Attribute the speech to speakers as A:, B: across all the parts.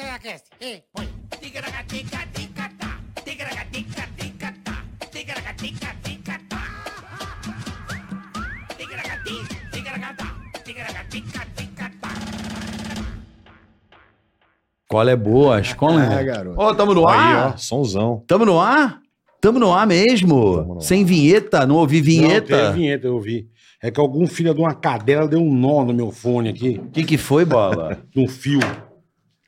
A: Ticaracast. E põe.
B: Qual é boa? Escola,
C: É,
B: né?
C: garoto.
B: Ô, tamo no
C: Aí,
B: ar!
C: ó, somzão.
B: Tamo no ar? Tamo no ar mesmo.
C: Tamo no
B: Sem vinheta, não ouvi
C: Não,
B: vinheta.
C: teve vinheta, eu vi. É que algum filho de uma cadela deu um nó no meu fone aqui,
B: O que, que foi, bola?
C: num fio.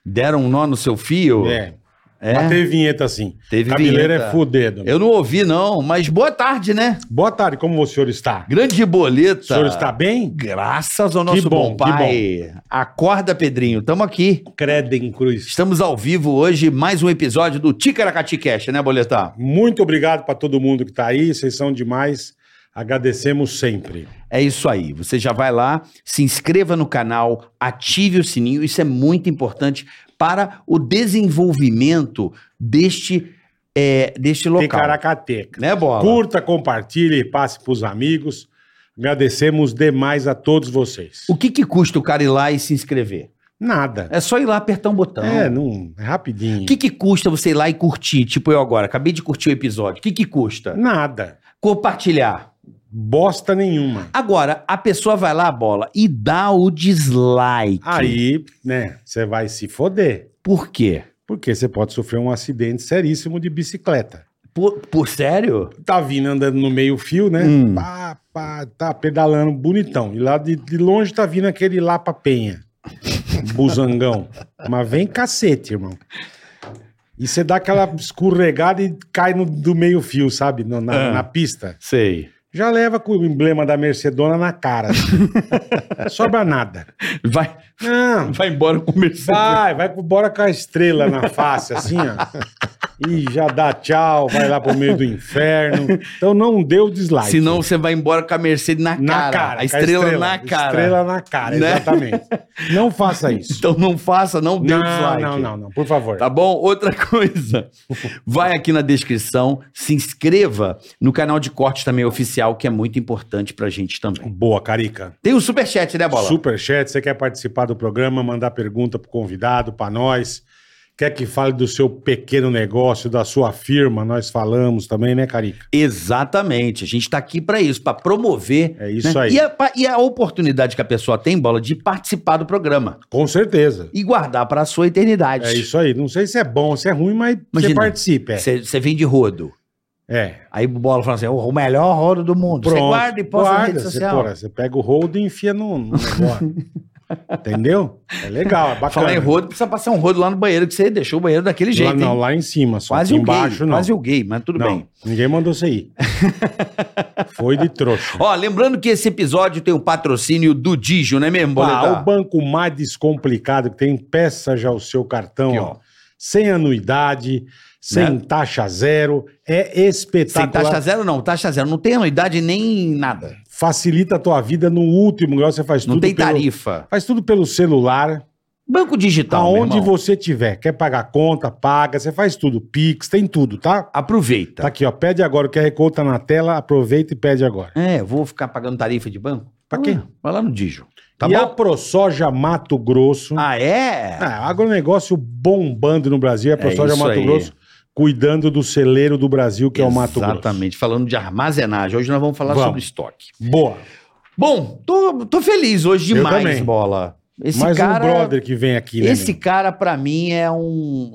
B: Deram um nó no seu fio?
C: É.
B: É?
C: Mas teve vinheta assim.
B: Teve
C: Cabeleira
B: vinheta.
C: é fudendo.
B: Eu não ouvi, não, mas boa tarde, né?
C: Boa tarde, como o senhor está?
B: Grande boleta.
C: O senhor está bem?
B: Graças ao nosso bom,
C: bom, que
B: pai. Acorda, Pedrinho. Tamo aqui.
C: Credem Cruz.
B: Estamos ao vivo hoje, mais um episódio do Ticaracati Cash, né, Boletar?
C: Muito obrigado para todo mundo que está aí, vocês são demais. Agradecemos sempre.
B: É isso aí. Você já vai lá, se inscreva no canal, ative o sininho. Isso é muito importante para o desenvolvimento deste, é, deste local.
C: Ticaracateca.
B: Né, Bola?
C: Curta, compartilhe, passe para os amigos. Agradecemos demais a todos vocês.
B: O que, que custa o cara ir lá e se inscrever?
C: Nada.
B: É só ir lá apertar um botão.
C: É, não, é rapidinho.
B: O que, que custa você ir lá e curtir? Tipo eu agora, acabei de curtir o episódio. O que, que custa?
C: Nada.
B: Compartilhar.
C: Bosta nenhuma.
B: Agora, a pessoa vai lá, bola, e dá o dislike.
C: Aí, né, você vai se foder.
B: Por quê?
C: Porque você pode sofrer um acidente seríssimo de bicicleta.
B: Por, por sério?
C: Tá vindo andando no meio-fio, né?
B: Hum.
C: Pá, pá, tá pedalando bonitão. E lá de, de longe tá vindo aquele Lapa Penha. Buzangão. Mas vem cacete, irmão. E você dá aquela escorregada e cai no, do meio-fio, sabe? No- na,
B: Ah.
C: na pista.
B: Sei.
C: Já leva com o emblema da Mercedona na cara. Sobra nada.
B: Vai,
C: Não,
B: vai embora com o Mercedes.
C: Vai, vai embora com a estrela na face, assim, ó. E já dá tchau, vai lá pro meio do inferno. Então não dê o dislike.
B: Senão você vai embora com a Mercedes na,
C: na cara.
B: cara. A
C: com
B: estrela, na cara.
C: Estrela na cara,
B: Né?
C: exatamente. Não faça isso.
B: Então não faça, não dê o
C: Não,
B: dislike.
C: não, não, não, por favor.
B: Tá bom? Outra coisa. Vai aqui na descrição, se inscreva no canal de cortes também oficial, que é muito importante pra gente também.
C: Boa, Carica.
B: Tem o superchat, né, Bola?
C: Superchat, você quer participar do programa, mandar pergunta pro convidado, pra nós. Quer que fale do seu pequeno negócio, da sua firma, nós falamos também, né, Carica?
B: Exatamente. A gente tá aqui pra isso, pra promover. né?
C: É isso aí.
B: E a, pa- e a oportunidade que a pessoa tem, Bola, de participar do programa
C: Com certeza.
B: e guardar pra sua eternidade.
C: É isso aí. Não sei se é bom, se é ruim, mas
B: Imagina.
C: você participa. É.
B: Você vem de rodo.
C: É.
B: Aí o Bola fala assim: o melhor rodo do mundo. Você
C: Pronto.
B: guarda e posta na rede
C: você,
B: social.
C: porra, você pega o rodo e enfia no, no negócio. Entendeu? É legal, é bacana.
B: Falar em rodo, precisa passar um rodo lá no banheiro, que você deixou o banheiro daquele
C: Lá,
B: jeito.
C: não,
B: hein?
C: lá em cima, só
B: Quase
C: que
B: um
C: embaixo
B: gay,
C: não.
B: quase o gay, mas tudo
C: não,
B: bem.
C: ninguém mandou você ir. Foi de trouxa.
B: Ó, lembrando que esse episódio tem o patrocínio do Digio, não é mesmo,
C: Pá,
B: Boletar?
C: Ah, o banco mais descomplicado que tem, peça já o seu cartão,
B: Aqui, ó. Né?
C: ó. Sem anuidade, sem taxa zero, é
B: Sem
C: espetacular.
B: taxa zero, não. Taxa zero. Não tem anuidade nem nada.
C: Facilita a tua vida no último grau, você faz
B: Não
C: tudo
B: tem
C: pelo-
B: tarifa.
C: Faz tudo pelo celular,
B: Banco digital, Tá, meu
C: Aonde
B: irmão.
C: você tiver, quer pagar conta, paga, você faz tudo, Pix, tem tudo, tá?
B: Aproveita.
C: Tá aqui, ó, pede agora, o QR Code tá na tela, aproveita e pede agora.
B: É, eu vou ficar pagando tarifa de banco?
C: Pra
B: Vai
C: quê?
B: lá, Vai lá no Digio. Tá
C: e a
B: bom?
C: ProSoja Mato Grosso,
B: Ah, é?
C: ah, agronegócio bombando no Brasil, é a
B: É
C: ProSoja
B: isso
C: Mato
B: aí.
C: Grosso cuidando do celeiro do Brasil, que é o Mato Grosso.
B: Exatamente. Falando de armazenagem. Hoje nós vamos falar
C: Vamos.
B: sobre estoque.
C: Boa,
B: Bom, tô, tô feliz hoje
C: Eu
B: demais,
C: também.
B: bola. Esse
C: mais
B: cara,
C: um brother que vem aqui, né?
B: esse
C: meu?
B: cara para mim é um,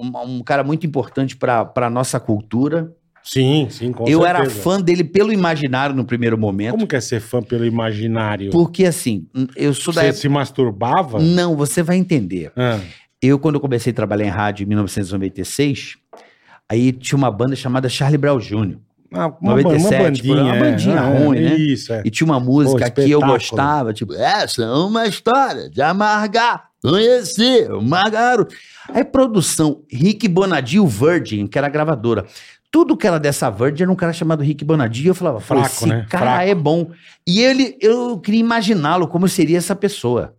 B: um, um cara muito importante para nossa cultura.
C: Sim, sim, com
B: eu
C: certeza.
B: era fã dele pelo imaginário no primeiro momento,
C: Como que é ser fã pelo imaginário?
B: porque assim, eu sou da
C: você é
B: época.
C: se masturbava?
B: Não, você vai entender.
C: Ah,
B: Eu quando eu comecei a trabalhar em rádio em 1996, aí tinha uma banda chamada Charlie Brown Jr.
C: uma, uma
B: 97,
C: bandinha.
B: uma bandinha
C: é,
B: ruim, né?
C: Isso, é.
B: E tinha uma música que eu
C: espetáculo.
B: gostava, tipo, essa é uma história de amargar, conhecer, uma garota. Aí produção, Rick Bonadio Virgin, que era a gravadora. Tudo que era dessa Virgin era um cara chamado Rick Bonadio. Eu falava, Fraco,
C: Fraco,
B: esse
C: né?
B: cara
C: Fraco.
B: é bom. E ele, eu queria imaginá-lo como seria essa pessoa.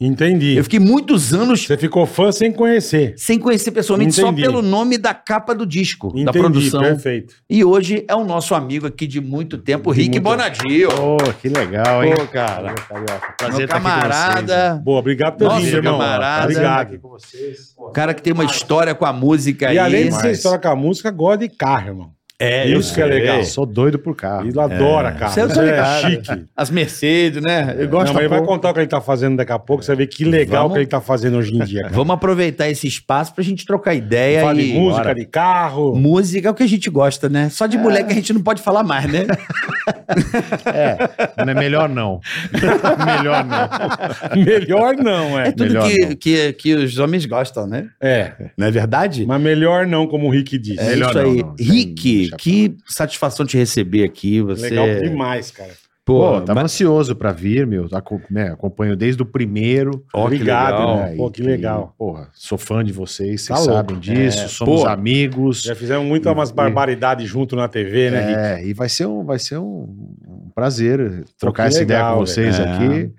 C: Entendi.
B: Eu fiquei muitos anos
C: Você ficou fã sem conhecer.
B: sem conhecer pessoalmente, só
C: Entendi.
B: pelo nome da capa do disco,
C: Entendi,
B: da produção.
C: perfeito.
B: E hoje é o nosso amigo aqui de muito tempo,
C: De
B: Rick
C: muito-
B: Bonadio.
A: Ô, que legal, hein?
B: Pô, cara.
A: Valeu, Carioca.
B: Meu
A: Prazer estar aqui com vocês.
B: camarada,
C: Boa, obrigado pelo
B: Nossa,
C: vídeo, irmão.
B: camarada.
C: Obrigado.
A: com vocês.
B: o né? cara que tem uma história com a música aí.
C: E além de ser
A: Mas-
C: história com a música, gosta de carro, irmão.
B: É,
C: eu
B: eu-
C: Isso que é legal.
A: Eu sou doido por carro.
C: Ele adora carro.
B: Isso eu tô
C: Ele é
B: ligado.
C: chique.
B: as Mercedes, né? Eu
C: Não,
B: gosto.
C: mas ele vai
A: pouco.
C: contar o que ele tá fazendo daqui a pouco, você vê que legal
B: Vamos.
C: que ele tá fazendo hoje em dia. cara.
B: Vamos aproveitar esse espaço pra gente trocar ideia
C: Fala
B: e
C: de música,
B: Bora.
C: de carro.
B: Música é o que a gente gosta, né? Só de mulher que a gente não pode falar mais, né?
A: É, né, melhor não. melhor não.
C: Melhor não,
B: É
C: é.
B: tudo
A: melhor
B: que,
A: não.
B: que, que os homens gostam, né?
C: É.
B: Não é verdade?
C: Mas melhor não, como o Rick disse.
B: É
A: Melhor
B: isso
A: não,
B: aí.
A: não. Tem-
B: Rick,
A: deixa
B: que satisfação te receber aqui. Você...
C: Legal demais, cara.
A: Pô,
B: Pô,
C: tá
A: tava ansioso pra vir, meu. Aco- né, acompanho desde o primeiro. É,
B: Ó, que
C: Obrigado,
B: legal.
C: né? Pô,
A: e-
C: que legal.
A: e, porra, sou fã de vocês,
C: Tá
A: vocês
C: louco.
A: sabem disso, somos
B: pô.
A: amigos.
C: Já fizemos muito umas barbaridades junto na TV, né, Rick?
A: É, e vai ser um, vai ser um, um prazer trocar
C: que
A: essa ideia
C: legal,
A: com vocês
B: velho.
A: aqui.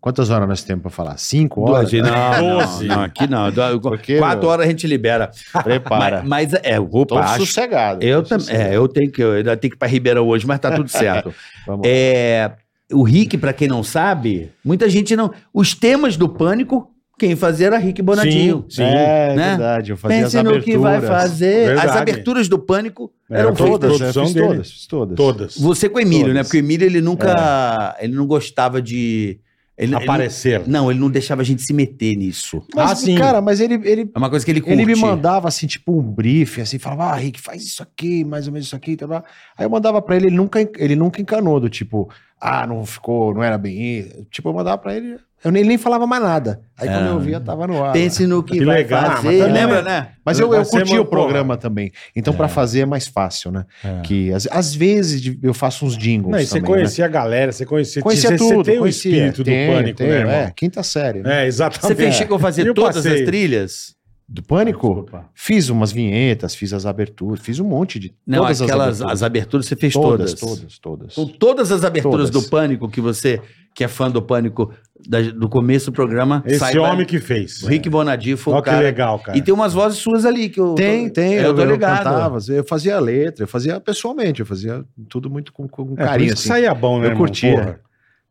A: Quantas horas nós temos pra falar? Cinco horas?
B: Duas, não,
C: Doze.
B: não, não, aqui não. Du-
A: Porque,
B: Quatro
A: meu-
B: horas a gente libera.
A: Prepara.
B: Mas, mas é,
A: Tô
B: opa, acho,
A: sossegado.
B: eu
A: tô
B: também.
A: sossegado.
B: É, eu tenho que, eu ainda tenho que ir para Ribeirão hoje, mas tá tudo
C: É,
B: certo.
A: Vamos lá.
B: é, o Rick, para quem não sabe, muita gente não. Os temas do pânico, quem fazia era Rick Bonadinho.
C: Sim,
A: é
B: né?
A: verdade. Eu fazia
B: Pense
A: as
B: no
A: aberturas.
B: que vai fazer. As
C: Verdade.
B: aberturas do pânico
C: Era
B: eram todas.
C: todo-
A: Todas, né?
C: Produção
A: fiz
C: dele.
A: todas, fiz todas.
C: Todas.
B: Você com o Emílio,
A: Todas.
B: né? Porque o Emílio ele nunca, ele não gostava de ele, ele não-
C: Apareceram.
B: não, ele não deixava a gente se meter nisso.
A: Mas,
C: Ah, sim.
A: cara, mas ele, ele,
B: É uma coisa que ele curte.
A: ele me mandava, assim, tipo um briefing, assim, falava, ah, Rick, faz isso aqui, mais ou menos isso aqui, tá lá. Aí eu mandava pra ele, ele nunca, ele nunca encanou, do tipo, ah, não ficou, não era bem isso. Tipo, eu mandava pra ele, eu nem, ele nem falava mais nada. Aí quando
B: É.
A: eu via, tava no ar. né.
B: Pense no que,
C: Que
B: vai
C: legal, mas
B: fazer.
C: também-
B: Lembra, né?
A: Mas eu, eu
C: Vai ser
A: curti
C: é uma
A: o programa também. Então, pra fazer é mais fácil, né? Que às, às vezes de- eu faço uns jingles.
C: É. Não, e você
A: também,
C: conhecia a galera, você conhecia,
A: né? conhecia
C: você,
A: tudo.
C: você tem o
A: conhecia.
C: espírito
A: Tem,
C: do pânico,
A: tem,
C: né, irmão?
A: É, quinta série. né?
C: É, exatamente.
B: Você
C: É.
B: fez chegou a fazer
C: Eu
B: todas
C: passei.
B: as trilhas?
A: Do pânico,
C: Desculpa.
A: fiz umas vinhetas, fiz as aberturas, fiz um monte de.
B: Não,
A: todas
B: aquelas as
A: as
B: aberturas.
A: aberturas.
B: você fez
A: todas,
B: todas.
A: todas, todas.
B: Então, todas as aberturas
A: Todas.
B: do Pânico que você, que é fã do Pânico, da- do começo do programa,
C: Esse
B: saiba-
C: homem que fez.
B: o
A: né?
B: Rick
A: é.
B: Bonadio foi
C: Olha
B: o
C: que
B: cara.
C: legal, cara. um
B: E tem umas vozes suas ali que eu
A: Tem, tem.
B: Eu, tô ligado.
A: cantava, eu fazia letra, eu fazia pessoalmente, eu fazia tudo muito com, com
C: É, por
A: carinho.
C: isso que
A: assim.
C: saía bom, né,
A: Eu
C: irmão?
A: curtia.
C: Porra.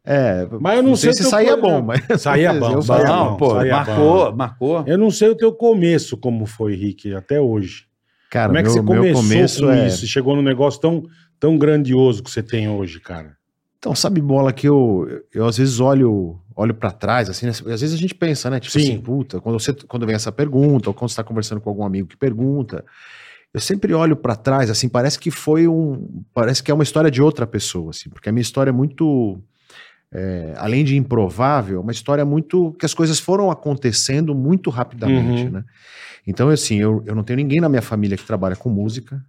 A: É,
C: Mas eu não, sei,
A: se
C: o teu
A: saía
C: co-
A: bom, mas.
C: Saía bom,
A: Eu
C: saía
B: Não,
C: bom,
B: pô,
C: saía
B: marcou,
C: bom.
B: marcou.
C: Eu não sei o teu começo como foi, Rick, até hoje.
A: Cara,
C: Como é que
A: meu,
C: você
A: meu
C: começou
A: começo
C: com
A: é.
C: isso e chegou num negócio tão, tão grandioso que você tem hoje, cara?
A: Então, sabe bola que eu, eu às vezes olho olho para trás, assim, né? às vezes a gente pensa, né? Tipo
C: Sim.
A: assim, puta, quando, você, quando vem essa pergunta, ou quando você tá conversando com algum amigo que pergunta, eu sempre olho para trás, assim, parece que foi um. Parece que é uma história de outra pessoa, assim, porque a minha história é muito. é, além de improvável, é uma história muito. que as coisas foram acontecendo muito rapidamente,
C: Uhum.
A: né? Então, assim, eu, eu não tenho ninguém na minha família que trabalha com música.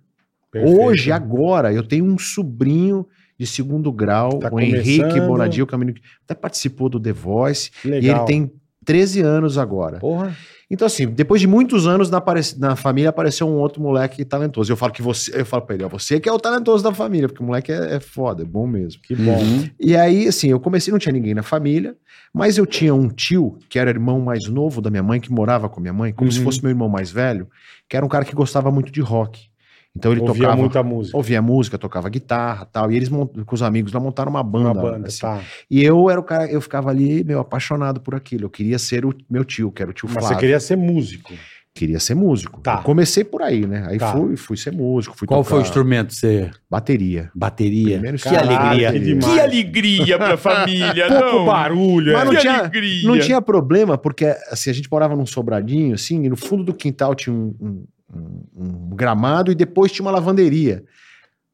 A: Hoje, agora, eu tenho um sobrinho de segundo grau,
C: Tá
A: o Henrique é
C: começando.
A: Bonadio Camino, um até participou do The Voice,
C: legal.
A: e ele tem 13 anos agora.
C: Porra.
A: Então, assim, depois de muitos anos na, apare- na família apareceu um outro moleque talentoso. Eu falo que você, eu falo pra ele, ó, você que é o talentoso da família, porque o moleque é, é foda, é bom mesmo.
C: Que bom.
B: Uhum.
A: E aí, assim, eu comecei, não tinha ninguém na família, mas eu tinha um tio, que era irmão mais novo da minha mãe, que morava com a minha mãe, como se
C: Uhum.
A: fosse meu irmão mais velho, que era um cara que gostava muito de rock. Então ele
C: Ouvia
A: tocava
C: muita música.
A: ouvia música, tocava guitarra tal. E eles mont- com os amigos lá montaram uma banda.
C: Uma banda,
A: assim.
C: tá.
A: E eu era o cara, eu ficava ali, meu, apaixonado por aquilo. Eu queria ser o meu tio, que era o tio
C: Mas
A: Flávio.
C: você queria ser músico.
A: Queria ser músico.
C: Tá.
A: Eu comecei por aí, né? Aí
C: Tá.
A: fui, fui ser músico, fui
B: Qual
A: tocar
B: foi o instrumento? Você...
A: bateria.
B: Bateria.
A: Primeiro
B: que
A: instrumento.
B: alegria.
A: Caraca, que
C: demais.
B: alegria pra família.
C: Pouco barulho,
A: Mas não
C: é.
A: tinha-
B: alegria.
A: Não tinha problema, porque assim, a gente morava num sobradinho, assim, e no fundo do quintal tinha um, um- um- um gramado e depois tinha uma lavanderia.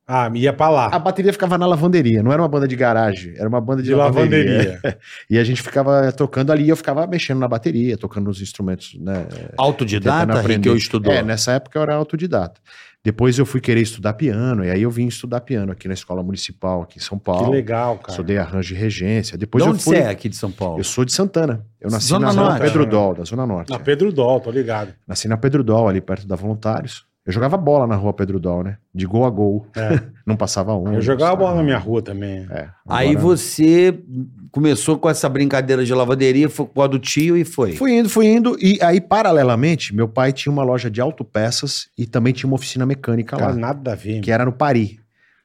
C: Ah, ia pra lá.
A: A bateria ficava na lavanderia, não era uma banda de garagem, era uma banda de,
C: de
A: lavanderia.
C: lavanderia.
A: E a gente ficava tocando ali, eu ficava mexendo na bateria, tocando nos instrumentos, né? tentando
B: Autodidata, Rick,
A: aprender.
B: eu estudou.
A: É, nessa época eu era autodidata. Depois eu fui querer estudar piano, e aí eu vim estudar piano aqui na escola municipal, aqui em São Paulo.
C: Que legal, cara.
A: Estudei arranjo e regência.
B: De
A: Depois eu
B: onde
A: fui.
B: você é aqui de São Paulo?
A: Eu sou de Santana. Eu nasci
B: Zona
A: na São
B: Norte.
A: Pedro Dol, da Zona Norte.
C: Na
A: é.
C: Pedro Dol, tô ligado.
A: Nasci na Pedro Dol, ali perto da Voluntários. Eu jogava bola na rua Pedro Dal, né? De gol a gol.
C: É.
A: Não passava um.
C: Eu jogava bola na minha rua também.
A: É,
B: Aí
A: agora-
B: você começou com essa brincadeira de lavanderia, foi com a do tio e foi.
A: Fui indo, fui indo. E aí, paralelamente, meu pai tinha uma loja de autopeças e também tinha uma oficina mecânica
C: Cara,
A: lá,
C: nada a ver.
A: que era no Paris.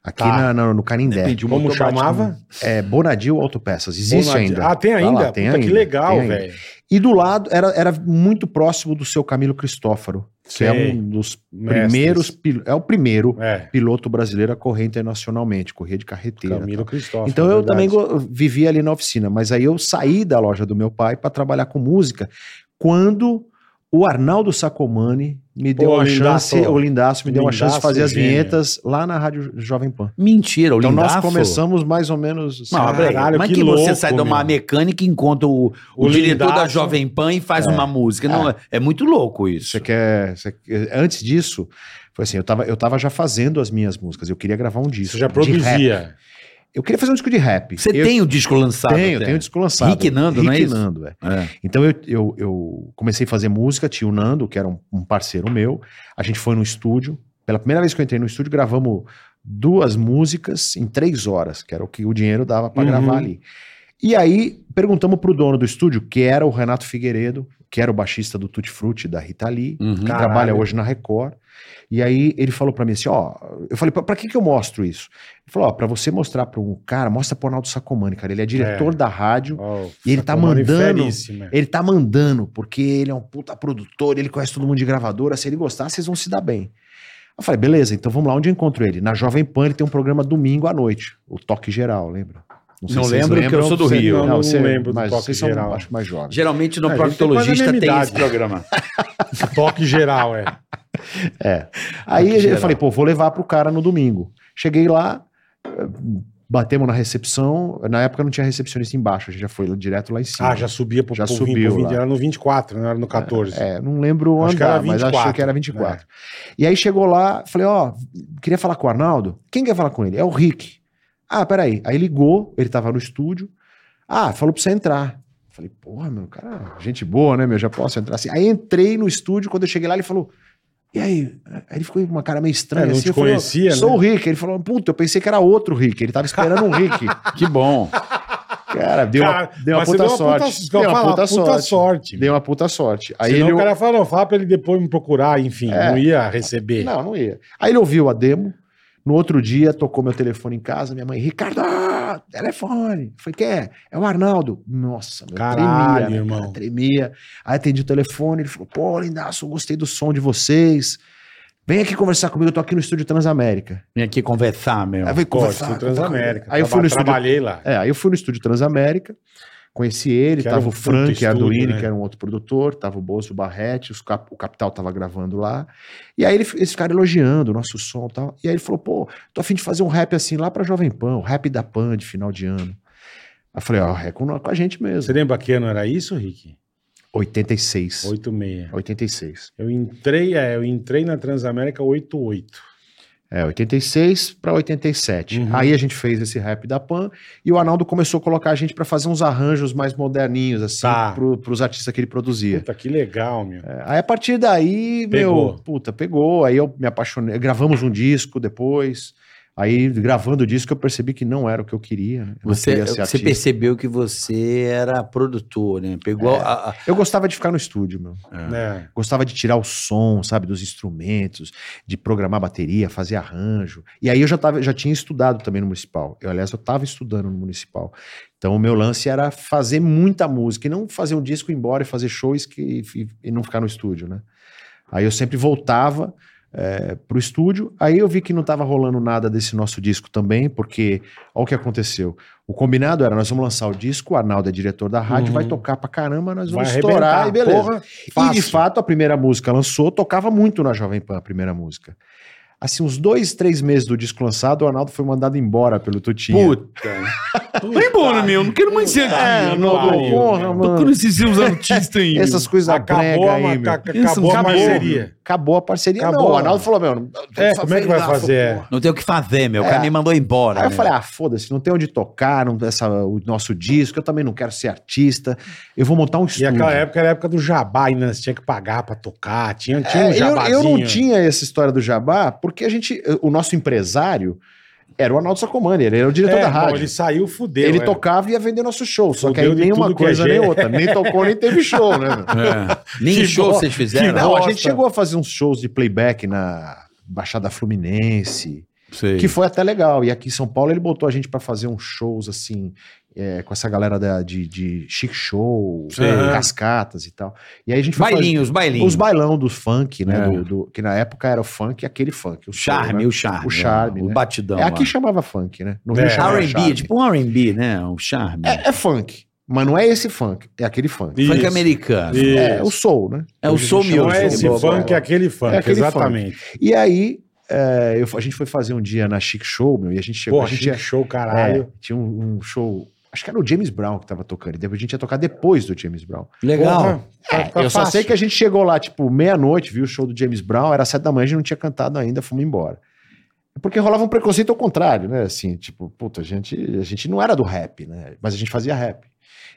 A: Aqui
C: Tá.
A: na- na- no Canindé.
C: meu. Como chamava?
A: É Bonadil Autopeças. Existe
C: Bonad-
A: ainda.
C: Ah, tem
A: Tá
C: ainda?
A: lá, tem
C: Puta, que
A: ainda,
C: legal,
A: tem ainda.
C: velho.
A: E do lado, era, era muito próximo do seu Camilo Cristófaro, que é
C: Sei.
A: um dos
C: Mestres.
A: primeiros. pil- É o primeiro
C: É,
A: piloto brasileiro a correr internacionalmente, correr de carreteira.
C: Camilo Cristóvão. é
A: Então eu
C: verdade.
A: também go- vivi ali na oficina, mas aí eu saí da loja do meu pai para trabalhar com música quando o Arnaldo Sacomani me
C: Pô,
A: deu uma
C: Lindaço.
A: chance, o Lindaço me deu uma
C: Lindaço
A: chance de fazer as
C: é gênio.
A: vinhetas lá na Rádio Jovem Pan.
B: Mentira, o
A: Então
B: Lindaço.
A: nós começamos mais ou menos assim,
B: Não,
A: Caralho,
B: Caralho, mas
C: que
B: que, você
C: louco,
B: sai de uma
C: meu.
B: mecânica e encontra o, o,
C: O
B: diretor da
C: Lindaço.
B: Jovem Pan e faz uma música. Não, é. é muito louco isso.
A: Você quer, você quer- Antes disso, foi assim, eu tava, eu tava já fazendo as minhas músicas, eu queria gravar um disco.
C: Você já
A: de rap.
C: produzia.
A: Eu queria fazer um disco de rap.
B: Você
A: eu
B: tem o disco lançado?
A: tenho,
B: até?
A: tenho um disco lançado.
B: Rick Nando, não é isso?
A: Nando, é.
B: É.
A: Então eu, eu, eu comecei a fazer música, tio Nando, que era um, um parceiro meu. A gente foi no estúdio. Pela primeira vez que eu entrei no estúdio, gravamos duas músicas em três horas, que era o que o dinheiro dava para
C: Uhum.
A: gravar ali. E aí perguntamos pro dono do estúdio, que era o Renato Figueiredo, que era o baixista do Tutti Frutti da Rita Lee,
B: Uhum.
A: que
C: Caralho.
A: trabalha hoje na Record. E aí ele falou pra mim assim, ó, eu falei, pra pra que que eu mostro isso? Ele falou, ó, pra você mostrar pra um cara, mostra pro Arnaldo Sacomani, cara, ele é diretor da rádio,
C: Ó,
A: E ele tá
C: Sacomani
A: mandando-
C: feríssimo, é.
A: ele tá mandando, porque ele é um puta produtor, ele conhece todo mundo de gravadora. Se ele gostar, vocês vão se dar bem. Eu falei, beleza, então vamos lá onde eu encontro ele. Na Jovem Pan, ele tem um programa domingo à noite, o Toque Geral, lembra?
B: Não
A: se vocês
B: lembro, porque eu
A: lembram,
B: sou do
A: você-
B: Rio.
A: Não,
C: Não, não
A: você-
C: lembro do
A: mas
C: Toque
A: vocês são,
C: Geral.
A: acho, mais jovens.
B: Geralmente no
C: É, a gente tem
B: proctologista
C: quase a
B: tem,
C: mesma
B: esse
C: idade.
B: programa.
A: tá-
C: Toque geral, é.
A: Aí
B: Toque
A: eu
B: Geral.
A: falei, pô, vou levar pro cara no domingo. Cheguei lá, eh, batemos na recepção. Na época não tinha recepcionista embaixo, a gente já foi direto lá em cima.
C: Ah, já subia pro,
A: Já
C: pro,
A: subiu
C: pro 20,
A: lá.
C: era no 24, não né? era no 14.
A: É, não lembro o
C: Acho que
A: andar,
C: era
A: mas achei
C: 24,
A: que era 24.
C: né?
A: E aí chegou lá, falei, ó, queria falar com o Arnaldo. Quem quer falar com ele? É o Rick. Ah, peraí. Aí ligou, ele tava no estúdio. Ah, falou pra você entrar. Falei, porra, meu, cara, gente boa, né, meu? Já posso entrar assim. Aí entrei no estúdio, quando eu cheguei lá, ele falou. E aí? Aí ele ficou com uma cara meio estranha.
C: É, não
A: assim,
C: te
A: eu falei, ó,
C: conhecia, né?
A: Sou o Rick. Ele falou, puta, eu pensei que era outro Rick. Ele tava esperando um Rick.
B: Que bom.
A: Cara, deu, uma-
C: Cara,
A: deu uma
C: mas
A: puta
C: você deu uma
A: sorte.
C: puta- eu ia falar, puta sorte.
A: Deu uma puta sorte. Aí
C: Senão
A: ele,
C: o cara fala, não, fala pra ele depois me procurar, enfim,
A: É.
C: não ia receber.
A: Não, não ia. Aí ele ouviu a demo. No outro dia, tocou meu telefone em casa. Minha mãe, Ricardo, ah, telefone. Eu falei, quem é? É o Arnaldo. Nossa, meu,
C: Caralho,
A: tremia, né,
C: irmão.
A: cara, tremia. Aí atendi o telefone, ele falou, pô, lindaço, eu gostei do som de vocês. Vem aqui conversar comigo, eu tô aqui no estúdio Transamérica.
B: Vem aqui conversar, meu.
A: Aí eu fui
C: Pô,
A: conversar.
C: isso é
A: conversar com ele.
C: Transamérica.
A: Aí eu fui no
C: Traba-
A: estúdio
C: Trabalhei lá.
A: é, aí eu fui no estúdio Transamérica, conheci ele,
C: Que era
A: tava
C: um
A: o Frank
C: puta
A: Arduini,
C: estúdio, né?
A: que era um outro produtor, tava o Bozo Barrete, os cap- o Capital tava gravando lá. E aí ele, eles ficaram elogiando o nosso som e tal. E aí ele falou, pô, tô afim de fazer um rap assim lá pra Jovem Pan, o rap da Pan de final de ano. Aí eu falei, ó, é com, com a gente
C: Você
A: mesmo.
C: lembra que ano era isso, Rick?
A: 86.
C: 86.
A: 86.
C: Eu entrei, é, eu entrei na Transamérica 88.
A: É, 86 pra 87.
C: Uhum.
A: Aí a gente fez esse rap da Pan e o Arnaldo começou a colocar a gente pra fazer uns arranjos mais moderninhos, assim,
C: Tá.
A: pro, pros artistas que ele produzia.
C: Puta, que legal, meu.
A: É, Aí a partir daí, meu,
C: Pegou.
A: puta, pegou. Aí eu me apaixonei. Gravamos um disco depois. Aí, gravando o disco, eu percebi que não era o que eu queria. né? Eu não
B: Você,
A: queria ser
B: você
A: artista.
B: percebeu que você era produtor, né? Pegou a- a-
A: Eu gostava de ficar no estúdio, meu.
C: É.
A: Gostava de tirar o som, sabe, dos instrumentos, de programar bateria, fazer arranjo. E aí eu já, tava, já tinha estudado também no municipal. Eu, aliás, eu estava estudando no municipal. Então o meu lance era fazer muita música e não fazer um disco ir embora e fazer shows que, e, e não ficar no estúdio, né? Aí eu sempre voltava é, pro estúdio. Aí eu vi que não estava rolando nada desse nosso disco também, porque olha o que aconteceu. O combinado era: nós vamos lançar o disco, o Arnaldo é diretor da rádio,
C: Uhum.
A: vai tocar pra caramba, né? nós
C: Vai
A: vamos estourar
C: arrebentar,
A: e beleza.
C: porra,
A: E de fato, a primeira música lançou, tocava muito na Jovem Pan, a primeira música. Assim, uns dois, três meses do disco lançado, o Arnaldo foi mandado embora pelo Tutinha.
D: Vai embora, meu. Não quero mais ser
A: É,
D: artista.
A: Arnaldo,
C: pariu,
A: porra,
C: Tá, meu.
A: mano.
D: Procura esses seus artistas aí. meu.
A: Essas coisas
C: Acabou,
A: brega
C: a,
A: aí, meu.
C: macaca- acabou a
D: Acabou.
C: parceria.
A: Acabou a parceria.
C: Acabou.
A: Não, o Arnaldo falou, meu...
C: É, como é que vai fazer?
B: Não tem o que fazer, meu. O
A: É.
B: cara me mandou embora.
A: Aí eu
B: né?
A: falei, ah, foda-se, não tem onde tocar não, essa, o nosso disco, eu também não quero ser artista, eu vou montar um
C: E
A: estúdio.
C: aquela época era a época do jabá, ainda você tinha que pagar pra tocar, tinha, tinha
A: É,
C: um
A: eu,
C: jabazinho.
A: eu não tinha essa história do jabá, porque a gente, o nosso empresário era o Arnaldo Sacomani, ele era o diretor
C: É,
A: da
C: bom,
A: rádio.
C: ele saiu, fudeu.
A: Ele
C: é.
A: tocava e ia vender nosso show, só que
C: Fudeu
A: aí
C: de
A: nem uma
C: tudo que é
A: coisa nem
C: jeito.
A: outra, nem tocou nem teve show, né? meu?
B: É.
A: É,
B: Nem
D: Que
B: show
D: bo-
B: vocês fizeram. né?
A: Não, a
D: bosta.
A: gente chegou a fazer uns shows de playback na Baixada Fluminense,
D: Sei.
A: que foi até legal. E aqui em São Paulo ele botou a gente pra fazer uns shows assim, é, com essa galera da- de, de chic show,
D: Sim.
A: cascatas e tal. E aí a gente foi fazer
B: Bailinhos, bailinhos.
A: os bailão do funk, né?
D: É.
A: do- do- que na época era o funk, aquele funk. O soul,
B: Charme,
A: né?
B: o charme.
A: O charme,
B: O
A: né?
B: batidão.
A: É, aqui
B: lá.
A: chamava funk, né? No
C: É.
A: chamava
B: R&B,
A: charme.
B: é tipo um R&B, né? Um charme.
A: É, é funk, mas não é esse funk, é aquele funk.
C: Isso,
B: Funk americano.
C: isso.
A: É, o soul, né?
B: É o
A: Hoje a gente
B: soul
A: chama
C: Não
B: music.
C: é esse
B: Boa, boa,
C: funk, é
B: boa.
C: aquele funk,
A: É aquele
C: exatamente.
A: E aí, é, eu- a gente foi fazer um dia na Chic Show, meu, e a gente chegou.
C: Porra,
A: Tipo, a gente
C: Chic show,
A: é,
C: caralho.
A: tinha um, um show. Acho que era o James Brown que tava tocando. E depois a gente ia tocar depois do James Brown. É,
B: Legal.
C: Porra, vai ficar
A: eu só
C: É, fácil.
A: sei que a gente chegou lá, tipo, meia-noite, viu o show do James Brown, era sete da manhã, a gente não tinha cantado ainda, fomos embora. Porque rolava um preconceito ao contrário, né? Assim, tipo, puta, a gente, a gente não era do rap, né? Mas a gente fazia rap.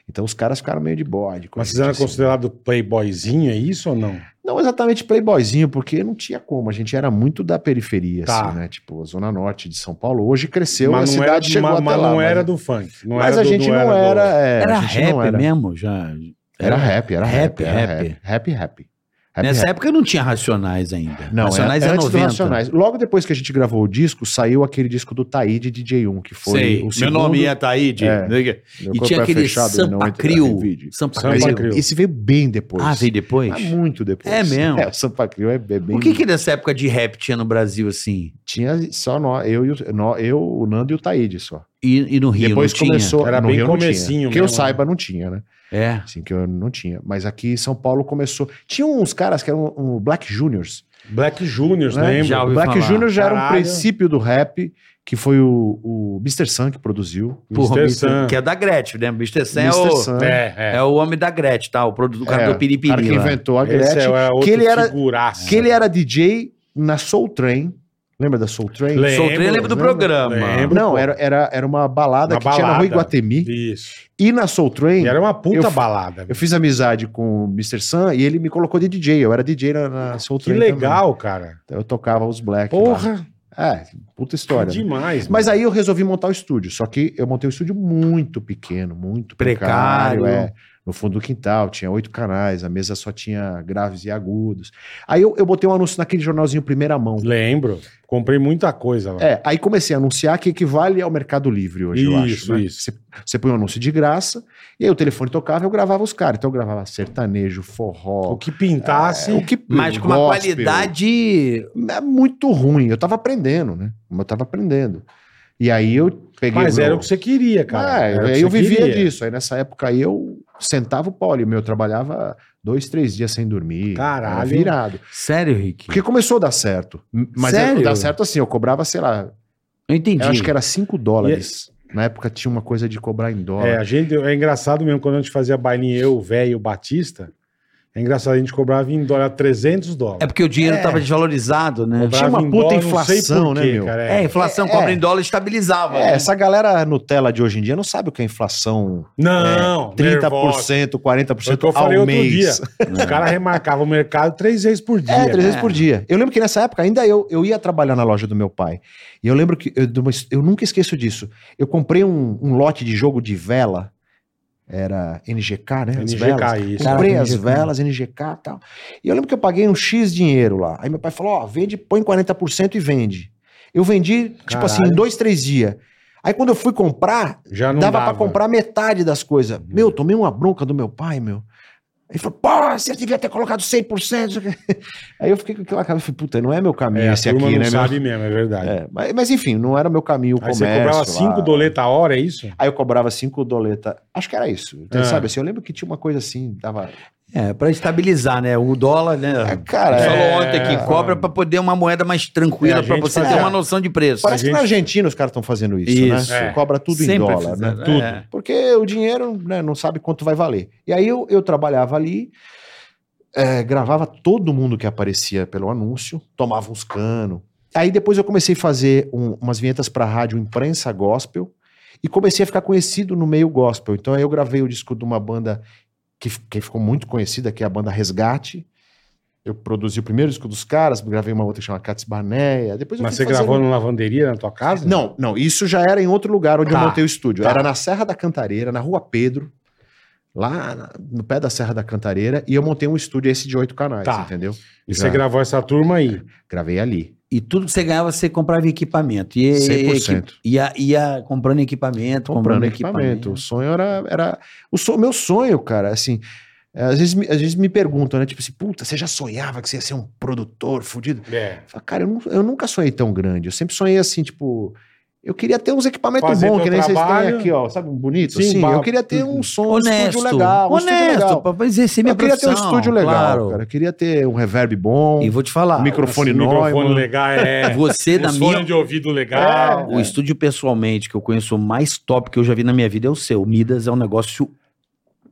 A: Então os caras ficaram meio de bode. com a
C: Mas vocês
A: gente,
C: eram
A: assim.
C: considerados playboyzinho, é isso ou não?
A: Não exatamente playboyzinho, porque não tinha como. A gente era muito da periferia,
C: Tá.
A: assim, né? Tipo, a Zona Norte de São Paulo. Hoje cresceu, a
C: não era,
A: cidade
C: do-
A: chegou
C: mas,
A: até
C: mas
A: lá.
C: não
A: mas-
C: era do funk. Não
A: mas
C: era
A: a
C: do-
A: gente não era...
C: do-
A: é,
B: Era
A: a gente não
B: rap
A: era.
B: mesmo, já.
A: Era rap, era
B: Rap,
A: rap. Era
B: rap.
A: rap, rap. rap. Rap,
B: Nessa
A: É
B: é
A: rap.
B: época não tinha Racionais ainda.
A: Não,
B: Racionais
A: era,
B: era,
A: antes do
B: 90.
A: Racionais. Logo depois que a gente gravou o disco, saiu aquele disco do Taíde DJ1, que foi
D: Sei.
A: o
D: Meu
A: segundo.
D: nome é Taíde.
A: É.
D: Né?
A: Meu
B: E
A: corpo
B: tinha
A: é
B: aquele
A: fechado, não
B: Sampa
A: entra é,
B: Crio.
A: revide.
B: Sampa
C: Sampa
B: Crio.
A: Esse,
C: Crio.
A: esse veio bem depois.
B: Ah, veio depois?
A: Ah, muito depois.
B: É mesmo?
A: o Sampa Crio é, é bem...
B: O que que nessa época de rap tinha no Brasil, assim?
A: Tinha só nós, eu, e o- nó- eu, o Nando e o Taíde só.
B: E, e no Rio
A: Depois
B: não
A: começou.
C: Era
A: no
C: bem
A: Rio não
C: comecinho
A: tinha. Que
C: mesmo,
A: eu
C: né?
A: saiba, não tinha, né?
B: tinha? É.
A: Assim, que eu não tinha. Mas aqui em São Paulo começou. Tinha uns caras que eram um Black Juniors.
C: Black Juniors,
A: Né?
C: lembra?
B: Já
A: O
B: ouvi
A: Black
B: falar.
A: Junior já era um
C: Caralho.
A: princípio do rap, que foi o, o Mr. Sun que produziu.
B: Porra,
C: Mr.
B: Mr.
C: Sam.
B: que é da Gretchen, né? Mr. Sam é
A: Mr.
B: o,
A: Sam.
C: É, é.
B: é o homem da Gretchen, tá? O produto do cara
A: É,
B: do Piripiri.
A: o cara que
B: lá.
A: inventou a
C: Esse
A: Gretchen.
C: é outro
A: que ele era-
C: figuraça.
A: Que ele era DJ na Soul Train. Lembra da Soul Train?
C: Lembro,
B: Sou trem, lembro do
A: lembro,
B: programa.
C: lembro.
A: Não, era, era, era uma balada
C: Uma
A: que tinha na Rua
C: balada.
A: Iguatemi.
C: Isso.
A: E na Soul Train,
C: E era uma puta
A: Eu-
C: balada.
A: eu fiz amizade com o Mr. Sun e ele me colocou de DJ. Eu era DJ na, na Soul
C: que
A: Train. também.
C: legal, cara.
A: Eu tocava os Black. lá.
C: Porra,
A: É, puta história.
C: que
A: né?
C: demais.
A: Mas aí eu resolvi montar o estúdio. Só que eu montei um estúdio muito pequeno, muito
B: Precário.
A: precário. é. no fundo do quintal, tinha oito canais, a mesa só tinha graves e agudos. Aí eu, eu botei um anúncio naquele jornalzinho Primeira Mão.
C: Lembro. Comprei muita coisa lá.
A: É, aí comecei a anunciar que equivale ao Mercado Livre hoje, eu acho.
C: Isso,
A: né?
C: isso.
A: Você, você põe um anúncio de graça, e aí o telefone tocava e eu gravava os caras. Então eu gravava sertanejo,
C: O
A: forró.
C: que pintasse.
A: é, o que
B: Mas com uma
A: gospel.
B: qualidade.
A: é muito ruim. Eu tava aprendendo, né? Eu tava aprendendo. E aí eu peguei.
C: Mas
A: meu-
C: era o que você queria, cara.
A: Ah,
C: Era o que
A: aí eu
C: você
A: vivia
C: queria.
A: disso. Aí nessa época aí eu sentava o pau ali. Meu, eu trabalhava dois, três dias sem dormir.
C: Caralho.
A: Era virado.
B: Sério, Rick?
A: Porque começou a dar certo. Mas
B: Sério?
A: eu- dar certo assim, eu cobrava, sei lá,
B: Eu entendi.
A: eu acho que era 5 dólares. Na época tinha uma coisa de cobrar em dólar.
C: É, a gente, é engraçado mesmo, quando a gente fazia bailinho, eu, o velho e o Batista, é engraçado, a gente cobrava em dólar 300
B: É
C: dólares.
B: porque o dinheiro estava desvalorizado, né?
C: Cobrava
A: uma puta
C: em dólar, não sei
A: inflação,
C: porquê,
A: né, meu?
C: cara,
B: É, a
C: é.
B: inflação
A: É.
B: cobra em dólar estabilizava.
A: É,
B: né?
A: essa galera Nutella de hoje em dia não sabe o que é inflação. é,
C: Não,
A: 30%,
C: 30%.
A: 40%
C: Foi É o que eu
A: ao
C: falei outro
A: mês.
C: dia. Os caras remarcavam o mercado três vezes por dia.
A: né? É,
C: né?
A: três
B: É.
A: vezes por dia. Eu lembro que nessa época ainda eu, eu ia trabalhar na loja do meu pai. E eu lembro que. Eu, de uma his- eu nunca esqueço disso. Eu comprei um, um lote de jogo de vela. Era NGK, né? As
C: NGK,
A: velas.
C: isso.
A: Comprei
B: Caraca,
A: as
B: NGK.
A: velas, NGK e tal. E eu lembro que eu paguei um X dinheiro lá. Aí meu pai falou: ó, vende, põe 40% e vende. Eu vendi, tipo
C: Caralho.
A: assim, em dois, três dias. Aí quando eu fui comprar,
C: Já não
A: dava
C: dava. Uhum.
A: pra comprar metade das coisas. Meu, tomei uma bronca do meu pai, meu. Ele falou, pô, você devia ter colocado 100%. Aí eu fiquei com aquela cara, eu falei, puta, não é meu caminho
C: É,
A: esse
C: a
A: aqui,
C: turma não
A: né, meu?
C: sabe mesmo, é verdade.
A: É, mas, mas enfim, não era meu caminho o
C: Aí
A: comércio.
C: você cobrava
A: lá.
C: 5 doletas a hora, é isso?
A: Aí eu cobrava cinco doleta. Acho que era isso. Então,
C: É.
A: Sabe assim, eu lembro que tinha uma coisa assim, dava
B: É, pra estabilizar, né? O dólar, né?
A: É, cara,
B: A gente
A: é-
B: falou ontem que cobra pra poder uma moeda mais tranquila,
C: É, a
B: pra
C: gente
B: você
C: fazia-
B: ter uma noção de preço.
A: Parece
C: gente-
A: que na Argentina os caras estão fazendo isso,
B: Isso.
A: né?
C: É.
A: Cobra tudo em
B: Sempre
A: dólar, né?
B: fizeram,
C: Tudo.
B: é.
A: Porque o dinheiro né, não sabe quanto vai valer. E aí eu, eu trabalhava ali, eh, gravava todo mundo que aparecia pelo anúncio, tomava uns canos. Aí depois eu comecei a fazer um- umas vinhetas para rádio imprensa gospel e comecei a ficar conhecido no meio gospel. Então aí eu gravei o disco de uma banda que, f- que ficou muito conhecida, que é a banda Resgate. Eu produzi o primeiro disco dos caras, gravei uma outra que chama Cats Barneia. Depois eu
C: Mas
A: fui
C: você
A: fazendo-
C: gravou na lavanderia na tua casa?
A: não, não, isso já era em outro lugar onde
C: Tá,
A: eu montei o estúdio.
C: tá.
A: Era na Serra da Cantareira, na Rua Pedro, lá na- no pé da Serra da Cantareira, e eu montei um estúdio esse de oito canais,
C: Tá.
A: entendeu?
C: E
A: Já
C: você gravou essa turma aí.
A: Gravei ali.
B: E tudo que você ganhava, você comprava em equipamento. E,
A: 100%.
B: equi- Ia, ia comprando equipamento,
A: Comprando equipamento. O sonho era. era o so- meu sonho, cara, assim. é, Às vezes, me- às vezes me perguntam, né? Tipo assim, puta, você já sonhava que você ia ser um produtor fudido?
C: É.
A: Eu falo, cara, eu, nu- eu nunca sonhei tão grande. Eu sempre sonhei assim, tipo. Eu queria ter uns equipamentos
C: Fazer
A: bons,
C: teu
A: é que nem vocês
C: trabalho.
A: têm aqui, ó, sabe, bonito?
C: Sim,
A: assim.
C: ba-
A: Eu queria ter um som, um
B: Honesto,
A: estúdio legal. Um estúdio legal.
B: honesto, pra exercer minha
A: eu queria ter um
B: profissão,
A: estúdio legal,
B: claro.
A: cara. Eu queria ter um reverb bom,
B: E vou te falar,
A: um microfone
C: Assim,
A: Neumann.
C: Microfone legal, é.
B: você na
C: Um
B: minha...
C: fone de ouvido legal.
B: O estúdio pessoalmente que eu conheço mais top que eu já vi na minha vida é o seu. O Midas é um negócio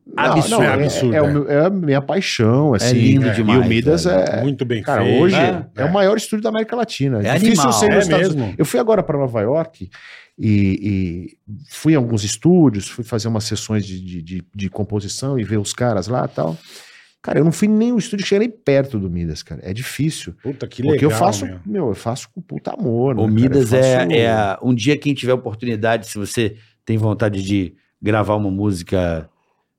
A: Não,
B: absurdo.
A: não, é,
C: Absurdo,
A: é o
C: é.
A: meu- é a minha paixão, assim.
B: lindo
A: é.
B: demais,
A: E o Midas
B: velho.
A: é...
C: Muito bem
A: Cara,
C: feito.
A: hoje
C: né?
A: é. o maior estúdio da América Latina.
B: É animal.
A: ser nos
C: É
A: Estados
C: mesmo.
A: Eu fui agora para Nova York e, e fui em alguns estúdios, fui fazer umas sessões de, de, de- de composição e ver os caras lá e tal. Cara, eu não fui em nenhum estúdio que chega nem perto do Midas, cara. É difícil.
C: Puta, que legal.
A: porque eu faço,
C: meu.
A: meu. eu faço com puta amor. né,
B: O
A: cara? Eu
B: Midas
A: faço-
B: é, é a- um dia quem tiver oportunidade, se você tem vontade de gravar uma música,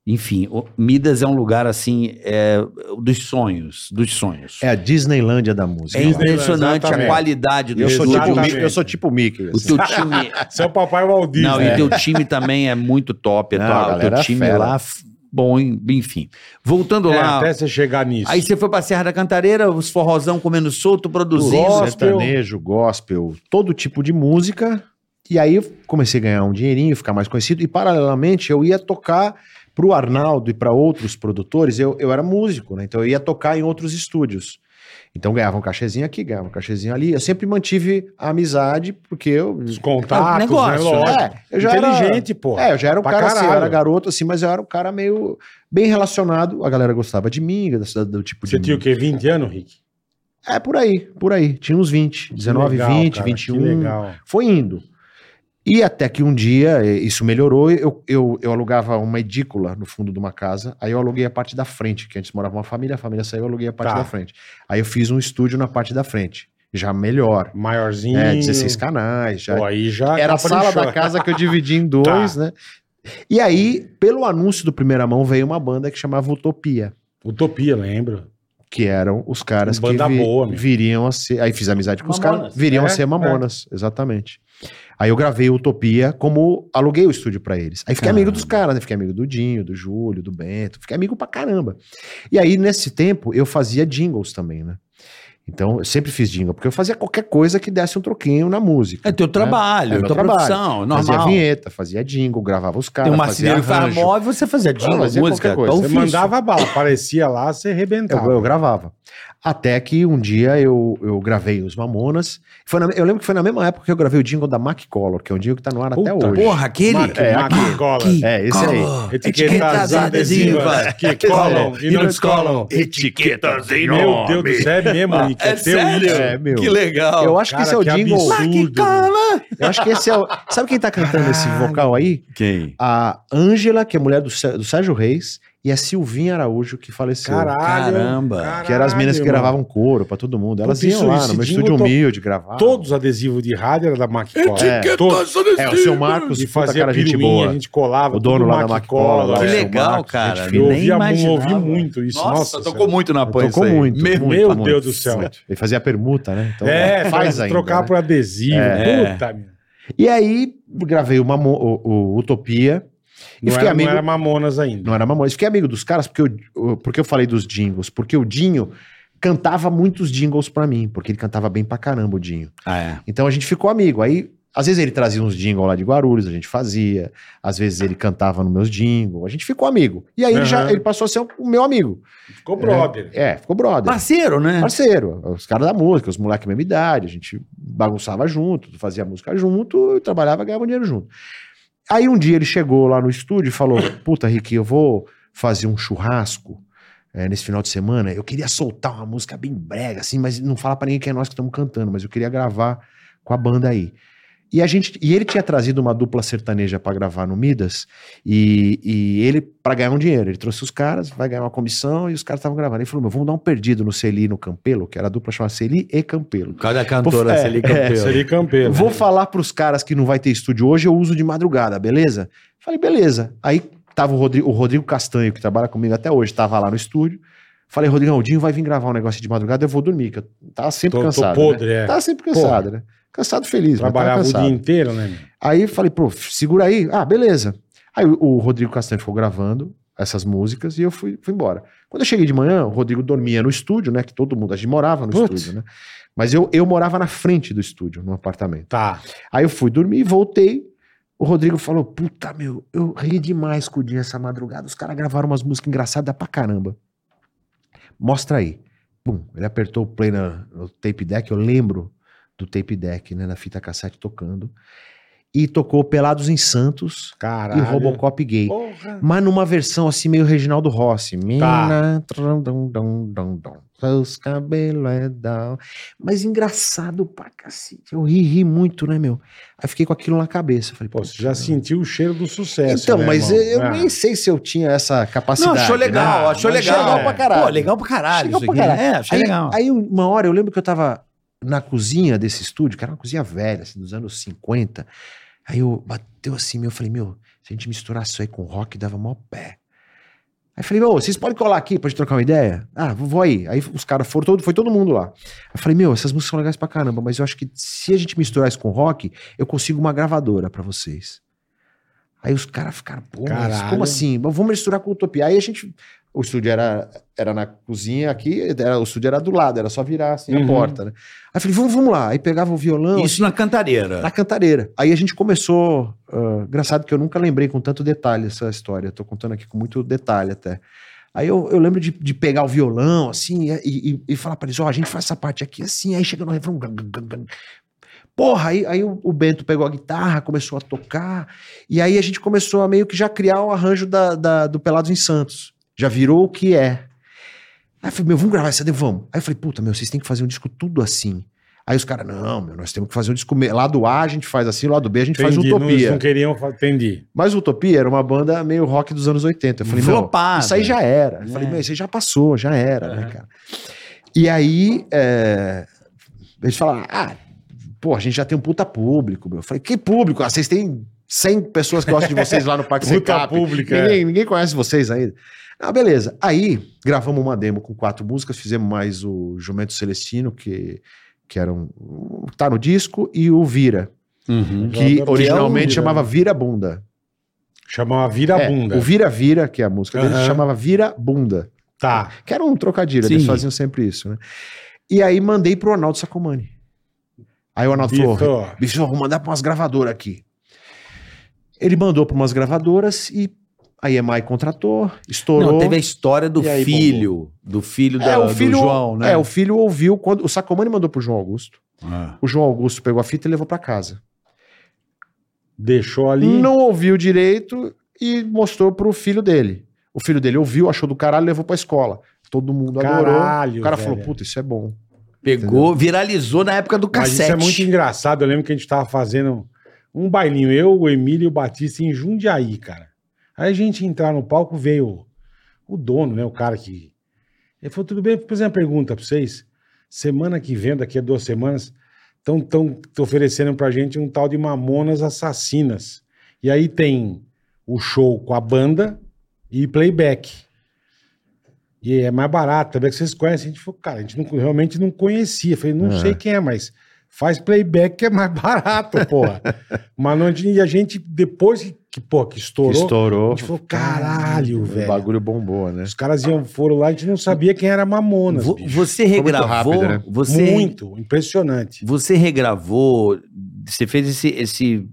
B: enfim, o Midas é um lugar assim é, dos sonhos, dos sonhos.
A: É a Disneylândia da música.
B: É
A: eu acho.
B: impressionante a
C: exatamente.
B: qualidade do
A: Eu sou,
B: estúdio.
A: tipo,
C: Exatamente.
A: Mi- eu sou tipo Mickey.
B: O
A: assim.
B: teu time,
C: Seu papai é Waldir.
B: não, e teu time também é muito top, é
A: Não,
B: tua-
A: a
B: o teu
A: galera é
B: time
A: fera.
B: lá f- bom, em- enfim. Voltando
C: É,
B: lá,
C: até você chegar nisso.
B: aí você foi pra Serra da Cantareira, os forrozão comendo solto, produzindo.
C: Gospel.
A: sertanejo, gospel, todo tipo de música. E aí eu comecei a ganhar um dinheirinho, ficar mais conhecido. E paralelamente eu ia tocar pro Arnaldo e para outros produtores. Eu, eu era músico, né? Então eu ia tocar em outros estúdios. Então ganhava um cachezinho aqui, ganhava um cachezinho ali. Eu sempre mantive a amizade, porque eu.
C: Os contatos,
B: É, negócio,
C: né? Lógico.
A: É, eu já era-
C: Inteligente, pô.
A: É, eu já era um
C: Pra
A: cara assim, eu
C: caralho.
A: era garoto assim, mas eu era um cara meio bem relacionado. A galera gostava de mim, do, do tipo
C: Você
A: de.
C: tinha o quê? 20 anos, Rick?
A: É, por aí, por aí. Tinha uns 20, 19,
C: Que legal,
A: 20,
C: cara,
A: 21.
C: Que legal.
A: Foi indo. E até que um dia eh, isso melhorou, eu, eu, eu alugava uma edícula no fundo de uma casa, aí eu aluguei a parte da frente, que antes morava uma família, a família saiu, eu aluguei a parte
C: Tá.
A: da frente. Aí eu fiz um estúdio na parte da frente, já melhor,
C: Maiorzinho.
A: né, 16 canais, já
C: Pô, aí já
A: era a sala
C: caprichou.
A: da casa que eu dividi em dois,
C: Tá.
A: né? E aí, pelo anúncio do Primeira Mão, veio uma banda que chamava Utopia,
C: Utopia, lembro.
A: que eram os caras
C: Banda
A: que vi-
C: boa, meu.
A: viriam a ser... Aí fiz amizade com os caras,
B: Mamonas,
A: viriam a
C: é,
A: ser Mamonas, exatamente. Aí eu gravei Utopia como... Aluguei o estúdio pra eles. Aí fiquei amigo
B: Caramba.
A: dos caras, né? Fiquei amigo do Dinho, do Júlio, do Bento. Fiquei amigo pra caramba. E aí, nesse tempo, eu fazia jingles também, né? Então, eu sempre fiz jingle, porque eu fazia qualquer coisa que desse um troquinho na música.
B: É teu
A: né?
B: trabalho,
A: É meu
B: tua
A: trabalho.
B: profissão,
A: Fazia
B: normal.
A: vinheta, fazia jingle, gravava os caras,
B: Tem um
A: fazia
B: marceneiro que faz
A: arranjo.
B: móvel, você fazia
A: Ah,
B: jingle,
A: fazia
B: música,
A: qualquer coisa.
B: tá
C: Você
B: ofício.
C: mandava bala, aparecia lá, você
A: Eu,
C: arrebentava.
A: eu gravava. Até que um dia eu, eu gravei os Mamonas. Foi na- eu lembro que foi na mesma época que eu gravei o jingle da Mac Color, que é um jingle que tá no ar até
C: Puta,
A: hoje.
B: Porra, aquele?
C: Marca,
A: É,
C: marca, cola.
B: Que
A: É, esse aí.
B: cola.
C: Etiquetas adesivas que colam e não descolam.
D: Etiquetas em
C: Meu Deus do céu, é mesmo, Nick. É,
B: É
C: teu
B: sério?
C: isso.
A: É, meu.
B: Que legal. Ah,
A: Eu acho que esse é o
C: Cara, que
A: jingle.
C: absurdo.
B: Marque cola.
A: Eu acho que esse é o. Sabe quem tá cantando esse vocal aí?
B: Quem?
A: A Ângela, que é mulher do, Sé- do Sérgio Reis, e a Silvinha Araújo, que faleceu.
C: Caralho.
B: Caramba.
A: Que eram as meninas que
C: irmão.
A: gravavam couro pra todo mundo. Elas
C: Puta,
A: iam
C: isso-
A: lá
C: esse
A: no meu
C: jingle
A: estúdio
C: to-
A: humilde gravar.
C: Todos os adesivos de rádio era da Mac Cola.
A: É.
C: Todos.
A: É, o seu Marcos,
C: E
A: puta
C: fazia
A: cara, gente
C: piruinha,
A: boa.
C: a gente colava.
A: O dono
C: tudo
A: lá da
C: Mac
A: Mac Cola,
C: Cola,
A: lá,
B: Que
A: é,
C: é.
B: legal,
A: Marcos,
B: cara.
A: gente
C: Eu
B: Nem
A: fina.
C: ouvia, mu-
B: imaginava.
C: ouvi muito isso. Nossa,
B: tocou muito na pan
A: Tocou
B: isso aí.
A: muito.
B: Meu-
A: muito,
C: Meu
A: muito.
C: Deus do céu.
A: Ele fazia permuta, né? Então,
C: É,
A: faz ainda.
C: trocar
A: né?
C: por adesivo.
B: É.
C: Puta, meu.
A: E aí, gravei uma, o, o Utopia. E
C: Não
A: fiquei
C: era,
A: amigo.
C: não era Mamonas ainda.
A: Não era Mamonas. Fiquei amigo dos caras porque eu, porque eu falei dos jingles. Porque o Dinho cantava muitos jingles pra mim. Porque ele cantava bem pra caramba, o Dinho.
B: Ah, é.
A: Então a gente ficou amigo. Aí Às vezes ele trazia uns jingle lá de Guarulhos, a gente fazia. Às vezes ele cantava nos meus jingle. A gente ficou amigo. E aí ele, já,
C: Aham.
A: ele passou a ser o meu amigo.
C: Ficou brother.
A: É, ficou brother.
B: Parceiro, né?
A: Parceiro, os caras da música, os moleques da mesma idade, a gente bagunçava junto, fazia música junto, trabalhava, ganhava dinheiro junto. Aí um dia ele chegou lá no estúdio e falou: Puta, Rick, eu vou fazer um churrasco eh, nesse final de semana. Eu queria soltar uma música bem brega, assim, mas não fala pra ninguém que é nós que estamos cantando, mas eu queria gravar com a banda aí. E, a gente, e ele tinha trazido uma dupla sertaneja pra gravar no Midas, e, e ele, pra ganhar um dinheiro, ele trouxe os caras, vai ganhar uma comissão, e os caras estavam gravando. Ele falou: meu, vamos dar um perdido no Celi e no Campelo, que era a dupla chamada Celi e Campelo.
B: Cada
A: cantora,
B: é,
A: Celi
B: é,
A: Campeão.
B: Celi-
C: Seria campeiro.
A: Vou falar pros caras que não vai ter estúdio hoje, eu uso de madrugada, beleza? Falei, beleza. Aí tava o Rodrigo, o Rodrigo Castanho, que trabalha comigo até hoje, tava lá no estúdio. Falei, Rodrigo, o Dinho vai vir gravar um negócio de madrugada, eu vou dormir, que eu tava sempre
C: Tô- tô
A: cansado.
C: podre,
A: né?
C: é.
A: Tava sempre cansado, né? Cansado feliz, mas tava
C: Trabalhava o
A: cansado.
C: dia inteiro, né? meu?
A: Aí eu falei, pô, segura aí. Ah, beleza. Aí o, o Rodrigo Castanho ficou gravando essas músicas e eu fui, fui embora. Quando eu cheguei de manhã, o Rodrigo dormia no estúdio, né? Que todo mundo, a gente morava no
C: Putz.
A: estúdio, né? Mas eu, eu morava na frente do estúdio, num apartamento.
C: Tá.
A: Aí eu fui dormir, voltei. O Rodrigo falou: Puta, meu, eu ri demais com o dia essa madrugada. Os caras gravaram umas músicas engraçadas pra caramba. Mostra aí. Pum, ele apertou o play na- no tape deck. Eu lembro do tape deck, né? Na fita cassete tocando. E tocou Pelados em Santos
C: Caralho.
A: e Robocop Gay.
C: Porra.
A: Mas numa versão assim, meio Reginaldo Rossi.
B: Tá.
A: Mina, trum, dum, dum, dum, dum. Seus cabelos é down. Mas engraçado pra cacete. Eu ri, ri muito, né, meu? Aí fiquei com aquilo na cabeça. Falei,
C: Pô,
A: pô,
C: você já sentiu o cheiro do sucesso.
A: então,
C: né,
A: mas
C: irmão?
A: eu
C: Ah.
A: nem sei se eu tinha
B: É.
A: essa
B: Não,
A: capacidade.
B: achou legal,
A: né?
B: achou
A: Mas
B: legal.
A: legal pra caralho.
B: Pô, legal pra caralho
A: Legal
B: isso
A: pra
B: aqui, né?
A: caralho.
B: É, achei
A: Aí,
B: legal.
A: aí uma hora eu lembro que eu tava na cozinha desse estúdio, que era uma cozinha velha, assim, dos anos 50. Aí eu bateu assim, meu, eu falei, meu, se a gente misturasse isso aí com rock, dava mó pé. Aí eu falei, meu, vocês podem colar aqui pra gente trocar uma ideia? Ah, vou vou aí. Aí os caras foram, todo, foi todo mundo lá. Eu falei, meu, essas músicas são legais pra caramba, mas eu acho que se a gente misturar isso com rock, eu consigo uma gravadora pra vocês. Aí os caras ficaram, pô, mas
C: Caralho.
A: como assim? Mas Vamos misturar com Utopia. Aí a gente, o estúdio era, era na cozinha aqui, era, o estúdio era do lado, era só virar assim a
C: Uhum.
A: porta, né? Aí eu falei, vamos, vamos lá. Aí pegava o violão,
B: Isso na cantareira.
A: na cantareira. Aí a gente começou. ah, engraçado que eu nunca lembrei com tanto detalhe essa história. Tô contando aqui com muito detalhe até. Aí eu, eu lembro de, de pegar o violão, assim, e, e- e falar pra eles: ó, a gente faz essa parte aqui assim, aí chega no refrão. gun, gun, gun, gun. Porra, aí, aí o, o Bento pegou a guitarra, começou a tocar, e aí a gente começou a meio que já criar o arranjo da- da- do Pelados em Santos. Já virou o que é. Aí eu falei, meu, vamos gravar essa, daí, vamos. Aí eu falei, puta, meu, vocês têm que fazer um disco tudo assim. Aí os caras, não, meu, nós temos que fazer um disco. me- Lado A a gente faz assim, lado B a gente faz
C: Entendi, não- um eles
A: Utopia.
C: Não, queriam fa- Entendi.
A: Mas Utopia era uma banda meio rock dos anos 80. Eu falei, meu,
C: Ah,
B: Flopada.
A: isso aí já era. Eu falei,
B: É.
A: meu, isso aí já passou, já era, né, cara? E aí, é, eles falaram, ah, pô, a gente já tem um puta público, meu. Eu falei, que público? Ah, vocês têm 100 pessoas que gostam de vocês lá no Parque
C: Puta
A: Secap.
C: pública. é.
A: Ninguém, ninguém conhece vocês ainda. Ah, beleza. Aí gravamos uma demo com quatro músicas, fizemos mais o Jumento Celestino, que, que era um, um- tá no disco, e o Vira,
B: Uhum.
A: que
C: Joga-
A: originalmente
C: é o Vira,
A: chamava Vira Bunda.
C: Chamava Virabunda.
A: É, o Vira Vira, que é a música dele,
C: Aham.
A: chamava Vira Bunda.
C: Tá.
A: Que era um trocadilho, eles
B: Sim.
A: faziam sempre isso, né? E aí mandei pro Arnaldo Sacomani. Aí o Arnaldo falou:
C: Vitor.
A: Bicho, eu vou mandar pra umas gravadoras aqui. Ele mandou pra umas gravadoras e a EMI contratou, estourou.
B: Não, teve a história do
A: E aí,
B: filho, do filho, da,
A: É, o filho-
B: do João, né?
A: É, o filho ouviu quando o Sacomani mandou pro João Augusto.
B: Ah.
A: O João Augusto pegou a fita e levou pra casa.
C: Deixou ali.
A: Não ouviu direito e mostrou pro filho dele. O filho dele ouviu, achou do caralho, levou pra escola. Todo mundo adorou.
C: Caralho.
A: O cara
C: velho.
A: falou: "Puta, isso é bom".
B: Pegou, viralizou na época do
C: Mas
B: cassete.
C: isso é muito engraçado. Eu lembro que a gente tava fazendo um bailinho, eu, o Emílio e o Batista em Jundiaí, cara. Aí a gente entrar no palco, veio o dono, né? O cara que. Ele falou: tudo bem, vou fazer uma pergunta pra vocês. Semana que vem, daqui a duas semanas, estão tão oferecendo pra gente um tal de Mamonas Assassinas. E aí tem o show com a banda e playback. E é mais barato, também que vocês conhecem. A gente falou, cara, a gente não- realmente não conhecia. Falei, não
A: É.
C: sei quem é, mas faz playback que é mais barato, porra. mas não, tinha- e a gente, depois que, que, pô, que estourou, a
A: estourou.
C: gente falou, caralho,
A: O
C: velho.
A: bagulho bombou, né?
C: Os caras iam, foram lá, a gente não sabia quem era Mamonas,
B: Vo-
C: bicho.
B: Você
A: muito
B: regravou.
A: rápido, né?
B: você,
C: Muito, impressionante.
B: você regravou Você fez esse, esse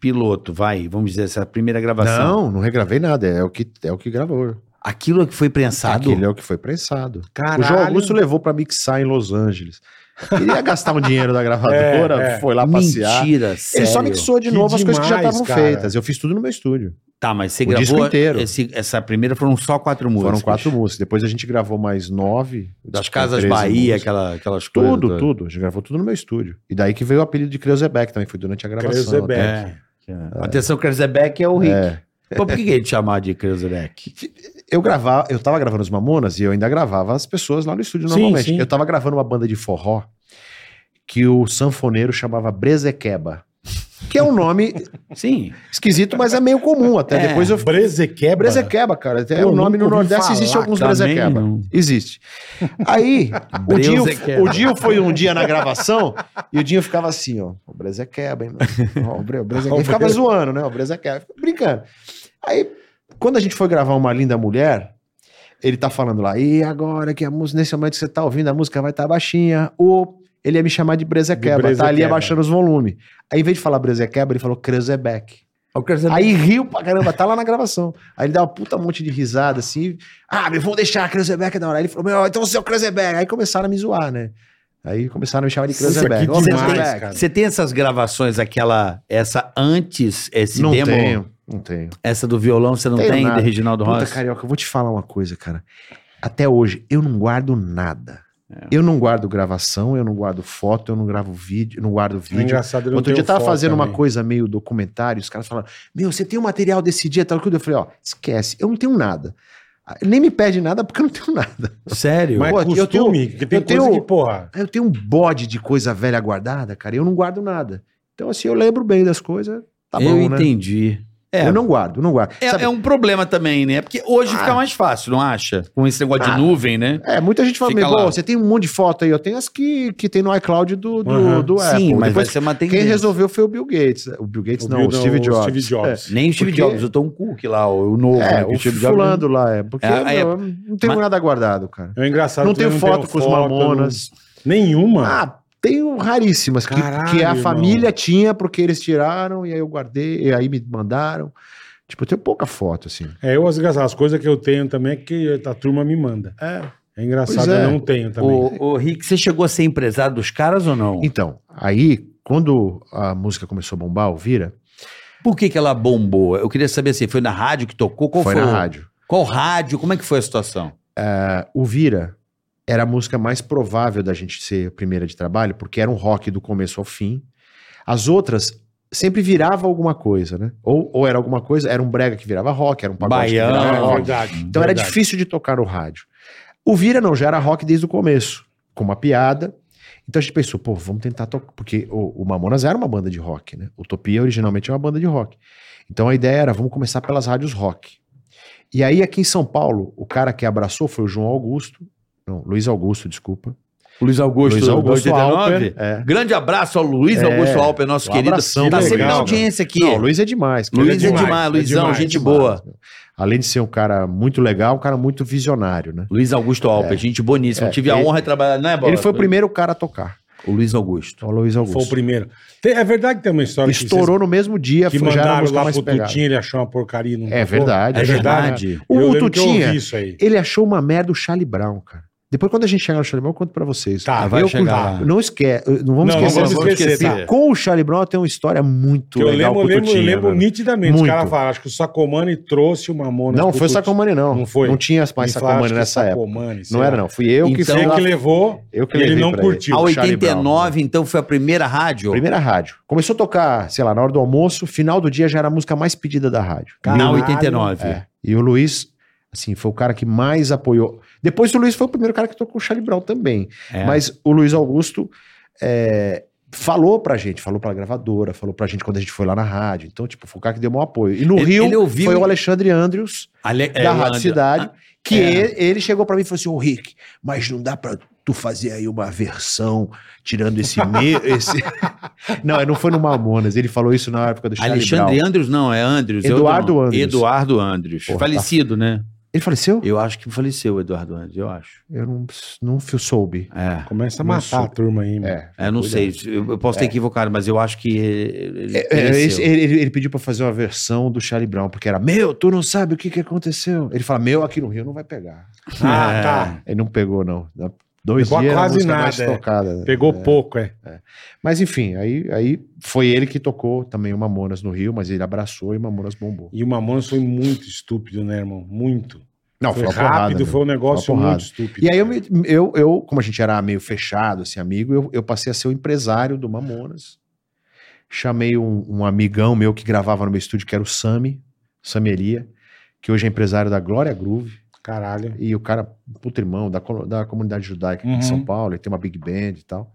B: piloto, vai, vamos dizer, essa primeira gravação.
A: Não, não regravei nada. É o que, é o que gravou.
B: Aquilo que foi prensado.
A: Aquele é o que foi prensado. O
C: Caralho.
A: João Augusto levou pra mixar em Los Angeles. Queria gastar um dinheiro da gravadora,
C: É, é.
A: foi lá passear.
B: Mentira,
A: Ele
B: sério.
A: só mixou de
C: Que
A: novo as coisas que já
C: demais,
A: estavam
C: cara.
A: feitas. Eu fiz tudo no meu estúdio.
B: Tá, mas você
A: o
B: gravou
A: disco inteiro.
B: esse- essa primeira foram só quatro músicas.
A: Foram quatro músicas. Depois a gente gravou mais nove.
B: das
A: com
B: Casas
A: 13
B: Bahia,
A: músicas.
B: aquela, aquelas coisas.
A: Tudo,
B: todas.
A: tudo. A gente gravou tudo no meu estúdio. E daí que veio o apelido de Creuzebeck também, foi durante a gravação. né?
C: Creuzebeck.
A: até.
B: É. É. Atenção, Kreuzebeck é o Rick. Pô, por que que ele te chamava de Kreuzebeck?
A: Eu gravava, eu tava gravando os Mamonas e eu ainda gravava as pessoas lá no estúdio
C: Sim,
A: normalmente.
C: sim.
A: Eu tava gravando uma banda de forró que o sanfoneiro chamava Brezequeba. Que é um nome
B: Sim.
A: esquisito, mas é meio comum até.
B: É.
A: Depois eu fiquei. "É
C: Breze quebra.
A: Brezequeba, cara. Até
C: Eu
A: o nome
C: nunca
A: no
C: ouvi
A: Nordeste
C: falar
A: existe alguns
B: também,
A: Brezequeba.
B: não.
A: Existe. Aí, o Dinho,
B: Brezequeba.
A: o Dinho foi um dia na gravação e o Dinho ficava assim, ó. O Brezequeba, hein? mano? Ó, O Bre- o Brezequeba. Ele ficava zoando, né? O Brezequeba. Brincando. Aí, quando a gente foi gravar Uma Linda Mulher, ele tá falando lá, e agora que a música, nesse momento que você tá ouvindo, a música vai estar baixinha. Ou ele ia me chamar de Brezequeba,
C: De
A: tá ali
C: Brezequeba.
A: abaixando os volumes. Aí, em vez de falar Brezequeba, ele falou Crezebeck.
B: O Kreuzebeck.
A: Aí riu pra caramba, tá lá na gravação. Aí ele dá uma puta monte de risada, assim. Ah, meu, vou deixar a Kreuzebeck da hora. Aí ele falou, meu, então você é o Kreuzebeck. Aí começaram a me zoar, né? Aí começaram a me chamar de
C: Puta, que
A: Kreuzebeck. Ô,
B: Você
C: demais,
A: Kreuzebeck.
C: cara.
B: tem, você tem essas gravações, aquela, essa antes, esse
A: Não
B: demo,
A: tenho, não tenho.
B: essa do violão, você não
A: Tenho
B: tem,
A: nada.
B: de Reginaldo
A: Puta,
B: Rossi?
A: Carioca, eu vou te falar uma coisa, cara. Até hoje, eu não guardo nada.
B: É.
A: Eu não guardo gravação, eu não guardo foto, eu não gravo vídeo, não guardo
C: É
A: vídeo.
C: engraçado, ele não
A: Hum. Outro
C: tem
A: dia eu
C: o
A: tava
C: foco
A: fazendo uma
C: também.
A: coisa meio documentário, os caras falaram: Meu, você tem o material desse dia, tal coisa. Eu falei: Ó, esquece, eu não tenho nada. Ah, Nem me pede nada porque eu não tenho nada.
B: Sério?
C: Mas
A: Pô, eu
C: costume,
A: tenho-
C: que tem
A: eu tenho-
C: coisa que, porra...
A: Aí Eu tenho um bode de coisa velha guardada, cara, e eu não guardo nada. Então, assim, eu lembro bem das coisas, tá
B: eu
A: bom, né?
B: entendi. É,
A: Eu não guardo, não guardo.
B: é,
A: Sabe,
B: é um problema também, né? Porque hoje fica mais fácil, não acha? Com esse negócio
A: Ah.
B: de nuvem, né?
A: É, muita gente fala,
B: Fica
A: meu, pô,
B: lá.
A: você tem um monte de foto aí, eu tenho as que, que tem no iCloud do, do,
C: Aham.
A: do Apple.
B: Sim, mas
A: Depois,
B: vai ser uma tendência.
A: quem resolveu foi o Bill Gates. O Bill Gates não,
C: Bill-
A: o Steve Jobs. É,
C: Steve Jobs.
B: Nem o Steve
A: Porque-
B: Jobs, o Tom Cook um lá, o novo.
A: É,
B: né,
A: é
B: que
A: o
B: Steve Jobs-
A: fulano lá, é. Porque
B: É,
A: meu,
B: é.
A: eu não tenho
B: Mas-
A: nada guardado, cara.
C: É engraçado.
A: não
C: porque eu
A: tenho foto
C: tenho
A: com os
C: foto,
A: mamonas.
C: não- Nenhuma.
A: Ah, tenho raríssimas que,
C: Caralho,
A: que a
C: irmão.
A: família tinha porque eles tiraram e aí eu guardei, e aí me mandaram. Tipo, eu tenho pouca foto, assim.
C: É, eu, as, as coisas que eu tenho também é que a turma me manda.
A: É.
C: É engraçado,
A: Pois é.
C: eu não tenho também.
B: O, o Rick, você chegou a ser empresário dos caras ou não?
A: Então, aí, quando a música começou a bombar, o Vira,
B: Por que, que ela bombou? Eu queria saber assim, foi na rádio que tocou? Qual
A: foi
B: foi,
A: na
B: o-
A: rádio.
B: Qual rádio? Como é que foi a situação?
A: Ah, O Vira era a música mais provável da gente ser primeira de trabalho, porque era um rock do começo ao fim. As outras sempre virava alguma coisa, né? Ou, ou era alguma coisa, era um brega que virava rock, era um pagode
B: Baiano.
A: que virava rock.
C: verdade.
A: Então era difícil de tocar no rádio. O Vira não, já era rock desde o começo, com uma piada. Então a gente pensou, pô, vamos tentar tocar. Porque o, o Mamonas era uma banda de rock, né? Utopia originalmente é uma banda de rock. Então a ideia era, vamos começar pelas rádios rock. E aí aqui em São Paulo, o cara que abraçou foi o João Augusto. Não, Luiz Augusto, desculpa.
B: Luiz Augusto,
A: Luiz Augusto
B: 89.
A: Alper. É.
B: Grande abraço ao Luiz
A: É.
B: Augusto Alper, nosso
A: Um
B: querido.
A: abração,
B: tá
C: que
B: sempre na
C: legal,
B: audiência aqui.
A: Não, o Luiz é demais. cara.
B: Luiz
A: Ele
B: é
A: demais.
B: demais,
C: demais,
B: Luizão,
C: é demais,
B: gente
A: demais,
B: boa.
A: meu. Além de ser um cara muito legal, um cara muito visionário, né?
B: Luiz Augusto Alper, gente boníssima.
A: É,
B: Tive a
A: ele-
B: honra de trabalhar, não é, Bola?
A: Ele foi o primeiro cara a tocar.
B: O Luiz Augusto.
A: O Luiz Augusto.
C: Foi o primeiro. Tem- é verdade que tem uma história
A: Estourou no mesmo dia,
C: que, vocês, que
A: foi- já era a
C: mandaram
A: música
C: lá
A: mais
C: pro
A: pegada.
C: Tutinha, ele achou uma porcaria. e Não
A: É
C: tocou?
A: verdade,
B: É
A: é
B: verdade.
A: O
C: Eu lembro que eu
A: Tutinha,
C: ouvi isso aí.
A: ele achou uma merda o Charlie Brown, cara. Depois quando a gente chegar no Charlie Brown, eu conto pra vocês.
C: Tá,
A: Eu
B: vai chegar
A: curti-
B: lá.
A: Não esquece, não
C: Não,
A: vamos
C: não
A: esquecer.
C: vamos
A: desse-
C: esquecer.
A: Tá, Com o Charlie Brown tem uma história muito
C: Que eu
A: legal
C: lembro, eu
A: com o
C: lembro, eu
A: Tutinha,
C: lembro
A: velho.
C: nitidamente. Os
A: Muito.
C: caras falaram, acho que o Sacomani trouxe uma mona.
A: Não, foi Sacomani não.
C: Não foi?
A: Não tinha mais Sacomani nessa época. Não era não, fui eu que
B: Então-
A: fui
C: Você
A: lá-
C: que levou,
A: eu que
C: e ele
A: levei
C: não
A: pra ele.
C: curtiu.
B: A
A: o Charlie Brown.
C: né?
A: né?
B: 89, então, foi a primeira rádio?
A: Primeira rádio. Começou a tocar, sei lá, na hora do almoço, final do dia já era a música mais pedida da rádio.
B: Na
C: Caralho.
B: 89.
A: É. E o Luiz, assim, foi o cara que mais apoiou. Depois o Luiz foi o primeiro cara que tocou o Charlie Brown também.
B: É.
A: Mas o Luiz Augusto é, falou pra gente, falou pra gravadora, falou pra gente quando a gente foi lá na rádio. Então, tipo, foi o cara que deu o maior apoio. E no
B: Ele-
A: Rio
B: ele ouviu-
A: foi o Alexandre Andrews,
B: Ale- é,
A: da
B: o
A: Rádio
B: André-
A: Cidade, que
B: é.
A: ele, ele chegou pra mim e falou assim, ô Rick, mas não dá pra tu fazer aí uma versão tirando esse... Me esse... Não, não foi no Mamonas, ele falou isso na época do Charlie Brown.
B: Alexandre Andrews, não, é Andrews.
A: Eduardo
B: eu não.
A: Andrews.
B: Eduardo Andrews.
A: Porra, tá
B: Falecido, né?
A: Ele faleceu?
B: Eu acho que faleceu o Eduardo Andes, eu acho.
A: Eu não, não fio- soube.
B: É.
C: Começa a matar a turma aí, mano.
A: É.
B: É, não sei, eu eu posso ter equivocado, mas eu acho que ele
A: É, é,
B: faleceu.
A: esse- ele, ele- ele pediu pra fazer uma versão do Charlie Brown, porque era meu, tu não sabe o que, que aconteceu. Ele fala, meu, aqui no Rio não vai pegar.
C: Ah,
B: É.
C: tá.
A: Ele não pegou, não. Dá Dois
C: Pegou
A: dias era a
C: quase
A: música
C: nada,
A: mais
C: é.
A: tocada. né?
C: Pegou pouco, é.
A: Mas enfim, aí, aí foi ele que tocou também o Mamonas no Rio, mas ele abraçou e o Mamonas bombou.
C: E o Mamonas foi muito estúpido, né, irmão? Muito.
A: Não,
C: foi
A: Ah, uma porrada,
C: rápido,
A: meu.
C: foi um negócio
A: Foi uma
C: muito
A: porrada.
C: estúpido.
A: E aí eu, me- eu, eu, como a gente era meio fechado, assim, amigo, eu, eu passei a ser o empresário do Mamonas. Chamei um, um amigão meu que gravava no meu estúdio, que era o Sami, Samelia, que hoje é empresário da Glória Groove,
C: Caralho.
A: e o cara, puta irmão, da, colo- da comunidade judaica aqui
C: Uhum.
A: de São Paulo, ele tem uma big band e tal.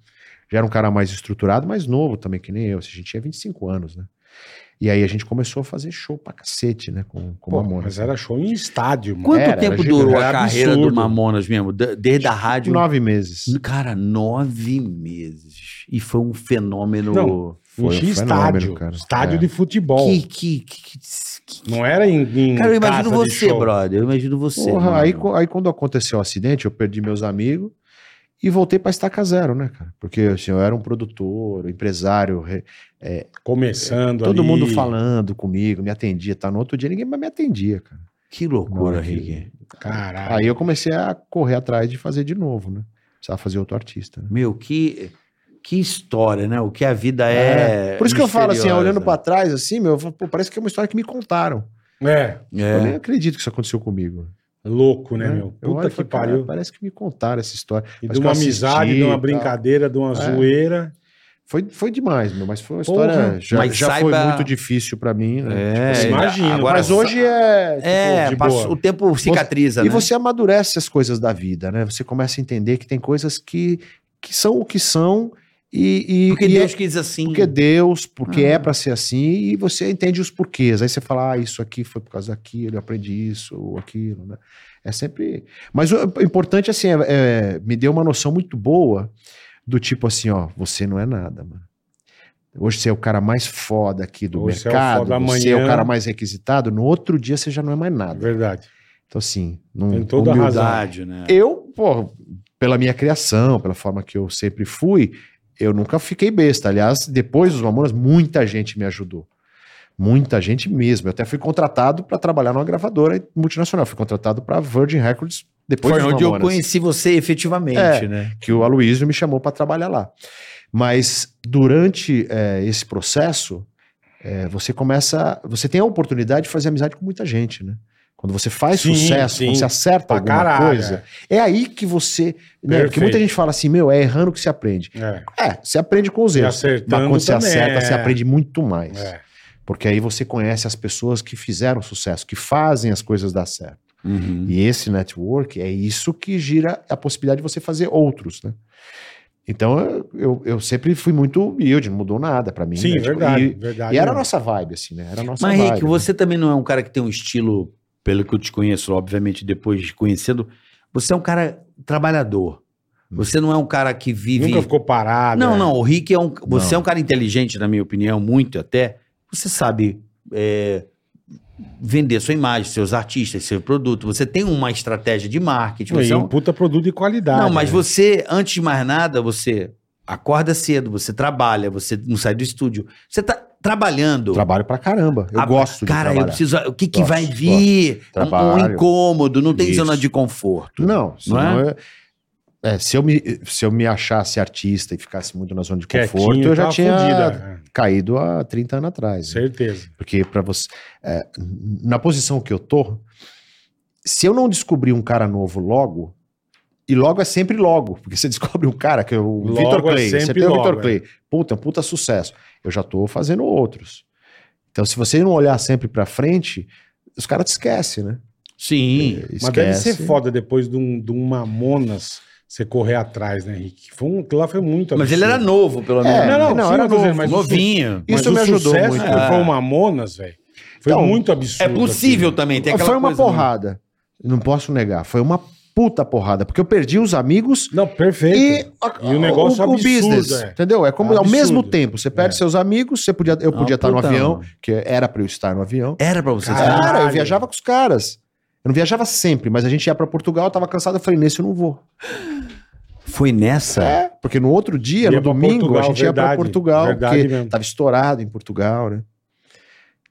A: Já era um cara mais estruturado, mais novo também, que nem eu, assim, a gente tinha 25 anos, né? E aí a gente começou a fazer show pra cacete, né, com, com
C: Pô,
A: Mamonas.
C: mas era show em estádio, mano.
B: Quanto
A: Era, era
B: tempo
A: gigante.
B: durou a
C: Era
B: carreira
C: absurdo.
B: do Mamonas mesmo? Da- Desde a rádio?
A: né? Nove meses.
B: Cara, nove meses. E foi um fenômeno.
C: Não,
A: Foi
C: Enchia
A: um fenômeno,
C: estádio.
A: cara.
C: Estádio
A: É.
C: de futebol.
B: Que, que, que, que- que-
C: Não era em. em
B: Cara, eu imagino
C: casa de
B: você,
C: show.
B: brother. Eu imagino você.
C: um
A: Porra,
B: mano.
A: aí, co- aí quando aconteceu o acidente, eu perdi meus amigos e voltei pra estaca zero, né, cara? Porque assim, eu era um produtor, empresário, re-
C: Começando
A: todo
C: ali.
A: mundo falando comigo, me atendia, tá? No outro dia ninguém mais me atendia, cara.
B: Que loucura,
A: Não, que-
B: Rick.
C: Caralho.
A: Aí eu comecei a correr atrás de fazer de novo, né? Precisava fazer outro artista. né?
B: Meu, que, que história, né? O que a vida é.
A: Por isso que eu falo assim,
B: misteriosa.
A: olhando pra trás, assim, meu, eu falo, pô, parece que é uma história que me contaram.
C: É,
A: Eu nem
B: É.
A: acredito que isso aconteceu comigo.
C: louco, né,
A: né?
C: meu?
A: Eu olho
C: Puta
A: e
C: que
A: falo, cara,
C: pariu.
A: Parece que me contaram essa história.
C: E de
A: parece que
C: uma
A: eu assisti
C: amizade, de
A: e
C: uma
A: tal. É.
C: brincadeira, de uma zoeira.
A: Foi, foi demais, meu, mas foi uma
C: Porra.
A: história. já
B: Mas
A: já foi
B: saiba-
A: muito difícil pra mim. né? Tipo assim,
B: É,
C: imagino.
B: Agora,
A: mas hoje é.
B: É,
C: de boa.
B: passa- o tempo cicatriza,
A: E
B: né?
A: você amadurece as coisas da vida, né? Você começa a entender que tem coisas que, que são o que são e. e
B: Porque
A: e
B: Deus
A: é,
B: quis assim.
A: porque Deus, porque
B: Ah.
A: é pra ser assim, e você entende os porquês. Aí você fala, ah, isso aqui foi por causa daquilo, eu aprendi isso ou aquilo, né? É sempre. Mas o importante, assim, é- é, me deu uma noção muito boa do tipo assim, ó, você não é nada, mano. Hoje você é o cara mais foda aqui do
C: Hoje você é o
A: mercado,
C: foda
A: você é
C: amanhã.
A: o cara mais requisitado, no outro dia você já não é mais nada.
C: Verdade.
A: Então, assim, não,
C: Tem toda a
B: Humildade, né?
A: eu, pô, pela minha criação, pela forma que eu sempre fui, eu nunca fiquei besta. Aliás, depois dos Mamonas, muita gente me ajudou. Muita gente mesmo. Eu até fui contratado para trabalhar numa gravadora multinacional. Fui contratado para Virgin Records depois
B: Foi
A: dos
B: onde eu
A: Mamonas,
B: conheci você efetivamente,
A: É.
B: né?
A: que o Aloysio me chamou para trabalhar lá. Mas durante é, esse processo, é, você começa, você tem a oportunidade de fazer amizade com muita gente, né? Quando você faz
C: Sim,
A: sucesso,
C: sim.
A: quando você acerta
C: Pra
A: alguma
C: caralho.
A: coisa, é aí que você. Né, porque
C: Perfeito.
A: muita gente fala assim, meu, é errando que se aprende.
C: É.
A: É, você aprende com os
C: E
A: erros. Mas
C: acertando
A: quando você
C: também,
A: acerta,
C: é.
A: você aprende muito mais.
C: É.
A: Porque aí você conhece as pessoas que fizeram sucesso, que fazem as coisas dar certo.
B: Uhum.
A: E esse network é isso que gira a possibilidade de você fazer outros, né? Então eu, eu, eu sempre fui muito humilde, não mudou nada pra mim.
C: Sim, é
A: né? Tipo,
C: verdade,
A: e-
C: verdade.
A: E, era a
C: mesmo.
A: nossa vibe, assim, né? Era a nossa
B: Mas,
A: vibe.
B: Rick,
A: né?
B: você também não é um cara que tem um estilo, pelo que eu te conheço, obviamente, depois de conhecendo. Você é um cara trabalhador. Você não é um cara que vive.
C: Hum. Nunca ficou parado.
B: não,
C: é.
B: não. O Rick é um. Você é
A: Não.
B: um cara inteligente, na minha opinião, muito até. Você sabe é, vender sua imagem, seus artistas, seu produto. Você tem uma estratégia de marketing.
C: E
B: Você é
C: um
B: um,
C: puta produto de qualidade.
B: Não, mas
C: né?
B: você, antes de mais nada, você acorda cedo, você trabalha, você não sai do estúdio. Você tá trabalhando.
A: Trabalho pra caramba. Eu
B: Ah,
A: gosto de
B: Cara, eu
A: trabalhar.
B: preciso. O que, que
A: Gosto,
B: vai vir? Um- Um
A: Trabalho.
B: incômodo, não tem
A: Isso.
B: zona de conforto.
A: Não, senão
B: é?
A: eu- é, se, eu me, se eu me achasse artista e ficasse muito na zona de
C: Quietinho,
A: conforto, eu já
C: tava
A: tinha
C: fudida, é.
A: caído há 30 anos atrás. né?
C: Certeza.
A: Porque para você. é, na posição que eu tô, se eu não descobrir um cara novo logo, e logo é sempre logo, porque você descobre um cara que é o
C: Logo
A: Vitor
C: é
A: Clay, você
C: sempre
A: tem o
C: logo,
A: Vitor
C: é.
A: Clay, puta, um puta sucesso. Eu já tô fazendo outros. Então, se você não olhar sempre pra frente, os caras te esquecem, né?
B: Sim.
A: É.
C: Mas deve ser foda depois de um, de um Mamonas você correr atrás, né, Rick? Foi um, aquilo lá foi muito
B: Mas ele era
C: absurdo.
B: novo, pelo menos.
A: É,
C: Não, não,
A: não,
C: sim,
A: era
C: eu tô dizendo,
A: novo,
C: mas o su-
B: Novinho.
C: mas
A: Isso
C: o
A: me ajudou
C: sucesso
A: muito.
C: que foi o Mamonas, velho. Foi
A: Então,
C: muito absurdo.
B: É possível
C: aquilo.
B: também. Tem aquela
A: foi uma
B: coisa, né?
A: porrada. Não posso negar. Foi uma puta porrada. Porque eu perdi os amigos
C: Não, perfeito. Então,
A: e,
C: E o negócio absurdo, é.
A: Entendeu? É como ao
C: Absurdo.
A: mesmo tempo. Você perde
C: É.
A: seus amigos, você podia, eu
B: Ah,
A: podia estar no
B: putão.
A: avião, que era pra eu estar no avião.
B: Era pra você.
C: Caralho.
A: Cara, eu viajava com os caras. Eu não viajava sempre, mas a gente ia pra Portugal, eu tava cansado, eu falei, nesse eu não vou.
B: Foi nessa?
A: É, porque no outro dia,
C: Ia
A: no
C: pra
A: domingo,
C: Portugal,
A: a gente ia pra
C: verdade,
A: Portugal,
C: verdade
A: porque
C: mesmo.
A: tava estourado em Portugal, né?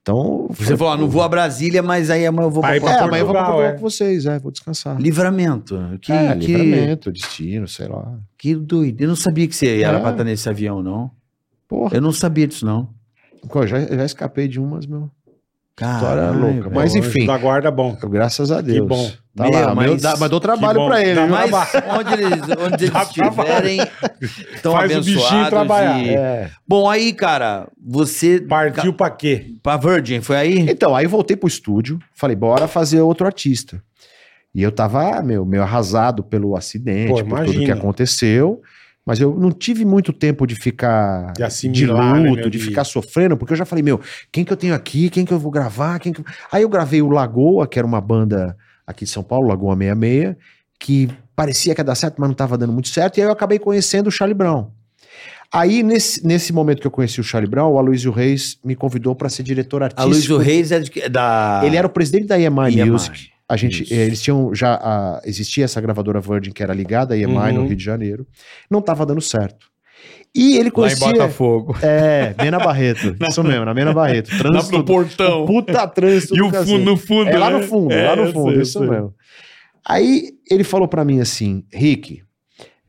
A: Então,
B: Você falou, ah, não vou a Brasília, mas aí amanhã eu vou pra
C: Vai
A: é,
B: Portugal.
A: amanhã eu vou pra
C: Portugal,
A: Portugal
C: é.
A: com vocês, é, vou descansar.
B: Livramento. Que,
A: é,
B: que,
A: livramento, destino, sei lá.
B: que doido. Eu não sabia que você era
A: É.
B: pra estar nesse avião, não.
A: Porra,
B: Eu não sabia disso, não.
A: eu já, já escapei de umas, meu.
B: Cara,
A: História louca, mas
C: Anjo
A: enfim.
C: Da guarda bom.
A: Graças a Deus.
C: bom.
A: Tá
B: Meu,
A: lá, mas...
B: mas-
A: dá, mas dou
C: Que
A: trabalho
C: bom.
A: pra ele.
C: Dá
A: viu?
B: Mas
C: Trabalha.
B: onde eles, onde eles
C: Dá trabalho.
B: estiverem, estão
C: Faz o
B: abençoados.
C: bichinho trabalhar.
B: e-
A: É.
B: Bom, aí, cara, você...
C: Partiu pra quê?
B: Pra Virgin, foi aí?
A: Então, aí voltei pro estúdio, falei, bora fazer outro artista. E eu tava, meu, meio arrasado pelo acidente,
C: Pô,
A: por tudo
C: imagina.
A: que aconteceu. Mas eu não tive muito tempo de ficar
C: De
A: de
C: assimilar, né,
A: luto,
C: meu,
A: de ficar sofrendo, porque eu já falei, meu, quem que eu tenho aqui, quem que eu vou gravar, quem que... Aí eu gravei o Lagoa, que era uma banda aqui de São Paulo, Lagoa 66, que parecia que ia dar certo, mas não estava dando muito certo, e aí eu acabei conhecendo o Charlie Brown. Aí, nesse, nesse momento que eu conheci o Charlie Brown, o Aloysio Reis me convidou para ser diretor
B: A Luiz
A: artístico.
B: do Reis é de que- da...
A: Ele era o presidente da EMI
B: EMI.
A: Music. A gente,
B: Isso.
A: eh, eles tinham já a- existia essa gravadora Virgin que era ligada à EMI no
C: Uhum.
A: Rio de Janeiro. Não estava dando certo. E ele
D: Lá em
A: conhecia
D: Botafogo.
A: é, Mena Barreto. isso mesmo, na Mena Barreto.
D: Lá
A: Trânsito,
D: pro portão.
A: puta trânsito.
D: E
A: do
D: o
A: cacete.
D: fundo, no fundo.
A: É lá
D: né?
A: no fundo,
D: É,
A: lá no
D: eu
A: fundo,
D: sei, eu
A: isso
D: sei.
A: mesmo. Aí ele falou pra mim assim, Rick,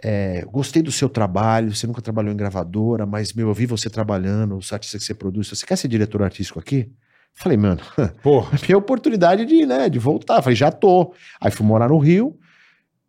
A: é, gostei do seu trabalho, você nunca trabalhou em gravadora, mas meu, eu vi você trabalhando, os artistas que você produz, você quer ser diretor artístico aqui? Falei, mano,
C: Porra,
A: minha oportunidade de, né, de voltar. Falei, já tô. Aí fui morar no Rio,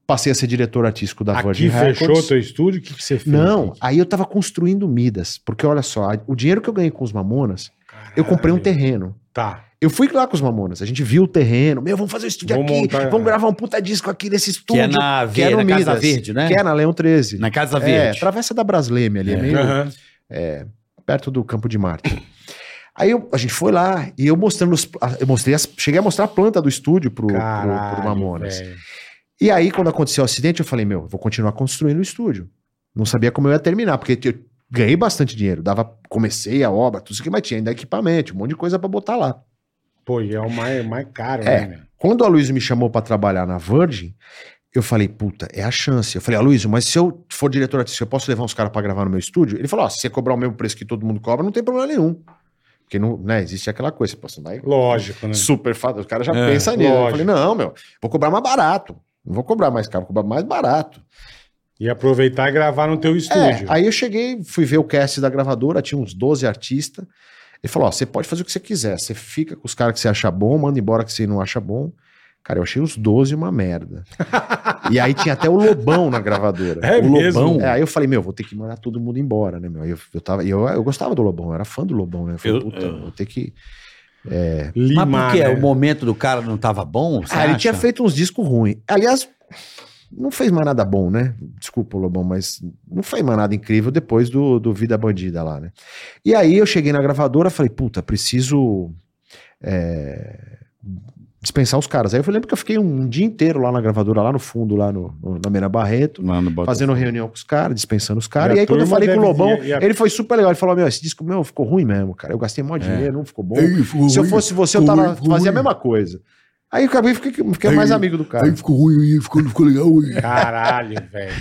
A: passei a ser diretor artístico da
C: aqui
A: Virgin
C: fechou
A: Records.
C: teu estúdio? O que, que você fez?
A: Não, aí eu tava construindo Midas, porque olha só, a- o dinheiro que eu ganhei com os mamonas, eu comprei um
C: Caralho.
A: terreno.
C: Tá.
A: Eu fui lá com os mamonas, a gente viu o terreno, meu, vamos fazer o estúdio
C: Vamos
A: aqui,
C: montar- é.
A: vamos gravar um puta disco aqui nesse
B: Que
A: estúdio.
B: é na,
A: que é
B: na
A: no
B: Casa
A: Midas.
B: Verde, né?
A: que é na Leão 13.
B: Na Casa
A: é,
B: Verde.
A: travessa da Brasleme ali, é
B: É.
A: meio
C: Aham.
A: é, perto do Campo de Marte. Aí eu- a gente foi lá e eu mostrando os- eu mostrei as- cheguei a mostrar a planta do estúdio pro, pro, pro Mamonas.
C: velho.
A: E aí, quando aconteceu o acidente, eu falei, meu, eu vou continuar construindo o estúdio. Não sabia como eu ia terminar, porque eu ganhei bastante dinheiro. Dava, comecei a obra, tudo isso que mais tinha, ainda equipamento, um monte de coisa pra botar lá.
C: Pô, e é o mais, mais caro,
A: É.
C: né? meu?
A: Quando a Luísa me chamou pra trabalhar na Virgin, eu falei, puta, é a chance. Eu falei, Aloysio, mas se eu for diretor artístico, eu posso levar uns caras pra gravar no meu estúdio? Ele falou, ó, se você cobrar o mesmo preço que todo mundo cobra, não tem problema nenhum. Porque não, né, existe aquela coisa, você passa vai
C: Lógico, né?
A: super fácil, o cara já
D: É,
A: pensa nisso. Eu
C: lógico.
A: falei, não, meu, vou cobrar mais barato. Não vou cobrar mais caro, vou cobrar mais barato.
C: E aproveitar e gravar no teu
A: É,
C: estúdio.
A: aí eu cheguei, fui ver o cast da gravadora, tinha uns 12 artistas. Ele falou: ó, você pode fazer o que você quiser, você fica com os caras que você acha bom, manda embora que você não acha bom. Cara, eu achei os 12 uma merda. e aí tinha até o Lobão na gravadora.
C: É
A: o
C: mesmo?
A: Lobão. É, aí eu falei, meu, vou ter que mandar todo mundo embora, né, meu? Aí Eu, eu, tava, e eu, eu gostava do Lobão, eu era fã do Lobão, né? Eu falei,
D: Eu-
A: puta,
C: é.
D: eu-
A: vou ter que.
C: Limar,
B: Mas porque
C: né?
B: o momento do cara não tava bom? você
A: Ah, ele
B: acha?
A: tinha feito uns discos ruins. Aliás, não fez mais nada bom, né? Desculpa, Lobão, mas não fez mais nada incrível depois do, do Vida Bandida lá, né? E aí eu cheguei na gravadora, falei, puta, preciso é, dispensar os caras. Aí eu lembro que eu fiquei um, dia inteiro lá na gravadora, lá no fundo, lá no, no- na Meira Barreto,
D: Lá no Botafogo.
A: fazendo reunião com os caras, dispensando os caras.
C: E
A: E,
C: a
A: aí quando eu
C: turma
A: falei com o
C: deve-
A: Lobão,
C: e a-
A: ele foi super legal. Ele falou, meu, esse disco meu ficou ruim mesmo, cara. Eu gastei mó
C: É.
A: dinheiro, não ficou bom.
B: Ei, ficou
A: Se eu
B: ruim.
A: fosse você, eu
B: Ui,
A: tava,
B: ui.
A: fazia a mesma coisa. Aí eu acabei fiquei, fiquei
B: Aí-
A: mais amigo do cara.
B: Aí ficou ruim, aí ficou, não ficou legal. aí.
C: Caralho, velho.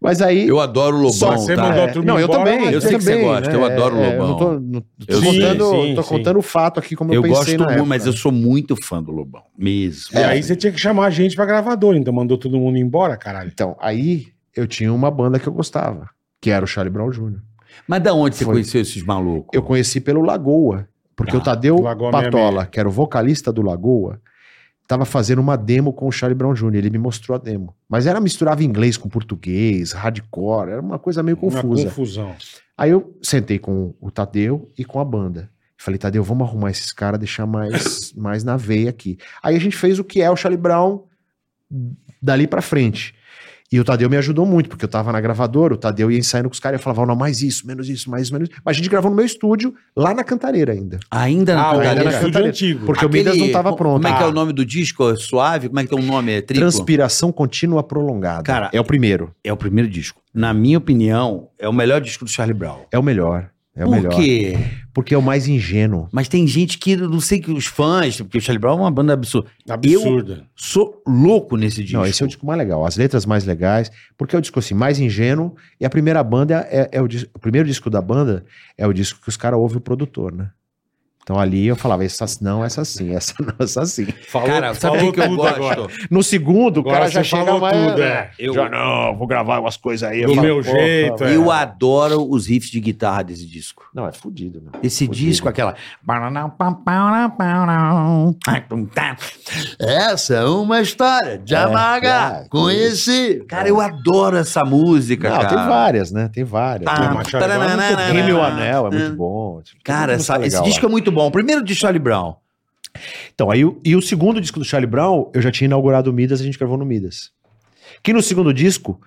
A: Mas aí.
B: Eu adoro o Lobão,
A: Só
C: você
B: tá?
C: mandou
A: É,
C: a turma
A: não, eu
C: embora,
A: também.
C: mas
B: eu sei que você
A: também,
B: gosta, eu adoro o
A: É,
B: Lobão.
A: não tô, não- tô
B: Eu
C: sim,
A: contando,
C: sim,
A: tô
C: sim.
A: contando o fato aqui como
B: Eu
A: eu, pensei
B: gosto
A: na
B: muito,
A: época. É,
B: mas eu sou muito fã do Lobão. Mesmo.
C: E aí você tinha que chamar a gente pra gravadora, então mandou todo mundo embora, caralho.
A: Então, aí eu tinha uma banda que eu gostava, que era o Charlie Brown Jr.
B: Mas da onde você
A: Foi.
B: conheceu esses malucos?
A: Eu conheci pelo Lagoa, porque
B: Ah,
A: o Tadeu
C: Lagoa
A: Patola, que era o vocalista do Lagoa, tava fazendo uma demo com o Charlie Brown Jr. Ele me mostrou a demo. Mas era misturava inglês com português, hardcore, era uma coisa meio
C: Uma
A: confusa.
C: confusão.
A: Aí eu sentei com o Tadeu e com a banda. Falei, Tadeu, vamos arrumar esses caras, deixar mais, mais na veia aqui. Aí a gente fez o que é o Charlie Brown dali pra frente. E o Tadeu me ajudou muito, porque eu tava na gravadora, o Tadeu ia ensaiando com os caras e eu falava, não, mais isso, menos isso, mais isso, menos isso. Mas a gente gravou no meu estúdio, lá na Cantareira ainda.
B: Ainda
C: Ah,
B: não
C: o
A: Cantareira.
C: estúdio
A: Era Cantareira.
C: antigo.
A: tá Porque o Midas não tava pronto.
B: Hum. Como é que é
C: Ah.
B: o nome do disco? É Suave? Como é que é o nome? É triplo?
A: Transpiração contínua prolongada.
B: Cara,
A: é o primeiro.
B: É o primeiro disco. Na minha opinião, é o melhor disco do Charlie Brown.
A: É o melhor. É o
B: Por
A: melhor.
B: quê?
A: Porque é o mais ingênuo.
B: Mas tem gente que, eu não sei que os fãs, porque o Charlie Brown é uma banda absurda.
C: Absurda.
B: Sou louco nesse disco.
A: Não, esse é o disco mais legal. As letras mais legais. Porque é o disco assim, mais ingênuo. E a primeira banda é, é o, dis- o primeiro disco da banda é o disco que os caras ouvem o produtor, né? Então ali eu falava, essa não, essa sim, essa não, essa sim.
C: Falou,
B: Cara, sabe o
C: falou
B: que eu
C: tudo
B: gosto?
C: agora.
A: No segundo, o
C: Agora
A: cara já
C: você
A: chega
C: falou
A: mais...
C: tudo, é.
B: Eu-
A: Já não, vou gravar umas coisas aí. eu
C: Do
A: falo,
C: meu
A: porra,
C: jeito, é.
B: Eu adoro os riffs de guitarra desse disco.
A: Não, é fudido, meu.
B: Esse
A: Fudido.
B: disco, aquela.
E: Essa é uma história de amarga.
A: é,
E: Conheci.
B: Cara, eu adoro essa música,
A: Não,
B: cara.
A: tem várias, né? Tem várias.
B: Tá, né,
A: Tem
C: Não,
A: uma-
C: mas Charlie Brown é muito
B: taranana,
A: Rime o Anel é muito bom.
B: Cara, essa- esse disco é muito bom. O primeiro de Charlie Brown.
A: Então, aí, o- e o segundo disco do Charlie Brown, eu já tinha inaugurado o Midas, a gente gravou no Midas. Que no segundo disco,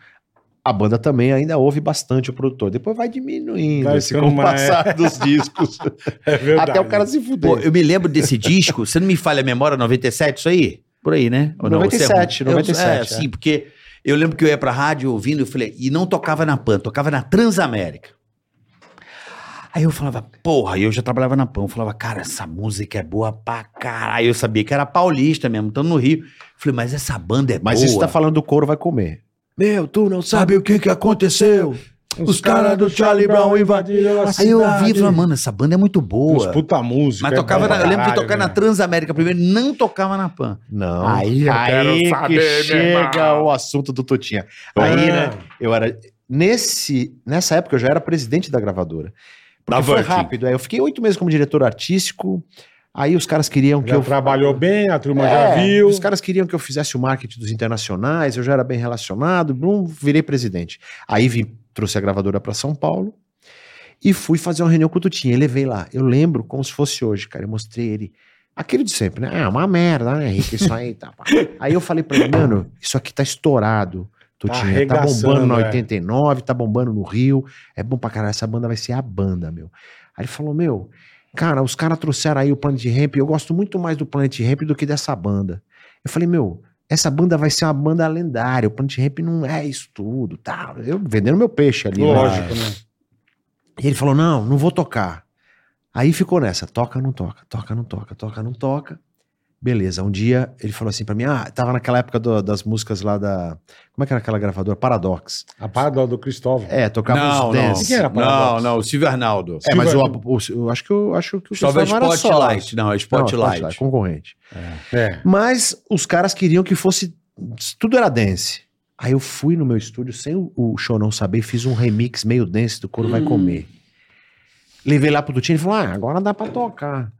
A: a banda também ainda ouve bastante o produtor. Depois vai diminuindo
C: Vai
A: assim,
C: ficando
A: com o
C: mais-
A: passar dos discos.
C: É verdade.
A: Até o cara se fuder.
B: Pô, eu me lembro desse disco, você não me falha a memória, 97, isso aí? Por aí, né? não, você é ruim?
A: 97,
B: Eu-
A: 97,
B: É,
A: é.
B: sim, porque eu lembro que eu ia pra rádio ouvindo, eu falei, e não tocava na PAN, tocava na Transamérica. Aí eu falava, porra, e eu já trabalhava na PAN, eu falava, cara, essa música é boa pra caralho. Eu sabia que era paulista mesmo, estando no Rio. Eu falei, mas essa banda é
A: Mas
B: boa.
A: isso tá falando do couro vai comer. Meu, tu não sabe o que que aconteceu. Os caras do Charlie Brown invadiram a
B: Aí eu ouvi e
A: cidade. né?
B: falei, mano, essa banda é muito
C: Uns
B: boa.
C: puta música.
B: Mas
C: é
B: tocava
C: bom
B: na, eu lembro que
C: caralho,
B: tocava na
C: né?
B: Transamérica primeiro, não tocava na PAN.
A: Não.
B: Aí
A: eu quero
D: saber, meu
A: que chega
D: irmão.
A: o assunto do Totinha. Aí,
C: Ah.
A: né, eu era... Nesse, nessa época eu já era presidente da gravadora. Porque
D: Da
A: foi
D: Virgin.
A: rápido. Aí eu fiquei oito meses como diretor artístico. Aí os caras queriam que
C: Já
A: eu...
C: trabalhou bem, a turma
A: É,
C: já viu.
A: Os caras queriam que eu fizesse o marketing dos internacionais, eu já era bem relacionado, blum, virei presidente. Aí vim, trouxe a gravadora para São Paulo e fui fazer uma reunião com o Tutinha. Ele veio lá. Eu lembro como se fosse hoje, cara. Eu mostrei ele. Aquilo de sempre, né? Ah, uma merda, né, Henrique? Isso aí tá. pá. Aí eu falei pra ele, mano, isso aqui tá estourado. Tutinha, tá,
C: arregaçando,
A: bombando na
C: é.
A: 89, tá bombando no Rio. É bom pra caralho, essa banda vai ser a banda, meu. Aí ele falou, meu, cara, os caras trouxeram aí o Planet Ramp, eu gosto muito mais do Planet Ramp do que dessa banda. Eu falei, meu, essa banda vai ser uma banda lendária, o Planet Ramp não é isso tudo, tá? Eu vendendo meu peixe ali. né?
C: Lógico, né?
A: E ele falou, não, não vou tocar. Aí ficou nessa, toca, não toca, toca, não toca, toca, não toca. Beleza, um dia ele falou assim pra mim, ah, tava naquela época do- das músicas lá da... Como é que era aquela gravadora? Paradox.
C: A parada do Cristóvão.
A: É, tocava
B: Não, é?
A: os dance.
C: O que era
B: não, não,
C: Paradox?
B: não, o Silvio Arnaldo.
A: É, mas o, o- eu acho que, eu, acho que o
B: Só é
A: Cristóvão era solo.
B: Spotlight. Não, é
A: Não,
B: Spotlight.
A: concorrente.
C: É.
A: Mas os caras queriam que fosse. Tudo era dance. Aí eu fui no meu estúdio, sem o- o show não saber, fiz um remix meio dance do Coro Vai Comer. Levei lá pro Tutinho e falou: Ah, agora dá pra tocar.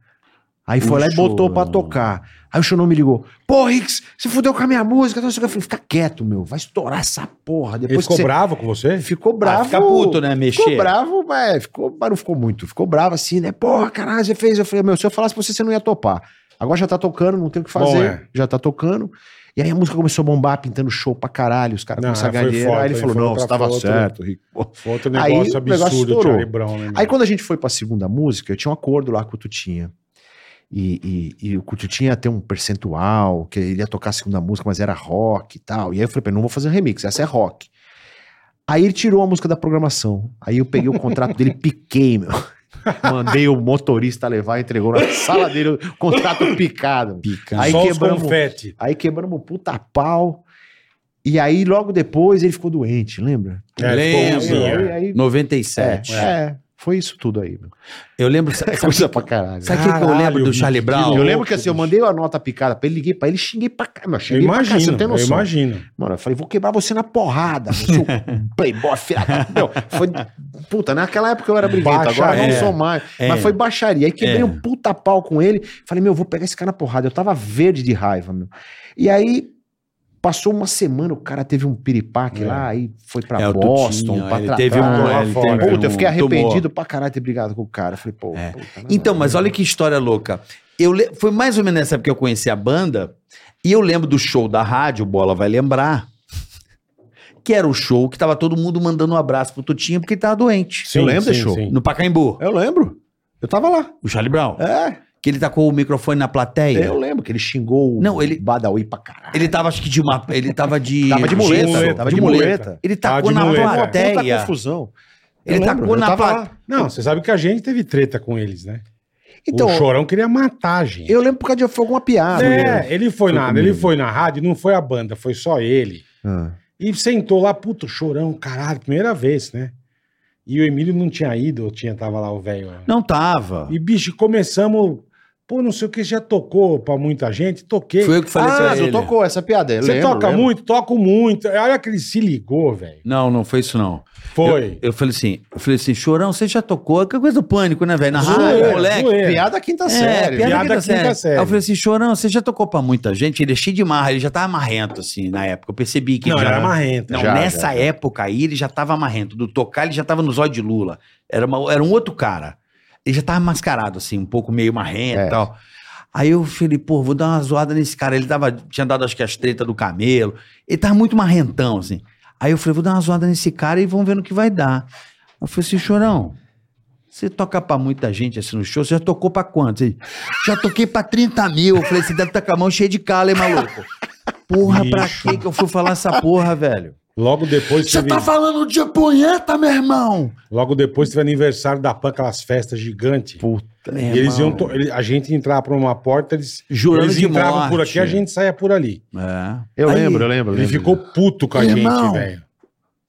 A: Aí foi
B: O
A: lá e
B: Chorão.
A: botou pra tocar. Aí o Chorão me ligou. Pô, Rix, você fudeu com a minha música. Não sei o que. Eu falei, fica quieto, meu. Vai estourar essa porra.
C: Ele
A: Depois
C: ficou
A: que você-
C: bravo com você?
A: Ficou bravo.
B: Ah, fica puto, né? Mexer.
A: Ficou bravo, mas, ficou, mas não ficou muito. Ficou bravo assim, né? Porra, caralho, você fez. Eu falei, meu, se eu falasse pra você, você não ia topar. Agora já tá tocando, não tem o que fazer.
C: Bom, é.
A: Já tá tocando. E aí a música começou a bombar, pintando show pra caralho. Os caras
C: Não, é,
A: começaram a
C: foi
A: ganhar dinheiro.
C: foda,
A: Aí ele
C: aí
A: falou,
C: foi
A: não,
C: outra-
A: você tava
C: foi outra-
A: certo, Rico.
C: Foi outro
A: Aí
C: negócio
A: o negócio
C: absurdo,
A: estourou.
C: Charlie Brown, né? meu?
A: Aí quando a gente foi pra segunda música, eu tinha um acordo lá com o Tutinha. E, e- e o Tutinha ia ter um percentual, que ele ia tocar a segunda música, mas era rock e tal. E aí eu falei pra ele, não vou fazer remix, essa é rock. Aí ele tirou a música da programação. Aí eu peguei o contrato dele, piquei, meu. Mandei o motorista levar, entregou na sala dele o contrato picado.
B: Pica.
A: Aí
C: Só os
A: quebramos-
C: confete.
A: Aí quebramos o puta pau. E aí logo depois ele ficou doente, lembra?
C: É,
B: Lembro.
C: ficou ruimzinho,
A: E
C: é.
A: aí,
B: 97.
A: é, é, foi isso tudo aí, meu.
B: Eu lembro. Sabe o
A: Coisa pra caralho.
B: sabe o que que eu
C: um Caralho,
B: lembro do Charlie Brown?
A: eu
C: louco,
A: lembro que assim, eu
C: bicho.
A: mandei uma nota picada pra ele, liguei pra ele, xinguei pra caralho. meu,
C: Eu
A: xinguei pra caralho, você
C: imagino,
A: não tem
C: eu
A: noção.
C: imagino.
A: Mano, eu falei, vou quebrar você na porrada, meu, seu playboy, filha da... Meu, foi... Puta, naquela época eu era briguento, agora eu não
C: Baixaria.
A: sou mais.
B: É.
A: Mas foi baixaria. Aí quebrei
B: É.
A: um puta pau com ele. Falei, meu, eu vou pegar esse cara na porrada. Eu tava verde de raiva, meu. E aí... Passou uma semana, o cara teve um piripaque
C: É.
A: lá, aí foi pra
B: É, o
A: Boston,
B: Tutinho,
A: pra
B: ele
A: tratar.
B: teve um- ele
A: Puta,
B: teve
A: eu fiquei
B: um- tomou.
A: arrependido pra caralho ter brigado com o cara. Eu Falei, pô,
B: É.
A: puta, né?" não,
B: Então,
A: não.
B: mas olha que história louca. Eu le- Foi mais ou menos nessa época que eu conheci a banda. E eu lembro do show da rádio, Bola vai lembrar. Que era o show que tava todo mundo mandando um abraço pro Tutinha porque ele tava doente.
C: Sim,
A: Eu lembro
C: sim,
A: desse show.
C: sim.
B: No Pacaembu.
A: Eu lembro. Eu tava lá.
B: O Charlie Brown.
A: É.
B: Que ele tacou o microfone na plateia.
A: Eu lembro que ele xingou
B: Não,
A: o
B: ele-
A: Badawi pra caralho.
B: Ele tava, acho que de uma. Ele tava de.
A: Tava
B: gesso.
A: de muleta.
C: muleta,
A: Tava de
C: muleta.
A: muleta.
B: Ele
C: Tava
B: tacou
C: de
B: na
C: muleta.
A: Uma puta
B: plateia.
A: confusão.
B: Ele
A: lembro,
B: tacou
A: eu
B: na
A: tava
B: placa.
A: lá.
C: Não, você sabe que a gente teve treta com eles, né?
A: Então,
C: o Chorão queria matar a gente.
A: eu lembro por causa de foi alguma piada.
C: é, ele foi,
A: Foi
C: na,
A: comigo.
C: ele foi na rádio, não foi a banda, foi só ele.
A: Ah.
C: E sentou lá, puto, chorão, caralho, primeira vez, né? E o Emílio não tinha ido, ou tinha, tava lá o velho. né?
B: Não tava.
C: E, bicho, começamos. Pô, não sei o que, já tocou pra muita gente? Toquei.
B: Foi eu que falei pra
A: Ah,
B: ele.
A: tu tocou essa piada. eu
C: Você
A: lembro,
C: toca
A: lembro.
C: muito? Toco muito. Olha que ele se ligou, velho.
B: Não, não foi isso não.
C: Foi.
B: Eu falei assim, eu falei assim, chorão, você já tocou? Que coisa do pânico, né, velho? Na
A: Zoeira,
B: rádio, moleque.
C: zoeira.
A: Piada quinta
B: É,
A: série.
B: piada,
C: Piada
B: quinta,
C: quinta
B: série.
C: série.
B: Aí eu falei assim, chorão, você já tocou pra muita gente? Ele é cheio de marra, ele já tava marrento, assim, na época. Eu percebi que
C: Não,
B: ele já...
C: era marrento.
B: Não,
A: Já,
B: nessa
A: já.
B: época aí ele já tava marrento. Do tocar, ele já tava no zóio de Lula. Era, uma- era um outro cara. Ele já tava mascarado, assim, um pouco meio marrento e
A: É.
B: tal. Aí eu falei, pô, vou dar uma zoada nesse cara. Ele tava, tinha dado acho que as tretas do camelo. Ele tava muito marrentão, assim. Aí eu falei, vou dar uma zoada nesse cara e vamos ver no que vai dar. Eu falei assim, chorão, você toca pra muita gente assim no show? Você já tocou pra quantos? Ele, já toquei pra 30 mil. Eu falei, você deve estar com a mão cheia de cala, hein, maluco? Porra, pra
C: Bicho.
B: que que eu fui falar essa porra, velho?
C: Logo depois
B: Você
C: teve,
B: tá falando de punheta, meu irmão?
C: logo depois teve aniversário da PAN, aquelas festas gigantes.
B: Meu
C: E eles iam.
B: irmão.
C: to- ele- A gente entrava por uma porta, eles,
B: Jurando
C: eles
B: de
C: entravam
B: morte.
C: por aqui, a gente saía por ali.
B: É.
A: Eu
B: Aí,
A: lembro, eu lembro. eu
C: Ele
A: lembro.
C: ficou puto com a
B: Irmão.
C: gente, velho.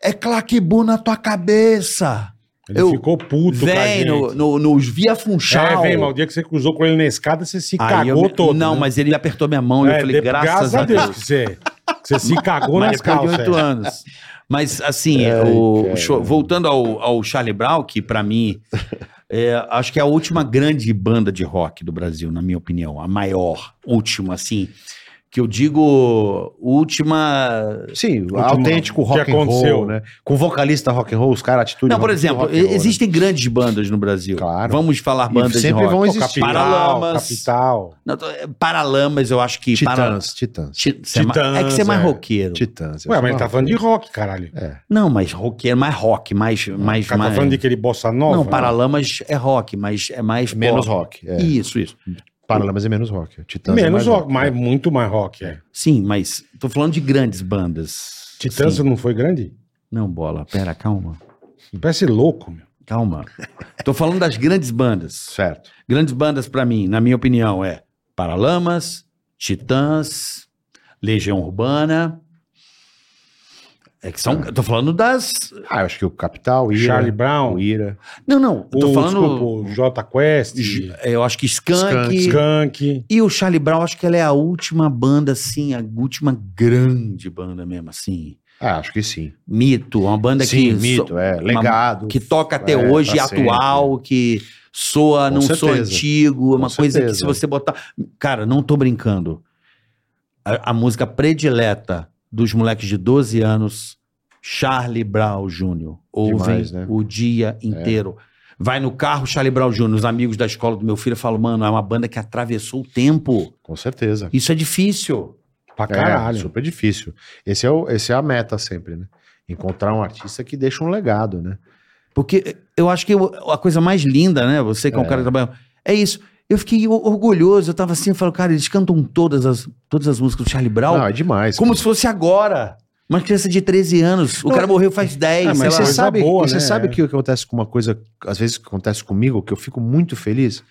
B: É claquebu na tua cabeça.
C: Ele
B: Eu-
C: ficou puto com a
B: Vem
C: gente.
B: no, no, nos via funchal.
C: É, vem, mas o dia que você cruzou com ele na escada, você se
B: Aí eu
C: cagou
B: me-
C: todo.
B: Não,
C: né?
B: mas ele apertou minha mão e
C: É,
B: eu falei,
C: de-
B: graças, a Deus.
C: que você, que você se cagou
B: Mas
C: nas
B: depois de
C: calças.
B: oito
C: é.
B: anos. Mas, assim, é, o- o show- voltando ao, ao Charlie Brown, que pra mim, é, acho que é a última grande banda de rock do Brasil, na minha opinião. A maior, última, assim. Que eu digo, última
A: Sim,
C: Último
A: autêntico
C: que
A: rock and
C: aconteceu.
A: roll, né? Com vocalista rock and roll, os caras atitude.
B: Não, por
A: rock-
B: exemplo,
A: rock and roll, né?
B: existem grandes bandas no Brasil.
A: Claro.
B: Vamos falar
A: E
B: bandas de
A: sempre
B: rock.
A: vão
C: Pô,
A: existir.
C: Capital,
B: Paralamas.
C: capital.
B: Não, tô- é, Paralamas, eu acho que... para-
A: Titãs, Titãs.
B: Ti- cê é ma-
C: Titãs,
B: é que você é mais
C: é.
B: roqueiro.
A: Titãs. eu
C: Ué,
A: sou
C: mas ele tá
A: uma-
C: falando de rock, caralho.
B: Não, mas roqueiro, mais rock, mais... mais,
C: O cara
B: mais...
C: tá falando de aquele bossa nova.
B: Não, Paralamas é rock, mas é mais...
A: né? Menos
B: pop.
A: rock. É.
B: Isso, isso.
A: Paralamas é menos rock. Titãs é mais
C: Menos rock, mas muito mais rock, é.
B: Sim, mas tô falando de grandes bandas.
C: Titãs
B: Assim.
C: não foi grande?
B: Não, bola, pera, calma.
C: Parece louco, meu.
B: Calma. Tô falando das grandes bandas.
A: Certo.
B: Grandes bandas pra mim, na minha opinião, é Paralamas, Titãs, Legião Urbana. É que são. eu Tô falando das.
A: Ah, eu acho que o Capital, Ira,
C: Charlie Brown,
A: o Ira.
B: Não, não. eu Tô
C: o, desculpa,
B: falando.
C: o J Quest,
B: J- Eu acho que Skank.
A: Skank,
C: Skank.
B: E o Charlie Brown, acho que ela é a última banda, assim, a última grande banda mesmo, assim.
A: Ah, acho que sim.
B: Mito, uma banda
A: sim,
B: que.
A: mito,
B: so-
A: é. Legado.
B: que toca até
A: É,
B: hoje,
A: pra
B: atual, que soa,
A: Com
B: não soa
A: certeza.
B: antigo, é uma
A: Com
B: coisa que se
A: certeza.
B: você botar. Cara, não tô brincando. A, a música predileta dos moleques de 12 anos, Charlie Brown Jr. Ouvem
A: Demais, né?
B: o dia inteiro. Vai no carro, Charlie Brown Jr., os amigos da escola do meu filho falam, mano, é uma banda que atravessou o tempo.
A: Com certeza.
B: Isso é difícil.
C: Pra caralho.
A: É, super difícil. Esse é, o, esse é a meta sempre, né? Encontrar um artista que deixa um legado, né?
B: Porque eu acho que eu- a coisa mais linda, né? Você que é um
A: É.
B: cara que trabalha. É isso. Eu fiquei o- orgulhoso, eu tava assim, eu falo, cara, eles cantam todas as, todas as músicas do Charlie Brown
A: Não, é demais.
B: como se fosse agora. Uma criança de 13 anos, o
A: Não, é
B: cara morreu faz 10,
C: ah, mas
B: sei
A: Mas
B: lá.
A: é você
C: coisa
A: sabe,
C: boa,
A: e você
C: né?
A: sabe que o que acontece com uma coisa, às vezes que acontece comigo, que eu fico muito feliz.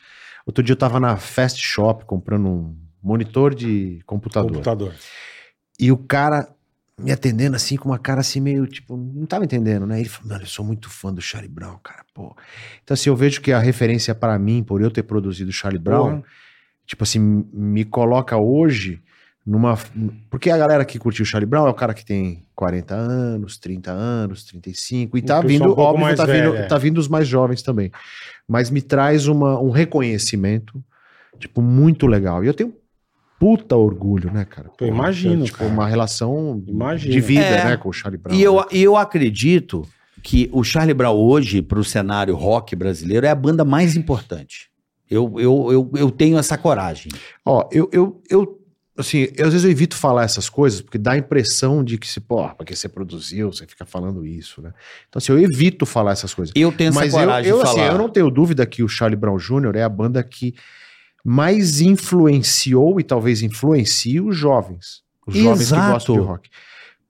A: Outro dia eu tava na Fast Shop comprando um monitor de computador.
C: Computador.
A: E o cara me atendendo assim, com uma cara assim meio, tipo, não tava entendendo, né? Ele falou, mano, eu sou muito fã do Charlie Brown, cara, pô. Então assim, eu vejo que a referência pra mim, por eu ter produzido Charlie Brown,
C: Porra.
A: tipo assim, me coloca hoje numa. Porque a galera que curtiu o Charlie Brown é o cara que tem 40 anos, 30 anos, 35, e
C: Um
A: tá
C: pessoal
A: vindo,
C: um pouco
A: óbvio,
C: mais
A: tá,
C: velho,
A: vindo,
C: é.
A: tá vindo os mais jovens também. Mas me traz uma, um reconhecimento, tipo, muito legal. E eu tenho puta orgulho, né, cara? Pô,
C: imagino,
A: Tipo,
C: cara.
A: uma relação
C: Imagino.
A: de vida,
B: É.
A: né, com o Charlie Brown.
B: E eu,
A: né?
B: e eu acredito que o Charlie Brown hoje, pro cenário rock brasileiro, é a banda mais importante. Eu, eu, eu, eu tenho essa coragem.
A: Ó, eu, eu, eu, assim, eu, às vezes eu evito falar essas coisas, porque dá a impressão de que, se, pô, porque você produziu, você fica falando isso, né? Então, assim, eu evito falar essas coisas.
B: Eu tenho essa
A: Mas eu,
B: coragem
A: eu,
B: de
A: assim,
B: falar.
A: eu não tenho dúvida que o Charlie Brown Jr. é a banda que mais influenciou e talvez influencie os jovens. Os jovens
B: Exato.
A: que gostam de rock.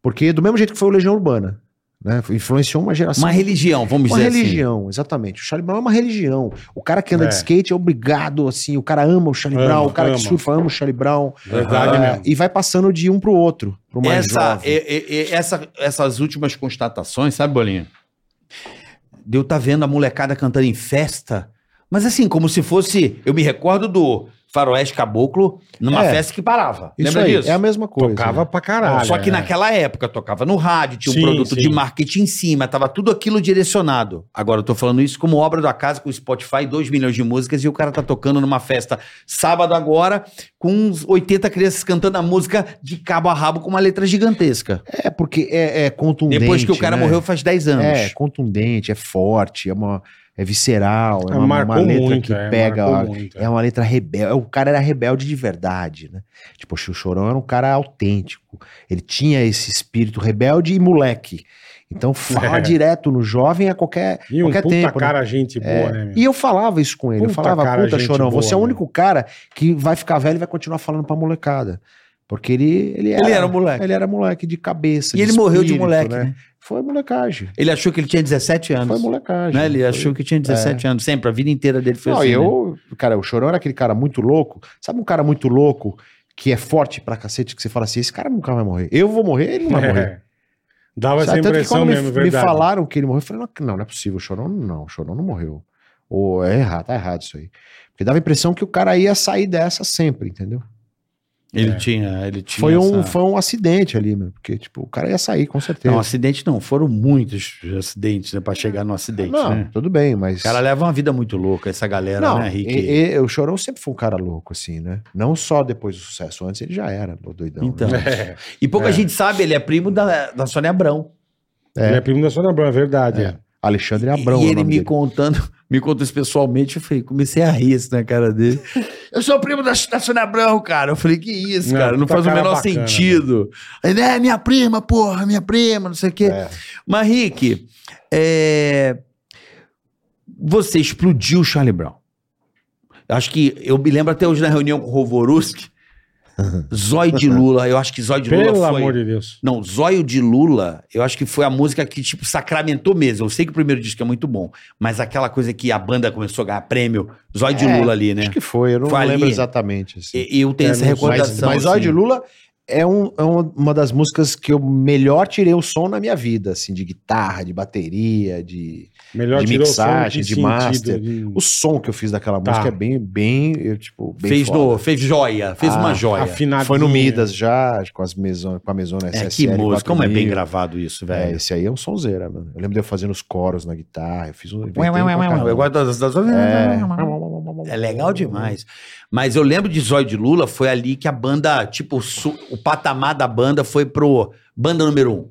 A: Porque do mesmo jeito que foi o Legião Urbana. Né? Influenciou uma geração.
B: Uma religião, vamos
A: Uma
B: dizer assim.
A: religião, exatamente. O Charlie Brown é uma religião. O cara que anda de
C: É.
A: skate é obrigado, assim, o cara ama o Charlie
C: Ama,
A: Brown, o cara que
C: ama.
A: surfa ama o Charlie Brown.
C: Verdade
A: Ah,
C: mesmo.
A: E vai passando de um pro outro, pro
B: assim.
A: mais
B: Essa,
A: jovem.
B: é- é- é- essa- essas últimas constatações, sabe, Bolinha? Deu tá vendo a molecada cantando em festa, mas assim, como se fosse. Eu me recordo do Faroeste Caboclo numa
A: É.
B: festa que parava.
A: Isso
B: Lembra
A: aí,
B: disso?
A: é a é. mesma coisa.
C: Tocava pra caralho.
B: Só que
C: né?
B: naquela época tocava no rádio, tinha um
C: Sim,
B: produto
C: sim.
B: de marketing em cima, tava tudo aquilo direcionado. Agora eu tô falando isso como obra da casa com o Spotify, 2 milhões de músicas e o cara tá tocando numa festa sábado agora com uns 80 crianças cantando a música de cabo a rabo com uma letra gigantesca.
A: É, porque é, é contundente.
B: Depois que o cara
A: né?
B: morreu faz 10 anos.
A: É, contundente, é forte, é, uma, é visceral, é
C: Ah,
A: uma, uma
C: marcou
A: letra
C: muito,
A: que
C: é,
A: pega.
C: marcou
A: a-
C: muito, é.
A: é uma letra rebelde. O cara era rebelde de verdade, né? Tipo, o Chorão era um cara autêntico. Ele tinha esse espírito rebelde e moleque. Então fala
C: É.
A: direto no jovem a qualquer,
C: E um
A: qualquer
C: puta
A: tempo. né?
C: cara, gente boa,
A: É.
C: né, meu?
A: E eu falava isso com ele. eu
C: Puta
A: falava,
C: cara,
A: puta,
C: gente
A: Chorão,
C: boa,
A: você é o
C: né?"
A: único cara que vai ficar velho e vai continuar falando pra molecada. Porque ele, ele era.
B: Ele era um moleque.
A: Ele era moleque de cabeça.
B: E ele morreu de
A: espírito,
B: moleque, né?
A: Foi molecagem.
B: Ele achou que ele tinha 17 anos.
A: Foi molecagem.
B: né? Ele
A: Foi- é.
B: achou que tinha 17 anos, sempre, a vida inteira dele foi
A: Não,
B: assim. né?
A: eu, cara, o Chorão era aquele cara muito louco. Sabe um cara muito louco que é forte pra cacete, que você fala assim, esse cara nunca vai morrer. Eu vou morrer, ele não vai morrer.
C: É. Dava essa
A: Sabe, tanto que
C: impressão
A: quando me-
C: mesmo,
A: me,
C: verdade.
A: falaram que ele morreu, eu falei, não, não, não é possível, o Chorão não, o Chorão não morreu. Ou é errado, tá errado isso aí. Porque dava a impressão que o cara ia sair dessa sempre, entendeu?
B: Ele
C: É.
B: tinha, ele tinha.
A: Foi um,
B: essa- É um
A: foi um acidente ali, meu, porque tipo, o cara ia sair, com certeza.
B: Não,
A: Não,
B: acidente não, foram muitos acidentes, né, para chegar no acidente, né?
A: tudo bem, mas...
B: Os caras levam uma vida muito louca, essa galera,
A: Não,
B: né, Rick?
A: e- e- o Chorão sempre foi um cara louco, assim, né? Não só depois do sucesso, antes ele já era doidão. né?
B: Então.
C: É.
B: E pouca gente sabe, ele é primo da, da Sônia Abrão.
A: É.
C: Ele é primo da Sônia Abrão, é verdade. é.
A: Alexandre Abrão.
B: e
A: é o
B: ele
A: nome
B: me
A: dele.
B: contando, me contou isso pessoalmente, eu falei, comecei a rir assim, na cara dele. Eu sou primo da, da Sônia Abrão, cara. Eu falei, que isso,
C: Não,
B: cara, né? não
C: puta
B: faz o
C: cara
B: menor
C: bacana,
B: sentido. Ele, é minha prima, porra, minha prima, não sei o quê.
A: É.
B: Mas, Rick, é, você explodiu o Charlie Brown. Acho que eu me lembro até hoje na reunião com o Rovoruski. Zóio de Lula, eu acho que Zóio de Lula
C: Pelo
B: foi.
C: amor de Deus.
B: Não, Zóio de Lula, eu acho que foi a música que, tipo, sacramentou mesmo. Eu sei que o primeiro disco é muito bom, mas aquela coisa que a banda começou a ganhar prêmio, Zóio de
A: É,
B: Lula ali, né?
A: Acho que foi, eu não
B: Foi ali.
A: lembro exatamente. Assim.
B: E- Eu tenho
C: É,
B: essa
C: não sei.
A: Mas,
B: recordação.
A: mas Zóio de
B: assim.
A: Lula é, um- é um- uma das músicas que eu melhor tirei o som na minha vida, assim, de guitarra, de bateria, de...
C: Melhor
A: De
C: tirou o som
A: mixagem, de
C: sentido,
A: master.
C: de-
A: O som que eu fiz daquela
C: Tá.
A: música é bem, bem, eu, tipo, bem
B: fez,
A: foda.
B: no, fez joia, fez
A: Ah,
B: uma joia.
C: afinadinho.
A: Foi no Midas já, com, as mesona, com a mesona
B: É,
A: SSL.
B: que música, como é
A: 4000.
B: bem gravado isso,
A: É,
B: velho.
A: esse aí é um sonzeira, mano. Eu lembro de eu fazendo os coros na guitarra, eu fiz um...
B: Ué, ué, ué, ué, ué, Eu gosto das, das...
A: É.
B: É legal demais. Mas eu lembro de Zóio de Lula, foi ali que a banda, tipo, o su- o patamar da banda foi pro banda número um.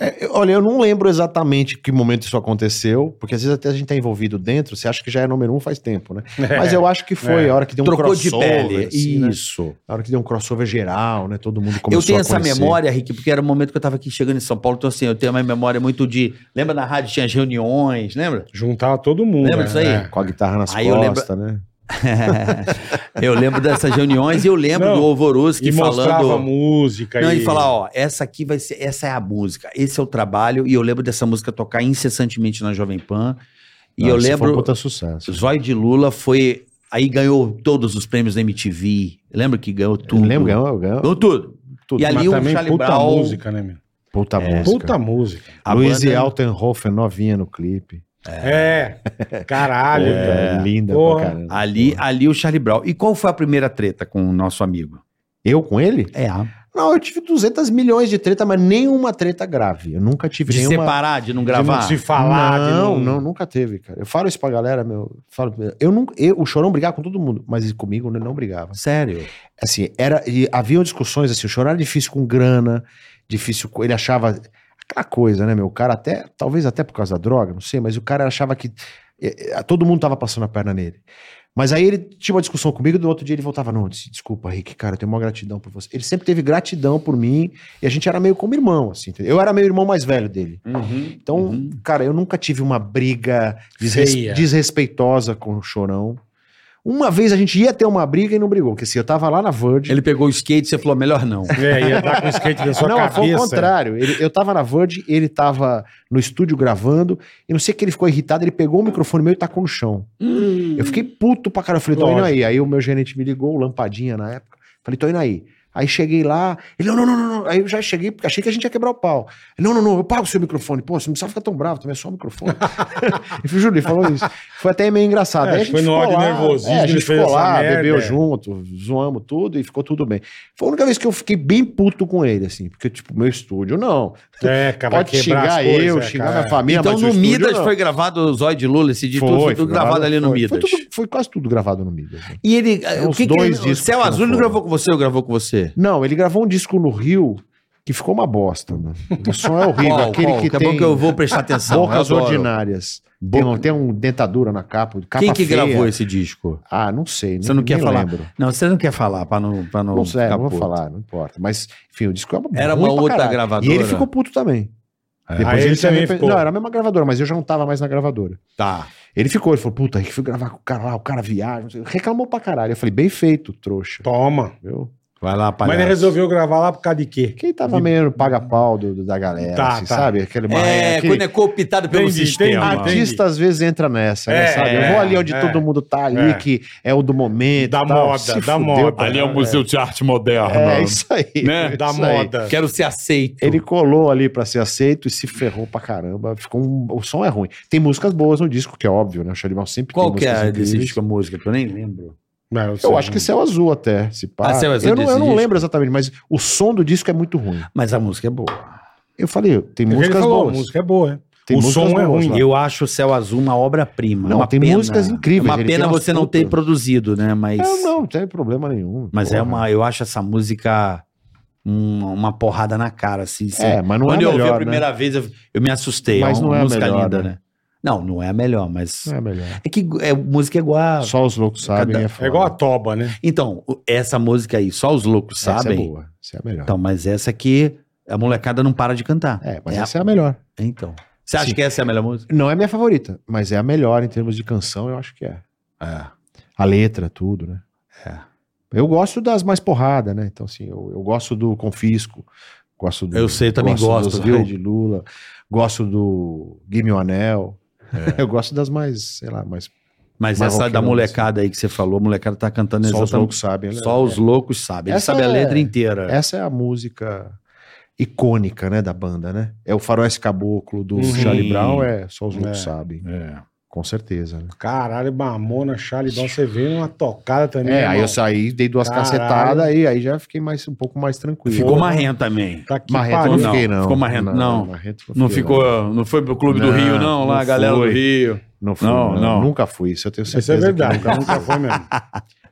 A: É, eu- Olha, eu não lembro exatamente que momento isso aconteceu, porque às vezes até a gente tá envolvido dentro, você acha que já é número um faz tempo, né? Mas eu acho que foi
C: É.
A: a hora que deu um
B: Trocou de
A: crossover.
B: pele.
A: assim, né?
B: Isso.
A: A hora que deu um crossover geral, né? Todo mundo começou
B: eu tenho
A: a
B: essa
A: conhecer.
B: memória, Rick, porque era o momento que eu tava aqui chegando em São Paulo, então assim, eu tenho uma memória muito de. Lembra na rádio tinha as reuniões, lembra?
C: Juntava todo mundo.
B: Lembra
C: né?
B: disso aí?
C: É.
A: Com a guitarra nas
B: Aí eu
A: costas, né?
B: eu lembro dessas reuniões e eu lembro
C: Não,
B: do Alvoroski
C: E mostrava
B: falando.
C: música.
B: Não, e falar, ó, essa aqui vai ser, essa é a música, esse é o trabalho, e eu lembro dessa música tocar incessantemente na Jovem Pan. E
A: Não,
B: eu
A: isso Foi um
B: lembro,
A: puta sucesso.
B: Zóio de Lula foi, aí ganhou todos os prêmios da MTV. Lembra que ganhou tudo?
A: Lembro, ganhou, ganhou.
B: Ganhou tudo.
A: Tudo.
B: E ali
C: Mas
B: o
C: também
B: Charlie
C: puta
B: Brown,
C: música, né, meu?
A: Puta música.
C: Puta música.
B: É. a
A: Luiz
B: banda- é
A: Altenhofer, novinha no clipe.
C: É. Caralho,
A: Puta,
C: velho.
A: Linda
C: Porra.
A: pra caramba.
B: Ali, ali o Charlie Brown. E qual foi a primeira treta com o nosso amigo?
A: Eu com ele?
B: É,
A: Não, eu tive 200 milhões de treta, mas nenhuma treta grave. Eu nunca tive
B: de
A: nenhuma...
B: separar, de não
C: De não
B: gravar.
C: se falar. de
A: Não, não, nunca teve, cara. Eu falo isso pra galera, meu. eu Falo, eu nunca, eu, o Chorão brigava com todo mundo, mas comigo ele não brigava.
B: Sério.
A: Assim, era, e haviam discussões, assim, o Chorão era difícil com grana, difícil, com- ele achava aquela coisa, né, meu, o cara até, talvez até por causa da droga, não sei, mas o cara achava que eh, eh, todo mundo tava passando a perna nele. Mas aí ele tinha uma discussão comigo, do outro dia ele voltava, não, des- desculpa, Rick, cara, eu tenho uma gratidão por você. Ele sempre teve gratidão por mim, e a gente era meio como irmão, assim, entendeu? Eu era meio irmão mais velho dele. Então,
B: Uhum.
A: cara, eu nunca tive uma briga desres-
C: Feia.
A: desrespeitosa com o Chorão. Uma vez a gente ia ter uma briga e não brigou, porque assim, eu tava lá na Verge.
B: Ele pegou o skate e você falou, melhor não.
C: É, ia dar com o skate na sua
A: não,
C: cabeça. é.
A: foi o contrário. Ele- eu tava na Verge, ele tava no estúdio gravando, e não sei que ele ficou irritado, ele pegou o microfone meu e tacou no chão.
C: Hum.
A: Eu fiquei puto pra caralho. Eu falei, tô indo aí. Aí o meu gerente me ligou, o Lampadinha na época. Falei, tô indo aí. Aí cheguei lá, ele, não, não, não, não, não. Aí eu já cheguei, porque achei que a gente ia quebrar o pau. Não, não, não, eu pago o seu microfone. Pô, você não precisa ficar tão bravo, também é só o microfone. e o Júlio ele falou isso. Foi até meio engraçado.
C: É,
A: Aí a gente
C: foi no
A: ficou
C: ódio
A: lá,
C: nervosismo,
A: é, a
C: ele
A: gente
C: fez
A: ficou
C: essa
A: lá,
C: merda,
A: bebeu
C: é.
A: junto, zoamos tudo e ficou tudo bem. Foi a única vez que eu fiquei bem puto com ele, assim, porque, tipo, meu estúdio, não.
C: É, cara, vai
A: Pode
C: quebrar
A: xingar
C: as coisas,
A: eu,
C: é,
A: xingar
C: cara.
A: minha família,
B: Então
A: mas
B: no
A: o estúdio,
B: Midas
A: não.
B: foi gravado o Zóio de Lula, esse de
A: Foi,
B: tudo,
A: foi
B: foi tudo gravado
A: gravado,
B: ali no
A: foi.
B: Midas.
A: Foi, tudo- foi quase tudo gravado no Midas. né?
B: E ele, eh,
A: É,
B: o
A: uns
B: que que
A: dois
B: ele- o
A: discos
B: Céu
A: que
B: Azul
A: não
B: não
A: foram.
B: gravou com você ou gravou com você?
A: Não, ele gravou um disco no Rio que ficou uma bosta, mano. O som é horrível.
B: Qual,
A: aquele
B: qual?
A: que
B: Daqui a
A: tem
B: pouco eu vou prestar atenção.
A: bocas
B: eu adoro.
A: ordinárias. Tem, um, tem um dentadura na capa. capa
B: Quem que
A: feia.
B: gravou esse disco?
A: Ah, não sei.
B: Você não quer falar?
A: Lembro.
B: Não, você não quer falar pra não, pra não,
A: Não sei,
B: ficar
A: não vou
B: puto.
A: falar, não importa. Mas, enfim, o disco é
B: Era
A: ruim
B: uma
A: pra
B: outra
A: caralho.
B: gravadora?
A: E ele ficou puto também.
C: Ah, ele
A: se
C: também
A: arrepe-
C: ficou.
A: Não, era a mesma gravadora, mas eu já não tava mais na gravadora.
B: Tá.
A: Ele ficou, ele falou, puta, que fui gravar com o cara lá, o cara viaja, não sei. reclamou pra caralho. Eu falei, bem feito, trouxa.
C: Toma.
A: Viu?
B: Vai lá,
C: Mas
B: palhaço.
C: ele resolveu gravar lá por causa de quê?
A: Quem tava meio no paga-pau do- do- da galera,
C: Tá,
A: assim,
C: tá.
A: sabe? Aquele
B: É,
A: aquele-
B: quando é cooptado pelo
C: Entendi,
B: sistema.
C: entendi.
A: Artista às vezes entra nessa, né,
C: É,
A: sabe? Eu vou ali onde
C: é,
A: todo mundo tá ali,
C: é.
A: que é o do momento.
C: Da
A: e tal.
C: moda,
A: Se fudeu
C: da moda.
A: pra
D: Ali é o
A: caralho.
D: Museu de Arte Moderna.
A: É, isso aí.
D: Né?
C: Da
A: Isso aí.
C: moda.
B: Quero ser aceito.
A: Ele colou ali pra ser aceito e se ferrou pra caramba. Ficou um- O som é ruim. Tem músicas boas no disco, que é óbvio, né? O Xalimão sempre
B: Qual
A: tem
B: que é
A: músicas
B: desse
A: incríveis.
B: disco a música? Que eu nem lembro.
C: Não,
A: Eu
C: sei.
A: acho que Céu Azul até, se pá.
B: Ah, Céu Azul
A: eu não,
B: desse
A: eu não
B: disco?
A: lembro exatamente, mas o som do disco é muito ruim.
B: Mas a música é boa.
A: Eu falei, tem
C: Ele
A: músicas
C: falou,
A: boas.
C: A música é boa, é.
A: Tem
C: o
A: músicas
C: som
A: boas
C: é
A: né?
C: ruim.
A: lá.
B: Eu acho o Céu Azul uma obra-prima. É
A: Não,
B: uma
A: tem
B: pena.
A: músicas incríveis,
B: Uma
A: ele tem
B: pena
A: umas
B: você não
A: putas.
B: ter produzido, né? Mas,
A: Não, não, não tem problema nenhum.
B: mas é
A: porra.
B: uma. Eu acho essa música um- uma porrada na cara, assim. assim.
A: É, mas não
B: Quando
A: é
B: eu
A: melhor,
B: ouvi a
A: né?
B: primeira vez, eu, eu me assustei.
A: Mas
B: uma
A: não é a
B: música
A: melhor,
B: linda,
A: né?
B: né? Não, não é a melhor, mas.
A: Não é melhor.
B: É que é, música é igual. a-
A: Só os loucos sabem.
B: Cada-
A: É,
C: É
A: foda.
C: igual a toba, né?
B: Então, o- essa música aí, só os loucos
A: Essa é
B: sabem.
A: boa. Essa é a melhor.
B: então, mas essa aqui, a molecada não para de cantar.
A: é, mas
B: É a-
A: essa é a melhor.
B: Então. Você acha
A: Sim.
B: que essa é a melhor música?
A: Não é minha favorita, mas é a melhor em termos de canção, eu acho que é.
B: É.
A: A letra, tudo, né?
B: É.
A: Eu gosto das mais porradas, né? Então, assim, eu, eu gosto do Confisco. Gosto do,
B: Eu sei, eu também gosto,
A: do
B: viu?
A: de Lula. Gosto do Give Me o Anel.
B: É.
A: Eu gosto das mais, sei lá, mais.
B: Mas
A: Mas
B: essa
A: rock
B: da
A: não, assim.
B: molecada aí que você falou, a molecada tá cantando
A: Só os
B: exatamente.
A: loucos sabem. né?
B: Só os loucos sabem. Eles
A: Essa
B: sabem a
A: é-
B: letra inteira.
A: Essa é a música icônica, né, da banda, né? É o Faroeste Caboclo do
C: Sim.
A: Charlie Brown, é só os loucos
C: É.
A: sabem,
B: É.
A: com certeza, né?
C: Caralho, Mamona, Charlie Brown, você veio numa tocada também.
A: É, aí
C: irmão.
A: eu saí, dei duas
C: Caralho.
A: cacetadas aí, aí já fiquei mais um pouco mais tranquilo.
B: Ficou marrento também.
C: Tá que
A: marrento,
C: pariu.
A: não
B: Não,
A: fiquei não.
B: ficou marrento, não.
A: marrento
B: Não
A: fiquei,
B: ficou, não foi pro Clube do
A: Não,
B: Rio, não, lá,
A: não
B: a galera
A: foi.
B: do Rio.
A: Não, fui,
B: Não,
A: não,
B: não.
A: Nunca fui, isso eu tenho certeza.
C: Isso é
A: que
C: verdade,
A: Nunca,
C: nunca, foi mesmo.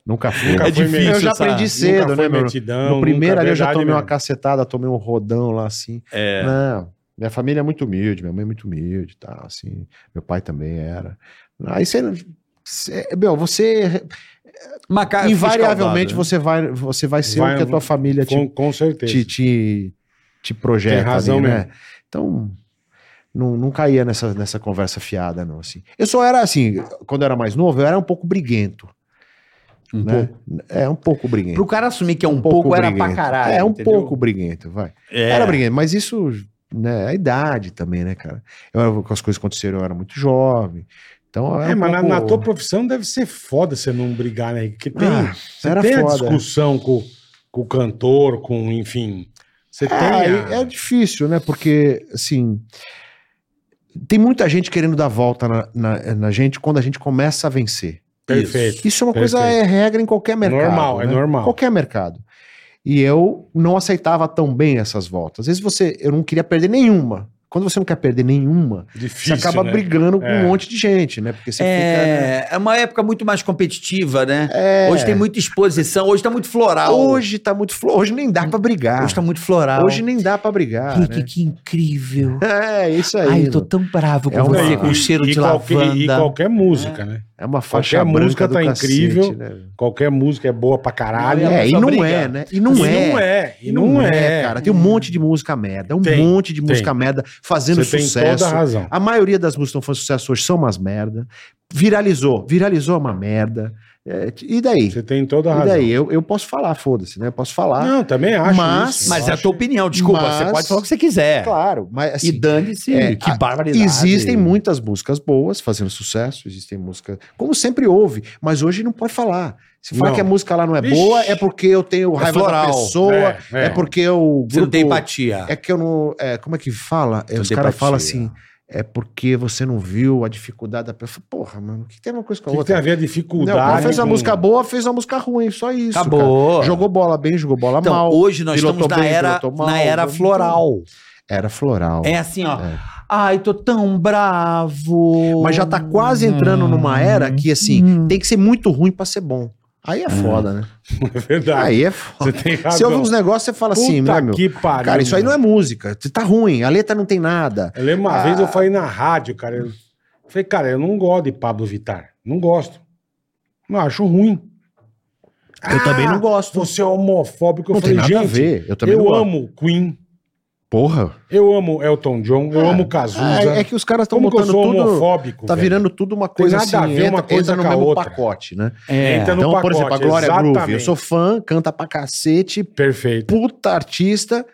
A: nunca fui.
C: Nunca
B: É
C: foi
B: difícil,
C: mesmo.
A: eu já
B: essa-
A: aprendi cedo,
C: nunca
A: né,
C: foi
A: meu?
C: metidão,
A: No
C: nunca,
A: primeiro ali eu já
C: verdade
A: tomei uma
C: mesmo.
A: cacetada, tomei um rodão lá assim.
B: É.
A: Não, minha família é muito humilde, minha mãe é muito humilde, tá, assim. Meu pai também era. Aí você, você- meu, você
B: Uma cara-
A: invariavelmente
B: escaldado, né?
A: você vai, você vai ser
C: Vai- um
A: o que a tua família te,
C: Com, com certeza.
A: te, te, te projeta,
C: Tem razão
A: ali, né?
C: mesmo.
A: Então, não, não caía nessa, nessa conversa fiada, não, assim. Eu só era assim, quando eu era mais novo, eu era um pouco briguento,
B: né? Um
A: né?
B: pouco.
A: É, um pouco briguento.
B: Pro cara assumir que é um, pouco, era pra
A: briguento.
B: caralho.
A: É, um
B: entendeu?
A: pouco briguento, vai.
B: É.
A: Era briguento, mas isso, né, a idade também, né, cara? Eu era, quando as coisas aconteceram, eu era muito jovem, então... eu era
C: É,
A: um
C: mas na,
A: pouco-
C: na tua profissão deve ser foda você não brigar, né? Porque tem,
A: Ah,
C: você
A: era
C: tem a
A: foda.
C: discussão com, com o cantor, com, enfim. Você tem.
A: Ah,
C: a-
A: é difícil, né? Porque, assim. Tem muita gente querendo dar volta na, na- na gente quando a gente começa a vencer.
C: Perfeito.
A: Isso é uma coisa,
C: Perfeito.
A: é regra em qualquer mercado.
C: Normal, é
A: né?
C: normal.
A: Qualquer mercado. E eu não aceitava tão bem essas voltas. Às vezes você, eu não queria perder nenhuma. Quando você não quer perder nenhuma,
C: Difícil.
A: você acaba
C: né?
A: brigando com
C: É.
A: um monte de gente, né? Porque você fica. né?
B: É, é uma época muito mais competitiva, né?
A: É.
B: Hoje tem muita exposição, hoje tá muito floral.
A: Hoje tá muito. flo- Hoje nem dá pra brigar.
B: Hoje tá muito floral.
A: Hoje nem dá pra brigar.
B: Rick,
A: né?
B: que incrível.
A: É, isso aí.
B: Ai, eu tô
A: mano.
B: tão um bravo com
A: É uma-
B: você, com
A: e-
B: o cheiro
C: e
B: de
C: qualquer,
B: lavanda.
C: E qualquer música, né?
A: É uma faixa
C: Qualquer
A: branca
C: música
A: do
C: tá
A: cacete,
C: incrível.
A: né?
C: Qualquer música é boa pra caralho.
A: É, e
B: só
A: não
B: briga.
A: é, né? E não,
C: e
A: é.
C: não é. E
A: E
C: não, é.
A: cara. Tem um monte de música merda, um
C: Tem,
A: monte de
C: tem.
A: música merda fazendo
C: Você tem
A: sucesso.
C: toda a razão.
A: A maioria das músicas que estão fazendo sucesso hoje são umas merda. Viralizou, viralizou é uma merda. É, t- e daí?
C: Você tem toda a
A: E
C: razão.
A: daí? Eu, eu posso falar, foda-se, né? Eu posso falar.
C: Não, também acho.
A: Mas-
B: Mas
C: Eu
B: é a
C: acho.
B: tua opinião, desculpa.
A: Mas-
B: Você pode falar o que você
C: é.
B: quiser.
A: Claro, mas assim,
B: e dane-se,
A: é,
B: que
A: a-
B: barbaridade.
A: Existem muitas músicas boas fazendo sucesso, existem músicas. Como sempre houve, mas hoje não pode falar. Se falar
C: Não.
A: que a música lá não é
C: Vixe.
A: boa, é porque eu tenho raiva da
B: floral.
A: pessoa, é,
C: É, é.
A: porque o grupo.
B: Você não tem empatia.
A: É que eu não. é, como é que fala? É,
B: Não
A: os
B: tem
A: caras
B: empatia.
A: falam assim. É porque você não viu a dificuldade da pessoa. Porra, mano, o que tem uma coisa com
C: O
A: a
C: que que tem a
A: outra?
C: ver a
A: Não, o cara
C: dificuldade?
A: fez uma
C: com-
A: música boa, fez uma música ruim, só isso. cara.
B: Acabou.
A: Jogou bola bem, jogou bola
B: Então,
A: mal.
B: hoje nós
A: pilotou
B: estamos na
A: bem,
B: era,
A: pilotou mal,
B: na era
A: então-
B: floral.
A: Era floral.
B: É assim, ó.
A: É.
B: Ai, tô tão bravo.
A: Mas já tá quase entrando numa era que, assim,
B: Hum.
A: tem que ser muito ruim pra ser bom. Aí é foda, né?
C: É verdade.
A: Aí é foda.
C: Você tem razão.
A: Você ouve uns negócios, você fala assim,
C: Puta
A: né, meu?
C: que pariu.
A: Cara, isso aí não é música. Tá ruim, a letra não tem nada.
C: Eu lembro uma
A: Ah.
C: vez eu falei na rádio, cara. Eu falei, cara, eu não gosto de Pablo Vittar. Não gosto. Não acho ruim.
A: Eu também não gosto.
C: Você é homofóbico. Eu
A: não
C: falei,
A: tem nada a
C: gente,
A: ver. Eu também
C: eu
A: não gosto.
C: amo Queen.
A: Porra.
C: Eu amo Elton John. Eu
A: Ah,
C: amo Cazuza.
A: É, é que os caras estão
C: né? Como que eu
A: botando
C: sou
A: tudo.
C: homofóbico?
A: Tá
C: velho?
A: virando tudo uma coisa
C: nada a
A: assim,
C: ver uma
A: entra,
C: coisa
A: entra no
C: com a
A: mesmo
C: outra.
A: pacote, né?
B: É.
C: Entra no
A: então, por
C: pacote,
A: exemplo, a Glória Groove, eu
C: exatamente.
A: sou fã, canta pra cacete,
C: Perfeito.
A: puta artista.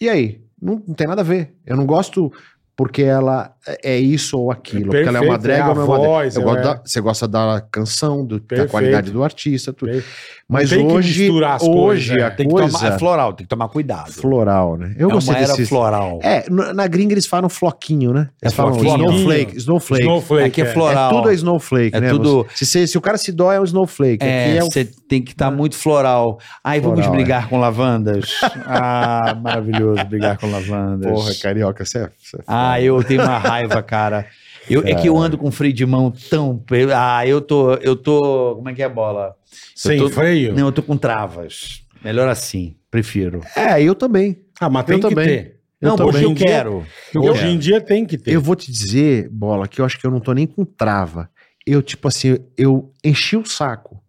A: E aí? Não, não tem nada a ver. Eu não gosto porque ela é- é isso ou aquilo. porque ela é uma
C: Perfeito,
A: drag
C: é a
A: ou não é uma
C: voz,
A: drag. Eu
C: é-
A: gosto da- você gosta da canção, do- da
C: Perfeito.
A: qualidade do artista. tudo.
C: Perfeito.
A: Mas
C: Não tem que
A: hoje,
C: misturar as
A: hoje
C: coisas,
A: a
C: é.
B: Tem que
A: coisa
B: tomar, é floral, tem que tomar cuidado.
A: floral, né? Eu
B: é
A: gostei
B: uma era
A: desse...
B: floral.
A: É, no- na gringa eles falam floquinho, né? Eles
B: É
A: falam
B: floquinho.
A: snowflake, snowflake.
C: Snowflake.
B: Aqui é
C: é.
A: É
B: floral.
A: tudo é snowflake,
B: É
A: né?
B: tudo-
A: Se, se- se o cara se dó, é um snowflake. Aqui
B: É,
A: é um-
B: você tem que estar muito floral. Ai, vamos
A: Floral, é.
B: brigar com lavandas. Ah, maravilhoso brigar com lavandas.
A: Porra, carioca, você é... você é
B: Ah, eu tenho uma raiva, cara. Eu- é que eu ando com freio de mão tão. pe- Ah, eu tô. Eu tô. Como é que é a bola?
C: Sem
B: Eu tô-
C: freio.
B: Não, eu tô com travas. Melhor assim, prefiro.
A: É, eu também.
C: Ah, mas
A: Eu
C: tem que
A: também.
C: ter.
A: Eu
B: não,
A: também.
B: porque eu quero. Eu
C: Hoje
B: quero.
C: em dia tem que ter.
A: Eu vou te dizer, Bola, que eu acho que eu não tô nem com trava. Eu, tipo assim, eu enchi o saco.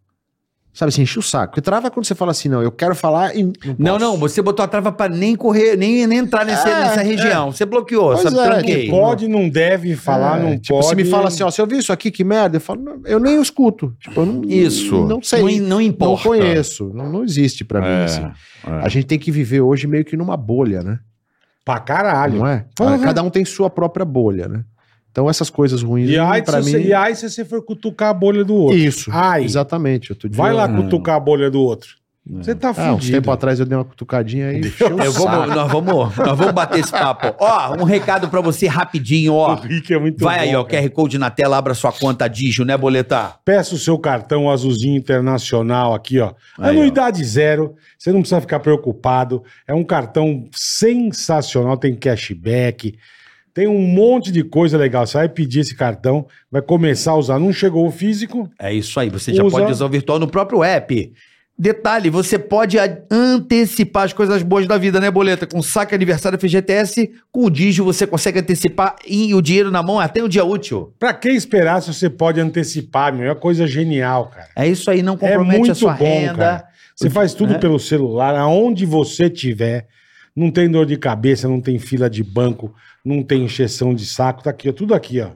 A: Sabe assim, enchi o saco. Porque trava é quando você fala assim, não, eu quero falar e não
B: Não,
A: posso.
B: não, você botou a trava pra nem correr, nem, nem entrar nesse-
A: É,
B: nessa região. Você bloqueou,
A: Pois
B: sabe?
A: é,
B: Tranquei.
A: tipo,
C: Pode, não deve, falar,
A: É,
C: não
A: tipo,
C: pode.
A: se me fala assim, ó, você ouviu isso aqui, que merda? Eu falo, não, eu nem escuto. Tipo, eu não,
B: Isso.
A: Não sei.
B: Não,
A: Não,
B: não importa. É,
A: conheço. Não, não existe pra
C: É,
A: mim, assim. A gente tem que viver hoje meio que numa bolha, né?
C: Pra caralho.
A: Não é?
C: Porra.
A: Cada um tem sua própria bolha, né? Então essas coisas ruins
C: E aí,
A: pra
C: se
A: mim...
C: você, e aí, se você for cutucar a bolha do outro.
A: Isso,
C: Ai.
A: exatamente. Outro dia
C: Vai
A: eu-
C: lá cutucar a bolha do outro.
B: Não.
C: Você tá
A: Ah, uns
C: fudido.
A: tempo atrás eu dei uma cutucadinha aí. encheu o
B: Eu vou,
A: saco.
B: nós, vamos, nós vamos bater esse papo. Ó, um recado pra você rapidinho,
C: O
B: ó.
C: Rick é muito
B: Vai
C: bom,
B: aí, ó,
C: cara.
B: QR Code na tela, abra sua conta Digio, né, Boletar?
C: Peça o seu cartão azulzinho internacional aqui, ó.
B: Aí, ó.
C: Anuidade zero, você não precisa ficar preocupado. É um cartão sensacional, tem cashback, tem um monte de coisa legal. Você vai pedir esse cartão, vai começar a usar. Não chegou o físico?
B: É isso aí, você já
C: Usa.
B: pode usar o virtual no próprio app. Detalhe, você pode a- antecipar as coisas boas da vida, né, Boleta? Com saque aniversário FGTS, com o Digio você consegue antecipar e o dinheiro na mão é até o dia útil.
C: Pra que esperar se você pode antecipar, meu? É uma coisa genial, cara.
B: É isso aí, não
C: É
B: compromete
C: muito
B: a sua
C: bom,
B: renda.
C: cara. Você faz tudo
B: né?
C: pelo celular, aonde você tiver. Não tem dor de cabeça, não tem fila de banco, não tem encheção de saco. Tá aqui, ó, tudo aqui, ó.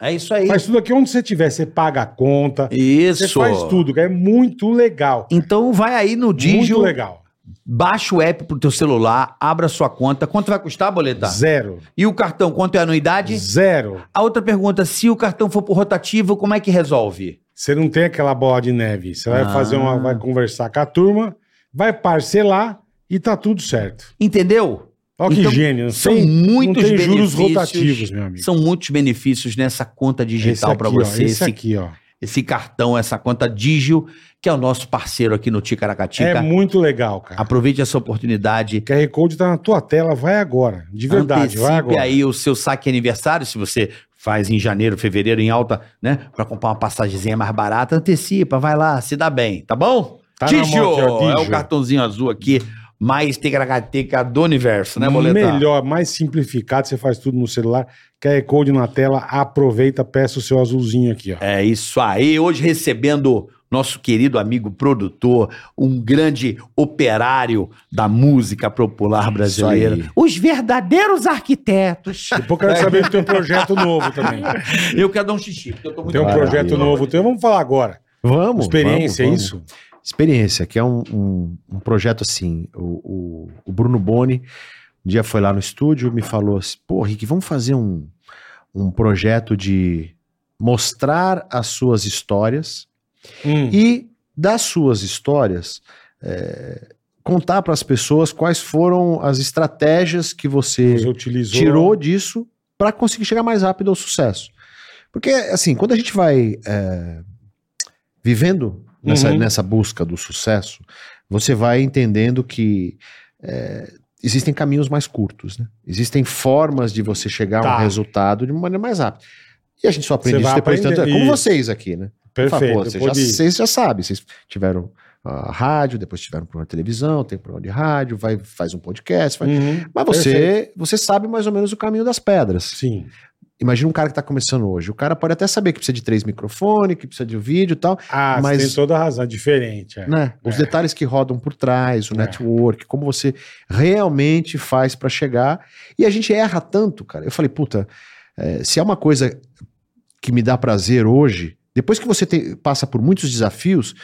B: É isso aí.
C: Faz tudo aqui onde você tiver. Você paga a conta,
B: Isso.
C: você faz tudo, cara. É muito legal.
B: Então vai aí no
C: Muito
B: Digio,
C: legal.
B: baixa o app pro teu celular, abra sua conta. Quanto vai custar, Boleta?
C: Zero.
B: E o cartão, quanto é a anuidade?
C: Zero.
B: A outra pergunta, se o cartão for por rotativo, como é que resolve?
C: Você não tem aquela bola de neve. Você vai
B: Ah.
C: fazer uma. Vai conversar com a turma, vai parcelar e tá tudo certo.
B: Entendeu?
C: Olha que
B: Então,
C: gênio. Não
B: são
C: tem-
B: muitos
C: Não tem juros
B: benefícios.
C: rotativos, meu amigo.
B: São muitos benefícios nessa conta digital
C: Esse
B: para
C: aqui, ó,
B: você,
C: esse
B: esse,
C: aqui, ó.
B: esse cartão, essa conta Digio, que é o nosso parceiro aqui no Ticaracatica.
C: É muito legal, cara.
B: Aproveite essa oportunidade.
C: O QR Code tá na tua tela, vai agora. De verdade, vai
B: Antecipe
C: agora.
B: aí o seu saque aniversário, se você faz em janeiro, fevereiro, em alta, né? Pra comprar uma passagemzinha mais barata, antecipa, vai lá, se dá bem, tá bom?
C: Tá na
B: Digio!
C: mão aqui, ó,
B: É o
C: Digio.
B: cartãozinho azul aqui, mais ticaracateca do universo, né, Boletar?
C: Melhor, mais simplificado, você faz tudo no celular. QR Code na tela, aproveita, peça o seu azulzinho aqui, ó.
B: É isso aí. Hoje recebendo nosso querido amigo produtor, um grande operário da música popular brasileira,
A: aí.
B: os verdadeiros arquitetos.
C: Depois
A: É.
C: eu quero saber do teu projeto novo também.
B: eu quero dar um xixi, porque eu tô muito
C: Tem um
B: bravo.
C: projeto novo teu, vamos falar agora.
A: Vamos.
C: Experiência,
A: vamos,
C: é isso?
A: Experiência, que é um, um, um projeto assim. O, o, o Bruno Boni um dia foi lá no estúdio me falou assim: pô, Rick, vamos fazer um, um projeto de mostrar as suas histórias
C: Hum.
A: e das suas histórias. é, contar para as pessoas quais foram as estratégias que você
C: Você utilizou.
A: tirou disso para conseguir chegar mais rápido ao sucesso. Porque, assim, quando a gente vai é, vivendo nessa,
C: Uhum.
A: nessa busca do sucesso, você vai entendendo que é, existem caminhos mais curtos, né? Existem formas de você chegar a
C: Tá.
A: um resultado de uma maneira mais rápida. E a gente só aprende
C: Você
A: isso
C: vai
A: depois de tanto. É
C: aprendendo.
A: como
C: Isso.
A: vocês aqui, né?
C: Perfeito.
A: Fala, pô,
C: pode
A: vocês,
C: ir.
A: já, vocês já sabem, vocês tiveram ah, rádio, depois tiveram programa de televisão, tem programa de rádio, vai, faz um podcast, faz
C: Uhum.
A: mas você,
C: Perfeito.
A: você sabe mais ou menos o caminho das pedras.
C: Sim.
A: Imagina um cara que está começando hoje. O cara pode até saber que precisa de três microfones, que precisa de um vídeo e tal,
C: Ah,
A: Mas-
C: você tem toda a razão. é Diferente. É.
A: né? Os detalhes que rodam por trás, o
C: É.
A: network, como você realmente faz para chegar. E a gente erra tanto, cara. Eu falei, puta, eh, se é uma coisa que me dá prazer hoje, depois que você te- passa por muitos desafios,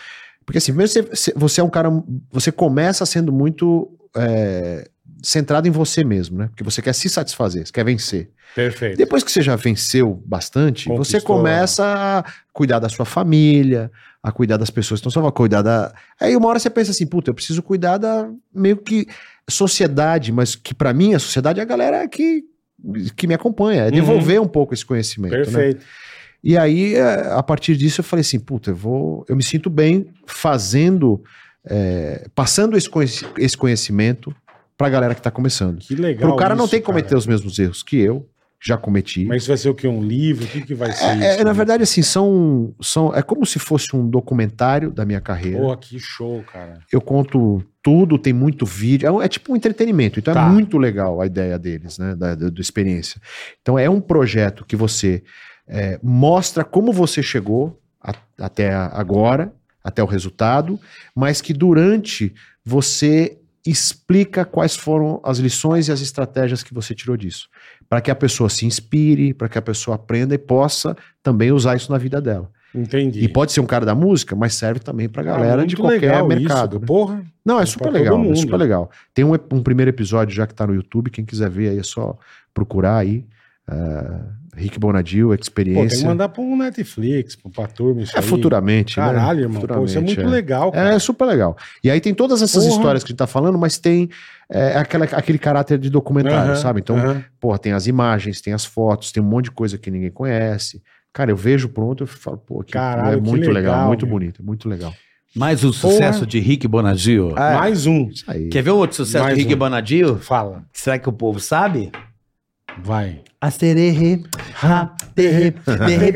A: porque assim, primeiro você- você, você é um cara, você começa sendo muito eh, centrado em você mesmo, né? Porque você quer se satisfazer, você quer vencer.
C: Perfeito.
A: Depois que você já venceu bastante, você
C: Conquistou. né?
A: começa a cuidar da sua família, a cuidar das pessoas que estão só a cuidar da. Aí uma hora você pensa assim, puta, eu preciso cuidar da meio que sociedade, mas que pra mim a sociedade é a galera que, que me acompanha, é
C: Uhum.
A: devolver um pouco esse conhecimento, né?
C: Perfeito.
A: E aí, eh, a partir disso, eu falei assim, puta, eu vou, eu me sinto bem fazendo, eh, passando esse, conheci- esse conhecimento pra galera que tá começando.
C: Que legal.
A: Pro cara não
C: isso,
A: tem que cometer os mesmos erros que eu que já cometi.
C: Mas isso vai ser o quê? Um livro? O que, que vai ser
A: É, é,
C: isso? né?
A: na verdade, assim, são, são. É como se fosse um documentário da minha carreira.
C: Porra, que show, cara.
A: Eu conto tudo, tem muito vídeo. É, um- é tipo um entretenimento. Então
C: Tá.
A: é muito legal a ideia deles, né? Da, da, da experiência. Então é um projeto que você é, mostra como você chegou a- até a- agora, até o resultado, mas que durante você explica quais foram as lições e as estratégias que você tirou disso, para que a pessoa se inspire, para que a pessoa aprenda e possa também usar isso na vida dela.
C: Entendi.
A: E pode ser um cara da música, mas serve também para
C: Ah,
A: galera de
C: muito
A: qualquer
C: legal
A: mercado.
C: Isso,
A: né?
C: porra.
A: Não, é
C: Pra
A: super
C: todo
A: legal, é
C: mundo.
A: super legal. Tem um, ep- um primeiro episódio já que tá no YouTube, quem quiser ver aí é só procurar aí. ah, Rick Bonadil,
C: Pô, tem que
A: Experiência.
C: mandar pra um Netflix, pra pra turma isso
A: é
C: aí.
A: futuramente, né?
C: Caralho, irmão. Pô, isso é
A: Futuramente,
C: muito legal, cara.
A: É super legal. E aí tem todas essas
C: Porra.
A: histórias que a gente tá falando, mas tem é, aquela- aquele caráter de documentário,
C: Aham,
A: sabe? Então,
C: aham.
A: porra, tem as imagens, tem as fotos, tem um monte de coisa que ninguém conhece. Cara, eu vejo pronto, eu falo, pô, que
C: Caralho,
A: é
C: que
A: muito legal,
C: legal,
A: muito
C: meu.
A: bonito, muito legal.
B: Mais um sucesso de Rick Bonadil.
A: É.
C: Mais um.
A: Isso aí.
B: Quer ver um outro sucesso
C: Mais
B: de Rick
C: um.
B: Bonadil?
C: Fala.
B: Será que o povo sabe?
C: Vai.
B: A sererê, ra, terre, terre,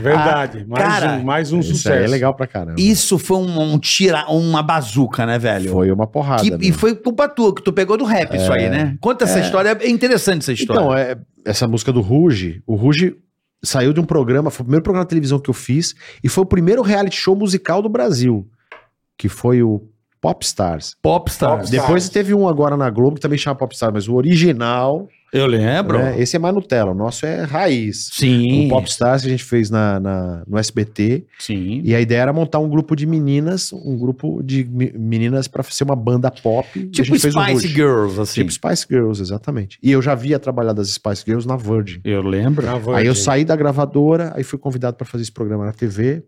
C: Verdade. mais
B: cara,
C: um, mais um
A: Isso
C: sucesso.
A: aí é legal pra caramba.
B: Isso foi um, um tira, uma bazuca, né, velho?
A: Foi uma porrada.
B: Que-
A: né?
B: e foi culpa tua, que tu pegou do rap isso aí, né? Conta essa história, é interessante essa história.
A: Então, é, essa música do Ruge, o Ruge saiu de um programa, foi o primeiro programa de televisão que eu fiz e foi o primeiro reality show musical do Brasil, que foi o Popstars.
B: Popstar.
C: Popstar.
A: Depois teve um agora na Globo que também chama Popstars, mas o original,
B: Eu lembro.
A: né, esse é mais Nutella, o nosso é raiz.
B: Sim.
A: O Popstars que a gente fez na, na- no SBT
B: Sim.
A: e a ideia era montar um grupo de meninas, um grupo de me- meninas pra ser uma banda pop. e a
B: Tipo
A: gente fez o
B: Spice
A: Ruge.
B: Girls, assim.
A: Tipo Spice Girls, exatamente. E eu já havia trabalhado as Spice Girls na Virgin.
B: Eu lembro.
C: Na
A: Aí eu
C: verdade.
A: saí da gravadora, aí fui convidado para fazer esse programa na TV.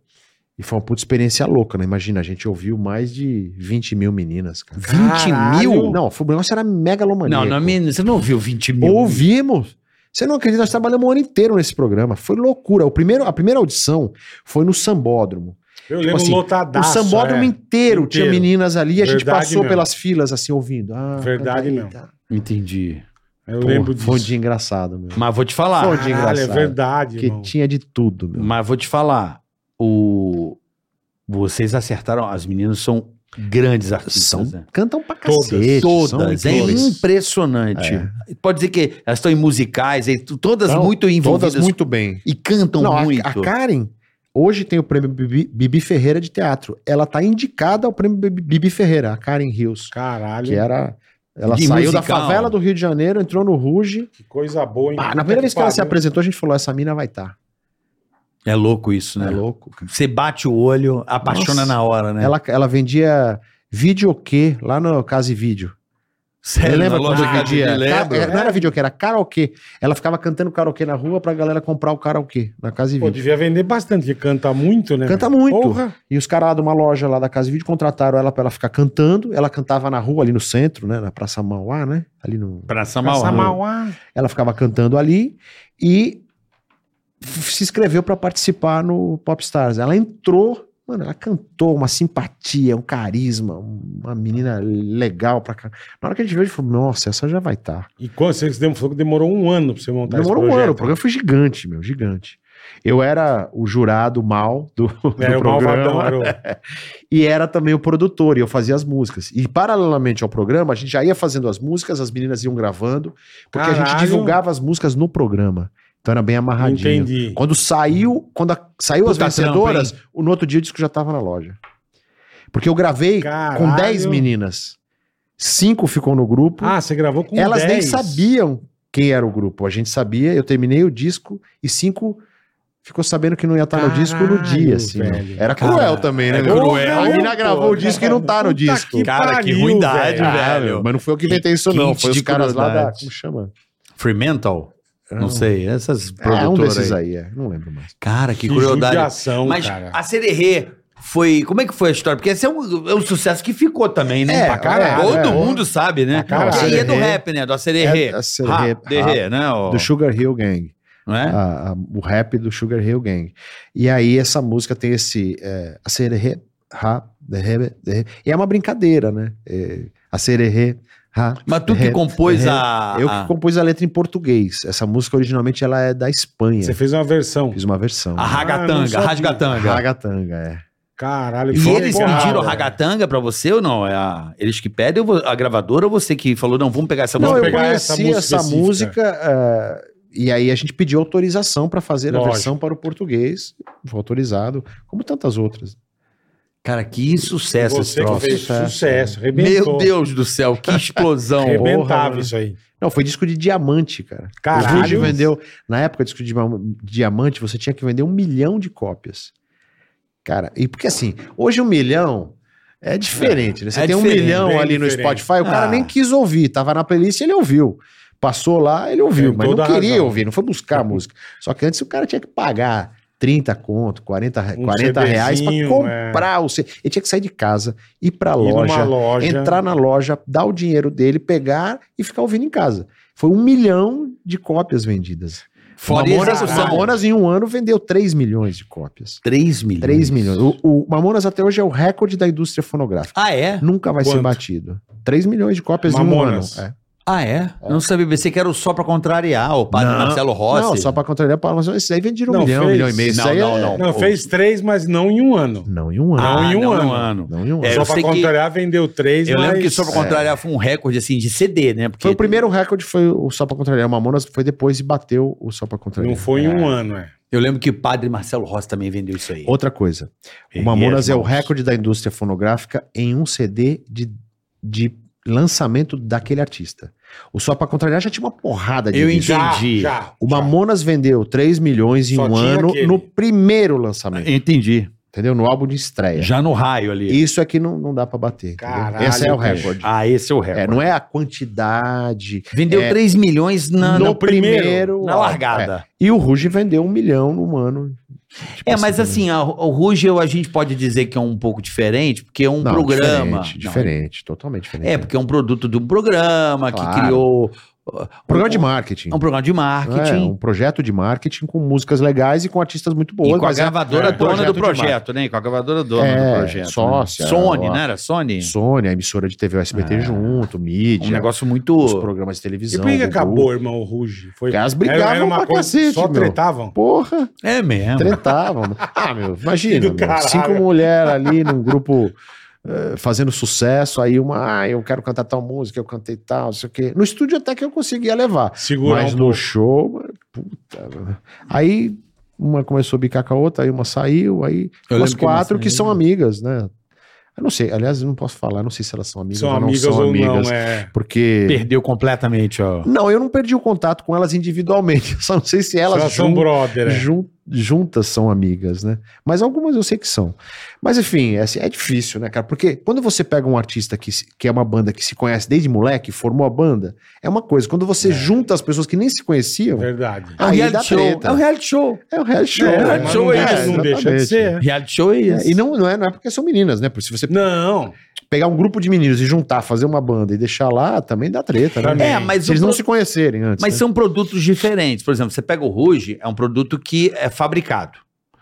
A: E foi uma puta experiência louca, né? Imagina, a gente ouviu mais de 20 mil meninas, cara.
B: 20 mil?
A: Não, foi- o negócio era
B: Não,
A: megalomaníaco.
C: é
B: não, menino, você não ouviu 20 mil.
A: Ouvimos. Você não acredita, nós trabalhamos o ano inteiro nesse programa. Foi loucura. O primeiro, a primeira audição foi no Sambódromo.
C: Eu lembro
A: assim,
C: lotadaço.
A: o Sambódromo
C: é.
A: inteiro, tinha
C: Inteiro.
A: meninas ali. A gente
C: Verdade
A: passou
C: mesmo.
A: pelas filas, assim, ouvindo. Ah,
C: Verdade
A: peraí,
C: mesmo.
A: tá.
B: Entendi.
C: Eu
A: Pô,
C: lembro disso.
A: Foi um dia engraçado, meu.
B: Mas vou te falar.
A: Foi um dia
C: Caralho, é
A: engraçado.
C: verdade,
A: Porque
C: irmão.
A: tinha de tudo, meu.
B: Mas vou te falar. O... Vocês acertaram. As meninas são grandes artistas.
A: São,
B: né?
A: cantam pra
C: Todas,
A: cacete. são
B: Todas, é
A: incríveis.
B: impressionante. É. Pode dizer que elas estão em musicais, e tu- todas
A: Então,
B: muito envolvidas
A: Todas muito bem.
B: e cantam
A: Não, a-
B: muito.
A: A, Karen, hoje tem o prêmio Bibi, Bibi Ferreira de teatro. Ela tá indicada ao prêmio Bibi, Bibi Ferreira, a Karen Rios,
C: Caralho.
A: que era Ela
B: De
A: saiu da
B: musical.
A: favela do Rio de Janeiro, entrou no Ruge.
C: Que coisa boa, hein?
A: Pá,
C: Puta
A: Ah, na primeira vez que ela se
C: pariu.
A: apresentou, a gente falou: essa mina vai estar.
B: É louco isso,
A: Tá.
B: né?
A: É louco, cara.
B: Você bate o olho, apaixona
A: Nossa.
B: na hora, né?
A: Ela, ela vendia videokê lá no Casa e Vídeo.
B: Sério,
A: Você lembra
D: na
A: quando
D: loja Casa e
A: vendia?
D: Vídeo,
A: Ca- é, né?
D: lembro.
A: era- Não era videokê, era karaokê. Ela ficava cantando karaokê na rua pra galera comprar o karaokê na Casa e
C: Pô,
A: Vídeo.
C: devia vender bastante, porque canta muito, né?
A: Canta
C: meu?
A: muito.
C: Porra.
A: E os caras lá de uma loja lá da Casa e Vídeo contrataram ela pra ela ficar cantando. Ela cantava na rua, ali no centro, né? Na Praça Mauá, né? Ali no...
B: Praça
C: Praça
B: Mauá.
A: né?
B: né?
C: Mauá.
A: Ela ficava cantando ali e f- se inscreveu pra participar no Popstars. Ela entrou, mano, ela cantou uma simpatia, um carisma, uma menina legal pra caramba. Na hora que a gente viu, a gente falou, nossa, essa já vai estar.
C: E quando você você falou que demorou um ano pra você montar
A: Demorou
C: esse
A: um
C: projeto.
A: ano, o programa foi gigante, meu, gigante. Eu era o jurado mal do, do
C: Era É, o malvadão,
A: programa tá
C: era o...
A: e era também o produtor, e eu fazia as músicas. E paralelamente ao programa, a gente já ia fazendo as músicas, as meninas iam gravando, porque a gente
C: Caralho.
A: divulgava as músicas no programa. Então era bem amarradinho.
C: Entendi.
A: Quando saiu, quando a- saiu
B: Puta
A: as vencedoras, o no outro dia o disco já tava na loja. Porque eu gravei com
C: Caralho.
A: 10 meninas. Cinco ficou no grupo.
C: Ah, você gravou com
A: Elas nem
C: 10.
A: sabiam quem era o grupo. A gente sabia, eu terminei o disco e cinco ficou sabendo que não ia estar no disco no dia,
C: Caralho,
A: assim.
C: velho.
A: né? Era
B: Cara,
A: cruel também, né?
D: é
A: meu?
D: cruel.
A: A menina
C: Pô,
A: gravou o disco e não tá no
C: puta
A: disco.
C: que
B: Cara, que
C: pariu,
B: ruindade,
C: velho.
B: velho.
A: Mas não foi eu que inventei isso,
B: Que
A: não. Foi
B: kit
A: os
B: de
A: caras lá da.
B: crueldade.
A: Como chama?
B: Fremantle? Não sei, essas
A: É, um
B: produtoras
A: desses
B: aí.
A: aí, é. Não lembro mais.
B: Cara, que,
C: Que
B: crueldade.
C: judiação,
B: Mas
C: cara.
B: a Sererê foi... Como é que foi a história? Porque esse é um, é um sucesso que ficou também, né?
A: É,
B: Pra
C: caralho,
B: Todo
A: é.
B: mundo sabe, né?
C: Pra
B: Porque aí
A: caralho.
B: é do rap, né? Do Acererê.
A: É, Acererê,
B: Rap, derê, né? ó.
A: Do Sugar Hill Gang.
B: Não é?
A: a- a- o rap do Sugar Hill Gang. E aí essa música tem esse é, a sererê, ha, derrê, derrê. e é uma brincadeira, né? É, a sererê, ha.
B: Mas tu que
A: derrê.
B: compôs
A: é,
B: a...
A: Eu
C: Ah.
B: a-
A: que compus a letra em português. Essa música originalmente ela é da Espanha.
C: Você fez uma versão.
A: Fiz uma versão.
B: A
C: Ah, não
B: ragatanga,
C: sabia.
B: rasgatanga.
A: Ragatanga, é.
C: Caralho.
B: E
C: que
B: eles
C: legal,
B: pediram a
C: velho.
B: ragatanga pra você ou não? É a- eles que pedem ou vo- a gravadora ou você que falou, não, vamos pegar essa
A: Não,
B: música?
A: eu
C: pegar essa
A: conheci
C: música
A: essa música,
C: específica.
A: é, e aí a gente pediu autorização para fazer a
C: Lógico.
A: versão para o português. Foi autorizado, como tantas outras.
B: Cara, que sucesso esse
C: Você que
B: troço.
C: fez
A: Sucesso.
C: sucesso.
B: Meu
C: arrebentou.
B: Deus do céu, que explosão.
C: Arrebentava
A: porra, né?
C: isso aí.
A: Não, foi disco de diamante, cara. O Ruge
C: Caralho.
A: vendeu. Na época, disco de diam- diamante, você tinha que vender um milhão de cópias. Cara, e porque assim, hoje um milhão é diferente, né? Você
B: É
A: tem um
B: diferente,
A: milhão
C: bem
A: ali no
C: diferente.
A: Spotify, o cara
B: Ah.
A: nem quis ouvir, tava na playlist e ele ouviu. Passou lá, ele ouviu,
C: Tem
A: mas não
C: É, toda a
A: queria
C: razão.
A: ouvir, não foi buscar a música. Só que antes o cara tinha que pagar 30 conto, 40, re-
C: Um
A: 40 reais pra
C: CDzinho,
A: comprar o CD. Ele tinha que sair de casa, ir pra
C: Ir numa
A: loja,
C: loja.
A: entrar na loja, dar o dinheiro dele, pegar e ficar ouvindo em casa. Foi um milhão de cópias vendidas.
B: Fora ah, a
A: Mamonas,
B: execução.
A: Mamonas, em um ano, vendeu 3 milhões de cópias.
B: 3 milhões.
A: 3 milhões. O, o Mamonas até hoje é o recorde da indústria fonográfica.
B: Ah, é?
A: Nunca vai ser
C: Quanto?
A: batido. 3 milhões de cópias
C: Mamonas.
A: em um ano. É.
B: Ah, é? Eu Não sabia, pensei que era o só pra contrariar o padre
A: Não.
B: Marcelo Rossi.
A: Não, só pra contrariar, pra- mas esses aí venderam um
C: Não,
A: milhão, um
C: fez.
A: milhão e meio. Isso
B: Não,
A: aí
B: não,
A: é-
B: não.
C: Não, fez três, mas não em um ano.
A: Não, em um ano.
B: Ah,
C: Não, em um
B: não,
C: ano.
A: Não, em um ano.
B: É, eu
C: Só pra
B: sei que-
C: contrariar, vendeu três,
B: Eu lembro que
C: mas-
B: só pra contrariar foi um recorde, assim, de CD, né? Porque
A: Foi o primeiro recorde, foi o Só Pra Contrariar. O Mamonas foi depois e bateu o Só Pra Contrariar.
C: Não foi em um ano, é.
B: Eu lembro que o padre Marcelo Rossi também vendeu isso aí.
A: Outra coisa. O Mamonas é o recorde da indústria fonográfica em um CD de, de lançamento daquele artista. O Só Pra Contrariar já tinha uma porrada de
B: Eu
A: disco.
B: entendi.
C: Já,
A: O Mamonas vendeu 3 milhões em
C: Só
A: um
C: tinha
A: ano
C: aquele.
A: no primeiro lançamento,
B: É. Entendi.
A: entendeu? No álbum de estreia.
B: Já no raio ali.
A: Isso é que não, não dá pra bater. entendeu?
C: Caralho,
A: Esse é o
C: bicho.
A: recorde.
B: Ah, esse é o recorde.
A: É, não é a quantidade.
B: Vendeu
A: É.
B: 3 milhões na,
A: no
B: na-
A: primeiro,
B: na
A: álbum. É.
B: largada.
A: E o Ruge vendeu um milhão num ano. Tipo
B: É, mas assim, a, o Rugel a gente pode dizer que é um pouco diferente, porque é um
A: não,
B: programa.
A: Diferente,
B: Não,
A: diferente, totalmente diferente.
B: É, porque é um produto de um programa que
A: Claro.
B: criou. uh,
A: Programa
B: um,
A: de marketing.
B: É um programa de
A: É,
B: marketing.
A: um projeto de marketing com músicas legais e com artistas muito
B: e
A: boas.
B: com a
A: mas é
B: gravadora
A: é,
B: dona do
A: de
B: projeto, né? Com a gravadora dona
A: É,
B: do projeto.
A: sócia,
B: Né? Sony,
A: ó.
B: não era? Sony?
A: marketing. Sony, a emissora de TV SBT
B: É.
A: junto, mídia,
B: Um negócio muito.
A: os programas de
C: E
A: televisão.
C: por que que
A: Gugu.
C: acabou, irmão, o Ruge? Foi...
A: Porque elas brigavam pra cacete,
C: Só
A: meu.
C: tretavam?
A: Porra,
B: É mesmo.
A: tretavam. ah, meu,
C: Que
A: imagina.
C: do
A: meu,
C: caralho.
A: cinco mulheres ali num grupo eh, fazendo sucesso, aí uma, ah, eu quero cantar tal música, eu cantei tal, não sei o quê. No estúdio até que eu conseguia levar.
C: Segurar
A: mas
C: um
A: no
C: pouco.
A: show, mano, puta. mano. Aí uma começou a bicar com a outra, aí uma saiu, aí
B: Eu
A: umas
B: lembro que uma
A: quatro que,
B: saiu.
A: são amigas, né? Eu não sei, aliás, eu não posso falar, não sei se elas são amigas
C: São
A: ou não
C: amigas
A: são
C: ou
A: amigas.
C: não, é.
A: Porque.
D: Perdeu completamente, ó.
A: Não, eu não perdi o contato com elas individualmente. Eu só não sei se elas,
C: Elas são
A: jun-
C: brother. é.
A: jun- juntas são amigas, né? Mas algumas eu sei que são. Mas enfim, é, assim, é difícil, né, cara? Porque quando você pega um artista que, se- que é uma banda que se conhece desde moleque, formou a banda, é uma coisa. Quando você junta as pessoas que nem se conheciam,
C: É. Verdade.
A: aí dá treta.
B: É um reality show.
A: É o reality show.
C: É,
A: né?
C: mas não,
B: show é
C: deixa-
B: isso,
C: não deixa de
A: exatamente.
C: ser. é.
B: Reality show é isso.
A: É, E não, não, é, não é porque são meninas, né? Porque se você
C: Não.
A: pegar um grupo de meninos e juntar, fazer uma banda e deixar lá, também dá treta, né?
C: Também.
B: É, mas
A: Se eles
B: o
A: não
B: pro-
A: se conhecerem antes.
B: Mas
A: né?
B: são produtos diferentes. Por exemplo, você pega o Ruge, é um produto que é fabricado.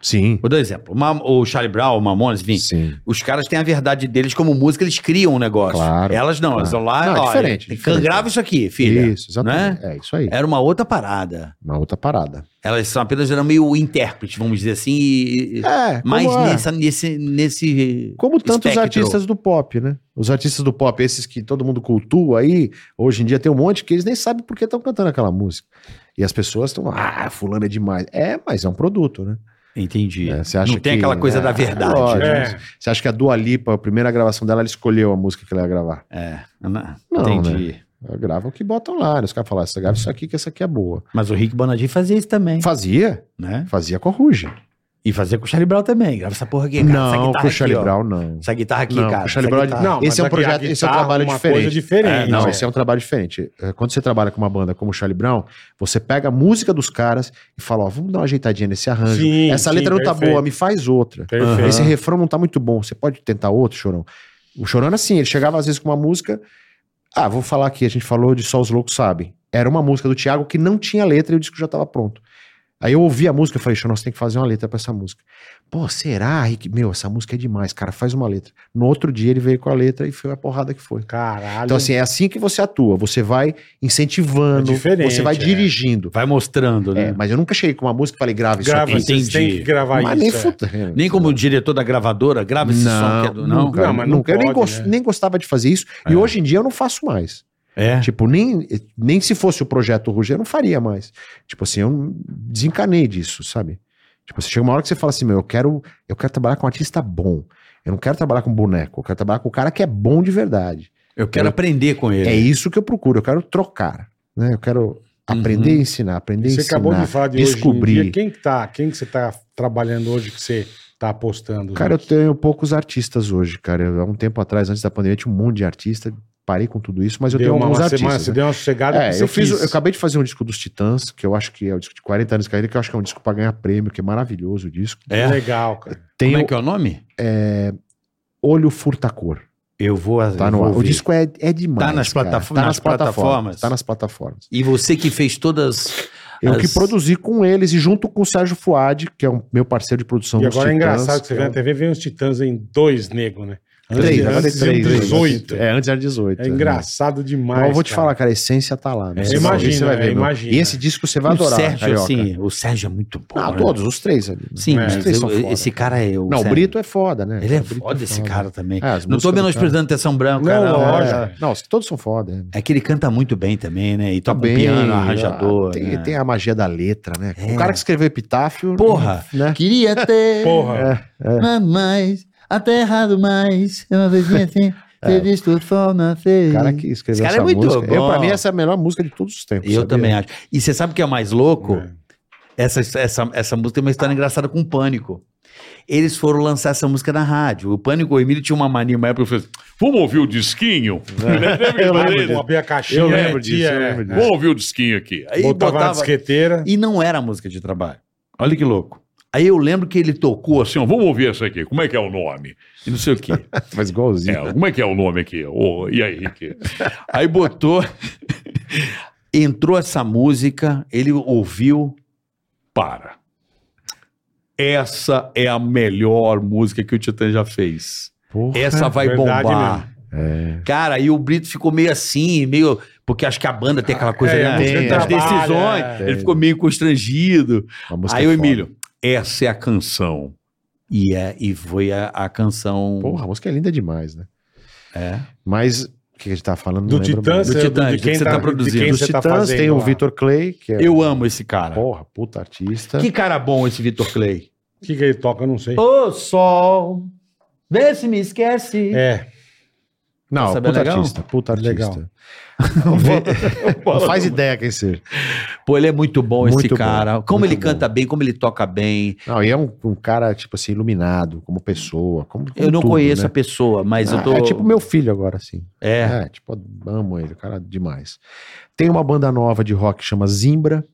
A: Sim.
B: Vou dar um exemplo. Uma- o Charlie Brown, o Mamones, enfim,
A: Sim.
B: os caras têm a verdade deles como música, eles criam um negócio.
A: Claro,
B: Elas não, elas vão lá
A: Não, é
B: olha,
A: diferente,
B: tem-
A: diferente.
B: Grava isso aqui, filha. né?
A: Isso, exatamente. É isso aí.
B: Era uma outra parada.
A: Uma outra parada.
B: Elas são apenas eram meio intérprete, vamos dizer assim, e, e-
A: É,
B: mas
A: como, é,
B: nessa, nesse, nesse.
A: como tantos
B: espectro.
A: artistas do pop, né? Os artistas do pop, esses que todo mundo cultua aí, hoje em dia tem um monte que eles nem sabem por que estão cantando aquela música. E as pessoas estão, ah, fulano é demais. É, mas é um produto, né?
B: Entendi.
A: É, você acha
B: não tem
A: que-
B: aquela coisa
A: é,
B: da verdade.
A: lógico.
B: né?
C: É.
A: Você acha que a Dua Lipa, a primeira gravação dela, ela escolheu a música que ela ia gravar?
B: É. Ana,
A: Não, né?
B: entendi.
A: Ela grava o que botam lá. né? Os caras falam, você grava isso aqui que essa aqui é boa.
B: Mas o Rick Bonadinho fazia isso também,
A: Fazia,
B: né?
A: fazia com a Ruge.
B: E fazia com o Charlie Brown também. Grava essa porra aqui, cara. essa
A: Não,
B: guitarra
A: com o
B: aqui,
A: Charlie
B: ó.
A: Brown, não.
B: Essa guitarra aqui,
A: Não,
B: cara.
A: com o Charlie
B: essa
A: Brown-
B: guitarra.
A: Não,
C: mas
A: esse é um
C: aqui a
A: projeto- esse é um
C: guitarra,
A: trabalho
C: uma
A: diferente.
C: coisa diferente.
A: É, não,
C: é.
A: esse é um trabalho diferente. É, Quando você trabalha com uma banda como o Charlie Brown, você pega a música dos caras e fala, ó, vamos dar uma ajeitadinha nesse arranjo.
C: Sim,
A: Essa
C: sim,
A: letra não tá
C: perfeito.
A: boa, me faz outra.
C: Perfeito.
A: um Esse refrão não tá muito bom, você pode tentar outro, Chorão? O Chorão era assim, ele chegava às vezes com uma música... Ah, vou falar aqui, a gente falou de Só os Loucos Sabem. Era uma música do Thiago que não tinha letra e o disco já tava pronto. Aí eu ouvi a música e falei, Chorão, você tem que fazer uma letra pra essa música. Pô, será, Rick? Meu, essa música é demais, cara, faz uma letra. No outro dia ele veio com a letra e foi uma porrada que foi.
C: Caralho.
A: Então, assim, é assim que você atua. Você vai incentivando,
C: É diferente,
A: você vai
C: é.
A: dirigindo.
B: Vai mostrando, né?
A: É, mas eu nunca cheguei com uma música e falei, grava isso
C: grava,
A: aqui.
C: vocês
B: Entendi.
C: têm que gravar
A: ah, Mas nem
C: isso. é.
A: fudendo.
B: Nem como o diretor da gravadora, grava esse som
A: Não,
B: que é do. Não,
A: nunca,
C: Não, mas não
A: nunca. eu nem,
C: pode,
A: gos-
C: né?
A: nem gostava de fazer isso.
B: É.
A: E hoje em dia eu não faço mais.
B: É.
A: Tipo, nem, nem se fosse o projeto Ruger, eu não faria mais. Tipo assim, eu desencanei disso, sabe? Tipo, você chega uma hora que você fala assim, meu, eu quero, eu quero trabalhar com um artista bom. Eu não quero trabalhar com boneco, eu quero trabalhar com o cara que é bom de verdade.
B: Eu quero aprender com ele.
A: É isso que eu procuro, eu quero trocar, né? Eu
B: Uhum.
A: quero aprender e ensinar, aprender e
C: Você
A: ensinar.
C: acabou de falar de
A: descobrir.
C: hoje em dia. Quem que tá? Quem que você tá trabalhando hoje que você tá apostando?
A: Cara, eu tenho poucos artistas hoje, cara. Eu, há um tempo atrás, antes da pandemia, eu tinha um monte de artista, parei com tudo isso, mas eu
C: Deu
A: tenho
C: uma-
A: alguns
C: uma
A: artistas.
C: semana, Você
A: né?
C: deu uma sossegada
A: É,
C: que você
A: eu, fiz,
C: quis.
A: eu acabei de fazer um disco dos Titãs, que eu acho que é o disco de 40 anos de carreira, que eu acho que é um disco pra ganhar prêmio, que é maravilhoso o disco.
B: É.
C: Legal, cara.
A: Tem
B: Como é
A: o
B: que é o nome?
A: Olho Furtacor.
B: Eu vou.
A: Tá no ar. O disco é, é demais.
B: Tá nas
A: cara.
B: platafo-
A: Tá
B: nas
A: nas plataformas.
B: plataformas?
A: Tá nas plataformas.
B: E você que fez todas.
A: Eu
B: As-
A: que produzi com eles e junto com o Sérgio Fuad, que é um meu parceiro de produção
C: E
A: dos
C: agora é
A: Titãs,
C: engraçado que você vê na TV, vem os titãs em dois negros, né?
A: Três, agora é
C: antes eram
A: três.
C: 18.
A: É, antes era 18.
C: É engraçado demais.
A: Mas eu vou te
C: cara.
A: falar, cara, a essência tá lá.
C: É,
A: Você
C: imagina,
A: vai ver, você vai
C: é,
A: ver. meu.
C: imagina.
A: E esse disco você vai
B: o
A: adorar,
B: Sérgio,
A: carioca.
B: assim. O Sérgio é muito bom.
A: Ah,
B: né?
A: todos, os três ali.
B: Sim,
A: É,
B: mas
A: vocês
B: eu-
A: são foda.
B: esse cara é. O
A: Não, o
B: Sérgio.
A: Brito é foda, né?
B: Ele é
A: O Brito
B: foda esse cara também.
A: É, as
B: assim. Não tô
A: músicas do
B: menosprezando Tensão Branco,
C: Não,
B: cara.
A: cara.
C: lógico.
A: É, Não, todos são foda.
B: É que ele canta muito bem também, né? E
A: Tá
B: toca um piano, arranjador.
A: Tem,
B: né?
A: tem a magia da letra, né?
B: É.
A: O cara que escreveu Epitáfio.
B: Porra!
A: Né?
E: Queria ter
A: é,
C: Porra.
E: mais, até errado mais. Uma vez assim, ter visto o sol
A: O
E: nascer.
A: cara que escreveu
B: Esse cara
A: essa
B: é muito
A: música. Eu, pra
B: bom.
A: mim, essa é a melhor música de todos os tempos.
B: Eu
A: sabia?
B: também acho. E você sabe o que é mais louco?
C: É.
B: Essa, essa, essa música tem uma história engraçada com o Pânico. Eles foram lançar essa música na rádio. O Pânico, o Emílio tinha uma mania, uma época, ele falou assim, vamos ouvir o disquinho?
A: é.
C: Eu lembro disso. Abri a caixinha.
A: Eu lembro
C: metia,
A: disso, eu
C: é.
A: lembro disso.
D: Vamos ouvir o disquinho aqui.
B: Aí
C: botava, na
B: botava...
C: disqueteira.
B: E não era música de trabalho.
D: Olha que louco.
B: Aí eu lembro que ele tocou assim,
D: Assim, ó, vamos ouvir essa aqui. Como é que é o nome? E não sei o quê.
A: Faz igualzinho.
D: É, como é que é o nome aqui? Ô, e aí, Rick?
B: aí botou... Entrou essa música, ele ouviu,
D: Para.
B: essa é a melhor música que o Titã já fez.
A: Porra.
B: Essa vai
C: Verdade
B: bombar.
C: mesmo.
A: É.
B: Cara, e o Brito ficou meio assim, meio. Porque acho que a banda tem aquela coisa,
C: É,
B: né?
C: a música
B: Tem,
A: trabalha,
B: das decisões.
C: é.
B: Ele ficou meio constrangido.
A: Uma música é
B: Aí o
A: foda.
B: Emílio, essa é a canção. E, é, e foi a, a canção.
A: Porra, a música é linda demais, né?
B: É.
A: Mas o que a gente tava falando?
C: Do
A: não lembro
C: Titãs,
A: mais.
B: Do
C: é,
B: Titãs,
C: de
B: do que
C: quem
B: você
C: tá,
B: tá
C: de
B: produzindo.
C: quem
A: Dos
C: você tá
A: Titãs
C: fazendo
A: tem o
C: lá.
A: Vitor Clay, que é
B: Eu amo esse cara.
A: porra, puta artista.
B: Que cara bom esse Vitor Clay.
C: O que, que ele toca, eu não sei.
B: O sol Vê se me esquece.
C: É,
A: Não,
B: Sabe, é
A: puta
B: legal?
A: artista, puta artista.
C: Legal.
A: Não faz ideia quem seja.
B: Pô, ele é muito bom, esse
A: Muito bom,
B: cara. Como
A: muito
B: ele canta bem, como ele toca bem.
A: Não, e é um, um cara, tipo assim, iluminado, como pessoa. Como, como
B: Eu não
A: tudo,
B: conheço
A: né?
B: a pessoa, mas eu
A: Ah,
B: tô.
A: É tipo meu filho agora, assim.
B: É.
A: É, tipo, amo ele, cara, demais. Tem uma banda nova de rock que chama Zimbra,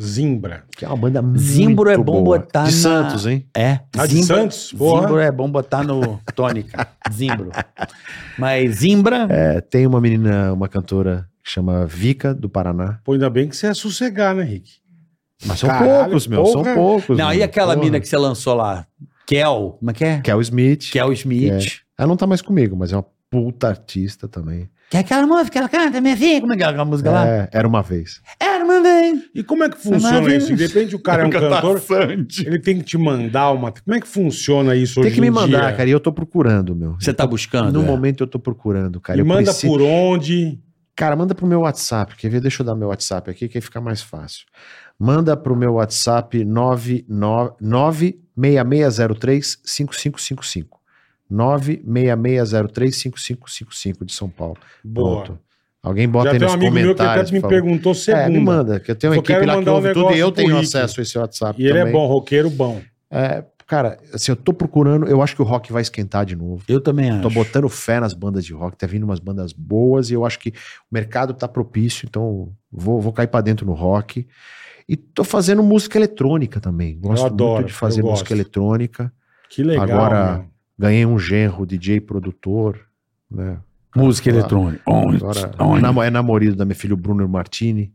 C: Zimbra.
A: que é uma banda
B: Zimbro é
A: muito
B: bom
A: boa.
B: botar
A: De
B: na-
A: Santos, hein?
B: É.
C: Ah, de
B: Zimbra,
C: Santos? Porra.
B: Zimbro é bom botar no tônica. Zimbro. Mas Zimbra.
A: É, tem uma menina, uma cantora que chama Vika, do Paraná.
C: Pô, ainda bem que você é sossegar, né, Rick?
A: Mas são
C: Caralho,
A: poucos, meu,
C: porra.
A: são poucos.
B: Não,
A: meu,
B: e aquela
A: porra.
B: mina que você lançou lá? Kel. Como é que é?
A: Kel Smith.
B: Kel Smith.
A: Ela não tá mais comigo, mas é uma puta artista também.
B: Que é aquela música que ela canta, minha filha. Como é que é aquela música lá?
A: É, era uma vez.
B: Era uma vez.
C: E como é que funciona
B: Maravilha.
C: isso? De repente o cara é um cantor,
D: Sante.
C: ele tem que te mandar uma. Como é que funciona isso hoje
A: Tem que me mandar,
C: dia?
A: cara, e eu tô procurando, meu.
B: Você tá buscando?
A: No
B: é?
A: momento eu tô procurando, cara.
C: E
A: eu
C: manda
A: preciso-
C: por onde?
A: Cara, manda pro meu WhatsApp, quer ver? Deixa eu dar meu WhatsApp aqui, que aí fica mais fácil. Manda pro meu WhatsApp 96603-5555. 96603-5555 de São Paulo.
C: Boa.
A: Pronto. Alguém bota
C: Já
A: aí
C: tem um
A: nos
C: amigo meu que até
A: comentários.
C: me
A: por favor.
C: perguntou segunda.
A: é, me manda, que eu tenho uma
C: Só
A: equipe
C: quero
A: lá que
C: mandar um
A: ouve tudo e eu
C: negócio pro
A: tenho
C: Rick.
A: acesso a esse WhatsApp
C: E ele é
A: também.
C: bom, roqueiro bom.
A: É, cara, assim, eu tô procurando, eu acho que o rock vai esquentar de novo.
B: Eu também acho.
A: Tô botando fé nas bandas de rock, tá vindo umas bandas boas e eu acho que o mercado tá propício, então vou, vou cair pra dentro no rock. E tô fazendo música eletrônica também. Gosto
C: adoro,
A: muito de fazer
C: eu gosto.
A: música eletrônica.
C: Que legal.
A: Agora-
C: meu.
A: Ganhei um genro, DJ produtor, né?
D: Música
A: Agora-
D: eletrônica.
B: Ah.
A: Agora, namo- é namorado da minha filha, o Bruno Martini,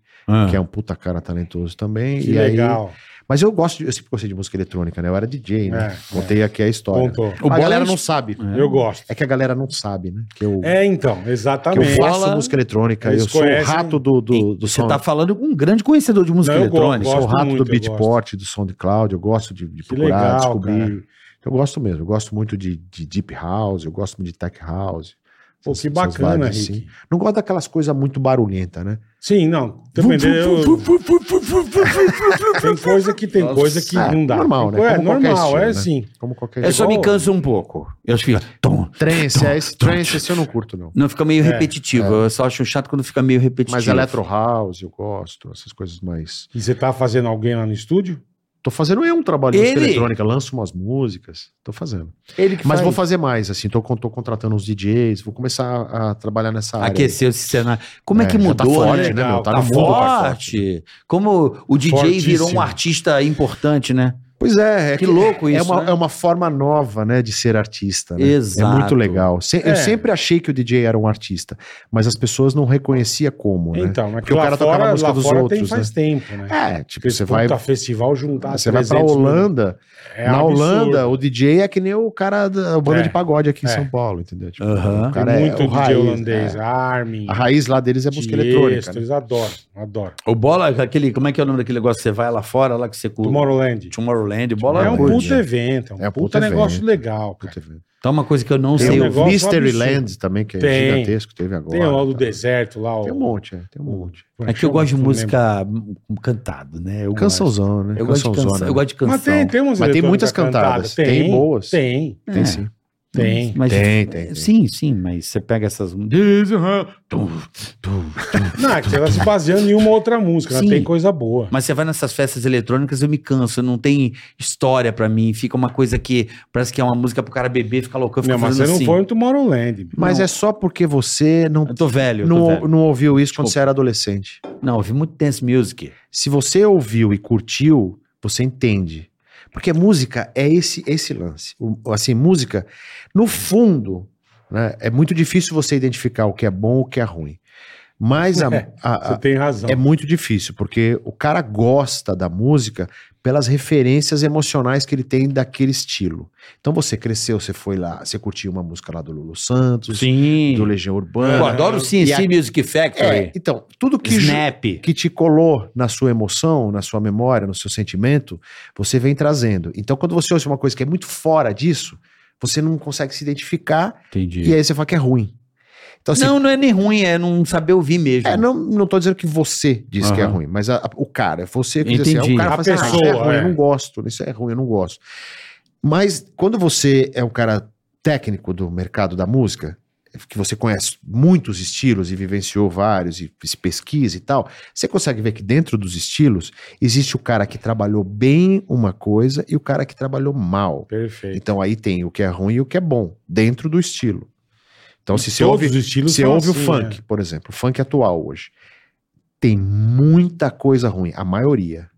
A: que é um puta cara talentoso também.
C: Ah. Que
A: e aí-
C: legal.
A: mas eu gosto, de, eu sempre gostei de música eletrônica, né? Eu era DJ, né?
C: É,
A: Contei aqui a história.
C: Contou.
A: A galera não sabe.
C: Eu gosto.
A: né? É que a galera não sabe, né? Que eu,
C: É, então,
A: que eu
C: exatamente.
A: faço
B: Bola,
A: música eletrônica, eu
C: eles
A: sou o
C: conhecem-
A: rato do, do, do
B: Você
A: som.
B: tá falando com um grande conhecedor de música
C: Não, eu go-
B: eletrônica.
A: sou o
C: gosto
A: rato
C: muito,
A: do
C: eu
A: beatport, do som de cloud, eu gosto de, de
C: Que
A: procurar,
C: legal,
A: descobrir.
C: cara.
A: Eu gosto mesmo, eu gosto muito de, de deep house, eu gosto muito de tech house.
C: Pô,
A: essas-
C: que
A: essas
C: bacana,
A: vibes,
C: Rick.
A: assim. Não gosto daquelas coisas muito barulhentas, né?
C: Sim, não. Também eu- tem coisa que tem
B: Nossa.
C: coisa que
A: É,
C: não dá.
A: normal, né?
C: É
A: Como qualquer
C: normal,
A: estilo,
C: é assim.
A: Como qualquer
B: Eu só
A: Igual
B: me canso um pouco. Eu
C: É.
B: fico. Tom.
A: Trance, é esse trance esse eu não curto, não.
B: Não, fica
C: É,
B: meio repetitivo. Eu só acho chato quando fica meio repetitivo.
A: Mas electro house eu gosto, essas coisas mais...
C: E você tá fazendo alguém lá no estúdio?
A: Tô fazendo eu um trabalho de música
B: Ele?
A: eletrônica, lanço umas músicas, tô fazendo.
B: Ele que
A: Mas
B: faz.
A: vou fazer mais, assim, tô, con- tô contratando uns DJs, vou começar a, a trabalhar nessa área.
B: Aqueceu esse cenário. Como é, que
A: já
B: mudou,
A: tá forte,
B: né?
A: né, meu? Tá,
B: Tá
A: no mundo, tá
B: forte. Como o DJ virou
C: Fortíssimo.
B: um artista importante, né?
A: Pois é, é
B: Que
A: que-
B: louco
A: é
B: isso,
A: uma,
B: né?
A: é uma forma nova, né, de ser artista, né?
B: Exato.
A: É muito legal. Se-
C: É.
A: Eu sempre achei que o DJ era um artista, mas as pessoas não reconheciam como, né?
C: Então, mas
A: Porque o
C: lá
A: cara
C: fora,
A: tocava a música
C: lá
A: dos
C: fora tem
A: outros,
C: faz tempo, né?
A: é, tipo,
C: Esse
A: você vai,
C: puta festival juntar
A: você vai pra
C: 300 mil.
A: Holanda,
C: tá né? É
A: na
C: absurdo.
A: Holanda, o DJ é que nem o cara da o banda
C: É.
A: de pagode aqui em
C: É.
A: São Paulo, entendeu? Tipo,
B: Aham.
A: o
C: Tem
A: cara é
C: muito
A: o
C: DJ
A: raiz,
C: holandês,
A: é.
C: Armin,
A: A raiz lá deles é música eletrônica. né?
C: Diestos, adoro, adoro.
B: O Bola, aquele. Como é que é o nome daquele negócio? que Você vai lá fora, lá que você curte.
C: Tomorrowland.
B: Tomorrowland. Bola
A: Tomorrowland.
C: É um
A: Holândia.
C: puto evento, é um,
A: É um puta
C: puta, negócio
A: evento.
C: legal, cara.
A: Puta vida.
B: Tá uma coisa que eu não sei.
C: Tem um
A: Tem
B: eu-
A: o
C: negócio
A: Mysteryland também, que é
C: Tem.
A: gigantesco, teve agora.
C: Tem lá o do
A: tá.
C: deserto, lá o...
A: Tem um monte, é, tem um monte.
B: É que eu gosto de música hum, cantada, né? Eu gosto.
A: Cançãozão, né?
B: Eu gosto de canção.
A: Cançãozona,
B: Eu
A: né?
B: gosto de canção.
C: Mas tem, tem um
A: Mas
C: umas
A: tem
C: eletrônicas
A: muitas cantadas, tem boas. Hum.
C: Tem,
A: Tem sim.
C: tem.
B: Mas-
A: Tem, tem, tem.
B: Sim, sim, mas você pega essas.
C: Não, é que você tá se baseando em uma outra música,
B: Sim.
C: mas tem coisa boa.
B: Mas você vai nessas festas eletrônicas, eu me canso, não tem história pra mim, fica uma coisa que parece que é uma música pro cara beber, ficar loucão, ficar
C: Não, mas
B: fazendo
C: você não
B: assim.
C: foi no Tomorrowland. meu.
A: Mas
B: Não.
A: é só porque você não,
B: Eu tô velho, eu tô
A: não,
B: velho.
A: não ouviu isso
B: Desculpa.
A: quando você era adolescente.
B: Não, eu vi muito dance music.
A: Se você ouviu e curtiu, você entende. Porque música é esse esse lance. O- assim, música, no fundo, né, é muito difícil você identificar o que é bom ou o que é ruim. Mas a,
C: É,
A: a- a-
C: Você tem razão.
B: Então.
A: É muito difícil, porque o cara gosta da música pelas referências emocionais que ele tem daquele estilo. Então você cresceu, você foi lá, você curtiu uma música lá do Lulu Santos,
B: Sim.
A: do Legião
B: Eu
A: Urbana.
B: adoro o CNC
A: E a-
B: Music Factory.
A: É, então, tudo que, ju-
B: Snap.
A: que te colou na sua emoção, na sua memória, no seu sentimento, você vem trazendo. Então, quando você ouve uma coisa que é muito fora disso, você não consegue se identificar e
B: Entendi.
A: aí você fala que é ruim. Então, assim,
B: Não, não é nem ruim, é não saber ouvir mesmo.
A: É, não, não tô dizendo que você disse que é
B: Aham.
A: ruim, mas a- a- o cara, você que diz assim,
B: Entendi.
A: o cara
C: A
A: fala assim, ah, isso é
C: pessoa,
A: ruim,
C: é.
A: eu não gosto, isso é ruim, eu não gosto. Mas quando você é um cara técnico do mercado da música, que você conhece muitos estilos e vivenciou vários e se pesquisa e tal, você consegue ver que dentro dos estilos existe o cara que trabalhou bem uma coisa e o cara que trabalhou mal.
C: Perfeito.
A: Então aí tem o que é ruim e o que é bom, dentro do estilo. Então, se você ouve
C: os estilos
A: você
C: são
A: ouve
C: assim,
A: o funk, por exemplo, o funk atual hoje. Tem muita coisa ruim, a maioria.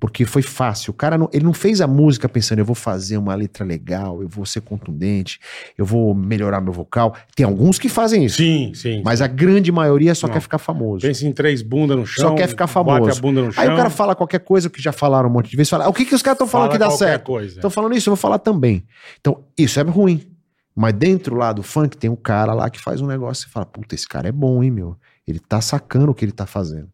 A: Porque foi fácil. O cara não, ele não fez a música pensando, eu vou fazer uma letra legal, eu vou ser contundente, eu vou melhorar meu vocal. Tem alguns que fazem
C: né?
A: isso,
C: Sim, sim.
A: mas é a grande maioria só
C: Não.
A: quer ficar famoso.
C: Pensa em três bundas no chão.
A: quer ficar
C: Bate
A: famoso.
C: a bunda no chão.
A: Aí o cara fala qualquer coisa que já falaram um monte de vezes, fala, "Ah, o que, que os caras estão falando que
C: fala
A: dá
C: qualquer
A: certo?
C: Coisa.
A: Estão Então, falando isso, eu vou falar também. Então, isso é ruim. Mas dentro lá do funk tem um cara lá que faz um negócio e fala: puta, esse cara é bom, hein, meu? Ele tá sacando o que ele tá fazendo.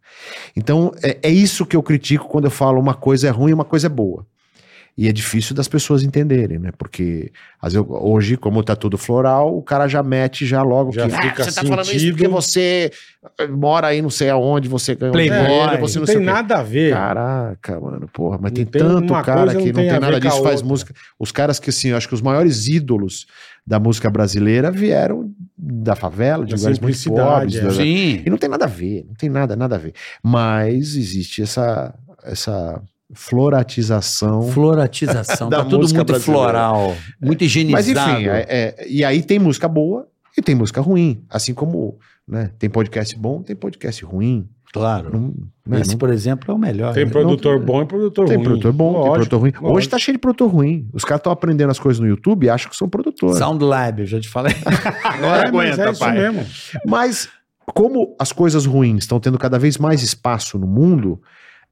A: Então, é, é isso que eu critico quando eu falo uma coisa é ruim e uma coisa é boa. E é difícil das pessoas entenderem, né? Porque às vezes, eu- hoje, como tá tudo floral, o cara já mete já logo
C: Já
A: que.
C: fica
A: "Ah, você tá falando isso
C: sentido."
A: porque você eh, mora aí não sei aonde, você ganhou
B: Playboy.
A: dinheiro,
C: É, Não,
A: você não,
C: tem
A: sei o quê.
C: nada a ver.
A: Caraca, mano, porra, mas
C: Não
A: tem,
C: tem
A: tanto
C: uma
A: cara
C: coisa,
A: que
C: não
A: não
C: tem
A: tem,
C: a
A: nada
C: ver com a
A: disso, faz
C: outra.
A: música. Os caras que, assim, eu acho que os maiores ídolos da música brasileira vieram da favela, de
C: Da
A: lugares muito pobres.
C: simplicidade, é.
A: da-
B: Sim.
A: E não tem nada a ver, não tem nada, nada a ver. Mas existe essa, essa floratização.
B: Floratização.
A: Então- Da
B: tá tudo
A: música
B: muito
A: brasileira. É.
B: floral, muito
A: Mas
B: higienizado.
A: enfim, é- é- e aí tem música boa e tem música ruim. Assim como né, tem podcast bom, tem podcast ruim.
B: claro.
A: Não, né,
B: Esse,
A: não
B: por exemplo, é o melhor.
C: Tem
B: né?
C: produtor bom e produtor
A: Tem
C: ruim.
A: produtor bom, tem
C: Lógico,
A: produtor ruim. Hoje
C: lógico.
A: tá cheio de produtor ruim. Os caras estão aprendendo as coisas no YouTube e acham que são produtores.
B: Sound Lab, eu já te falei.
C: É, mas é isso mesmo.
A: Mas como as coisas ruins estão tendo cada vez mais espaço no mundo,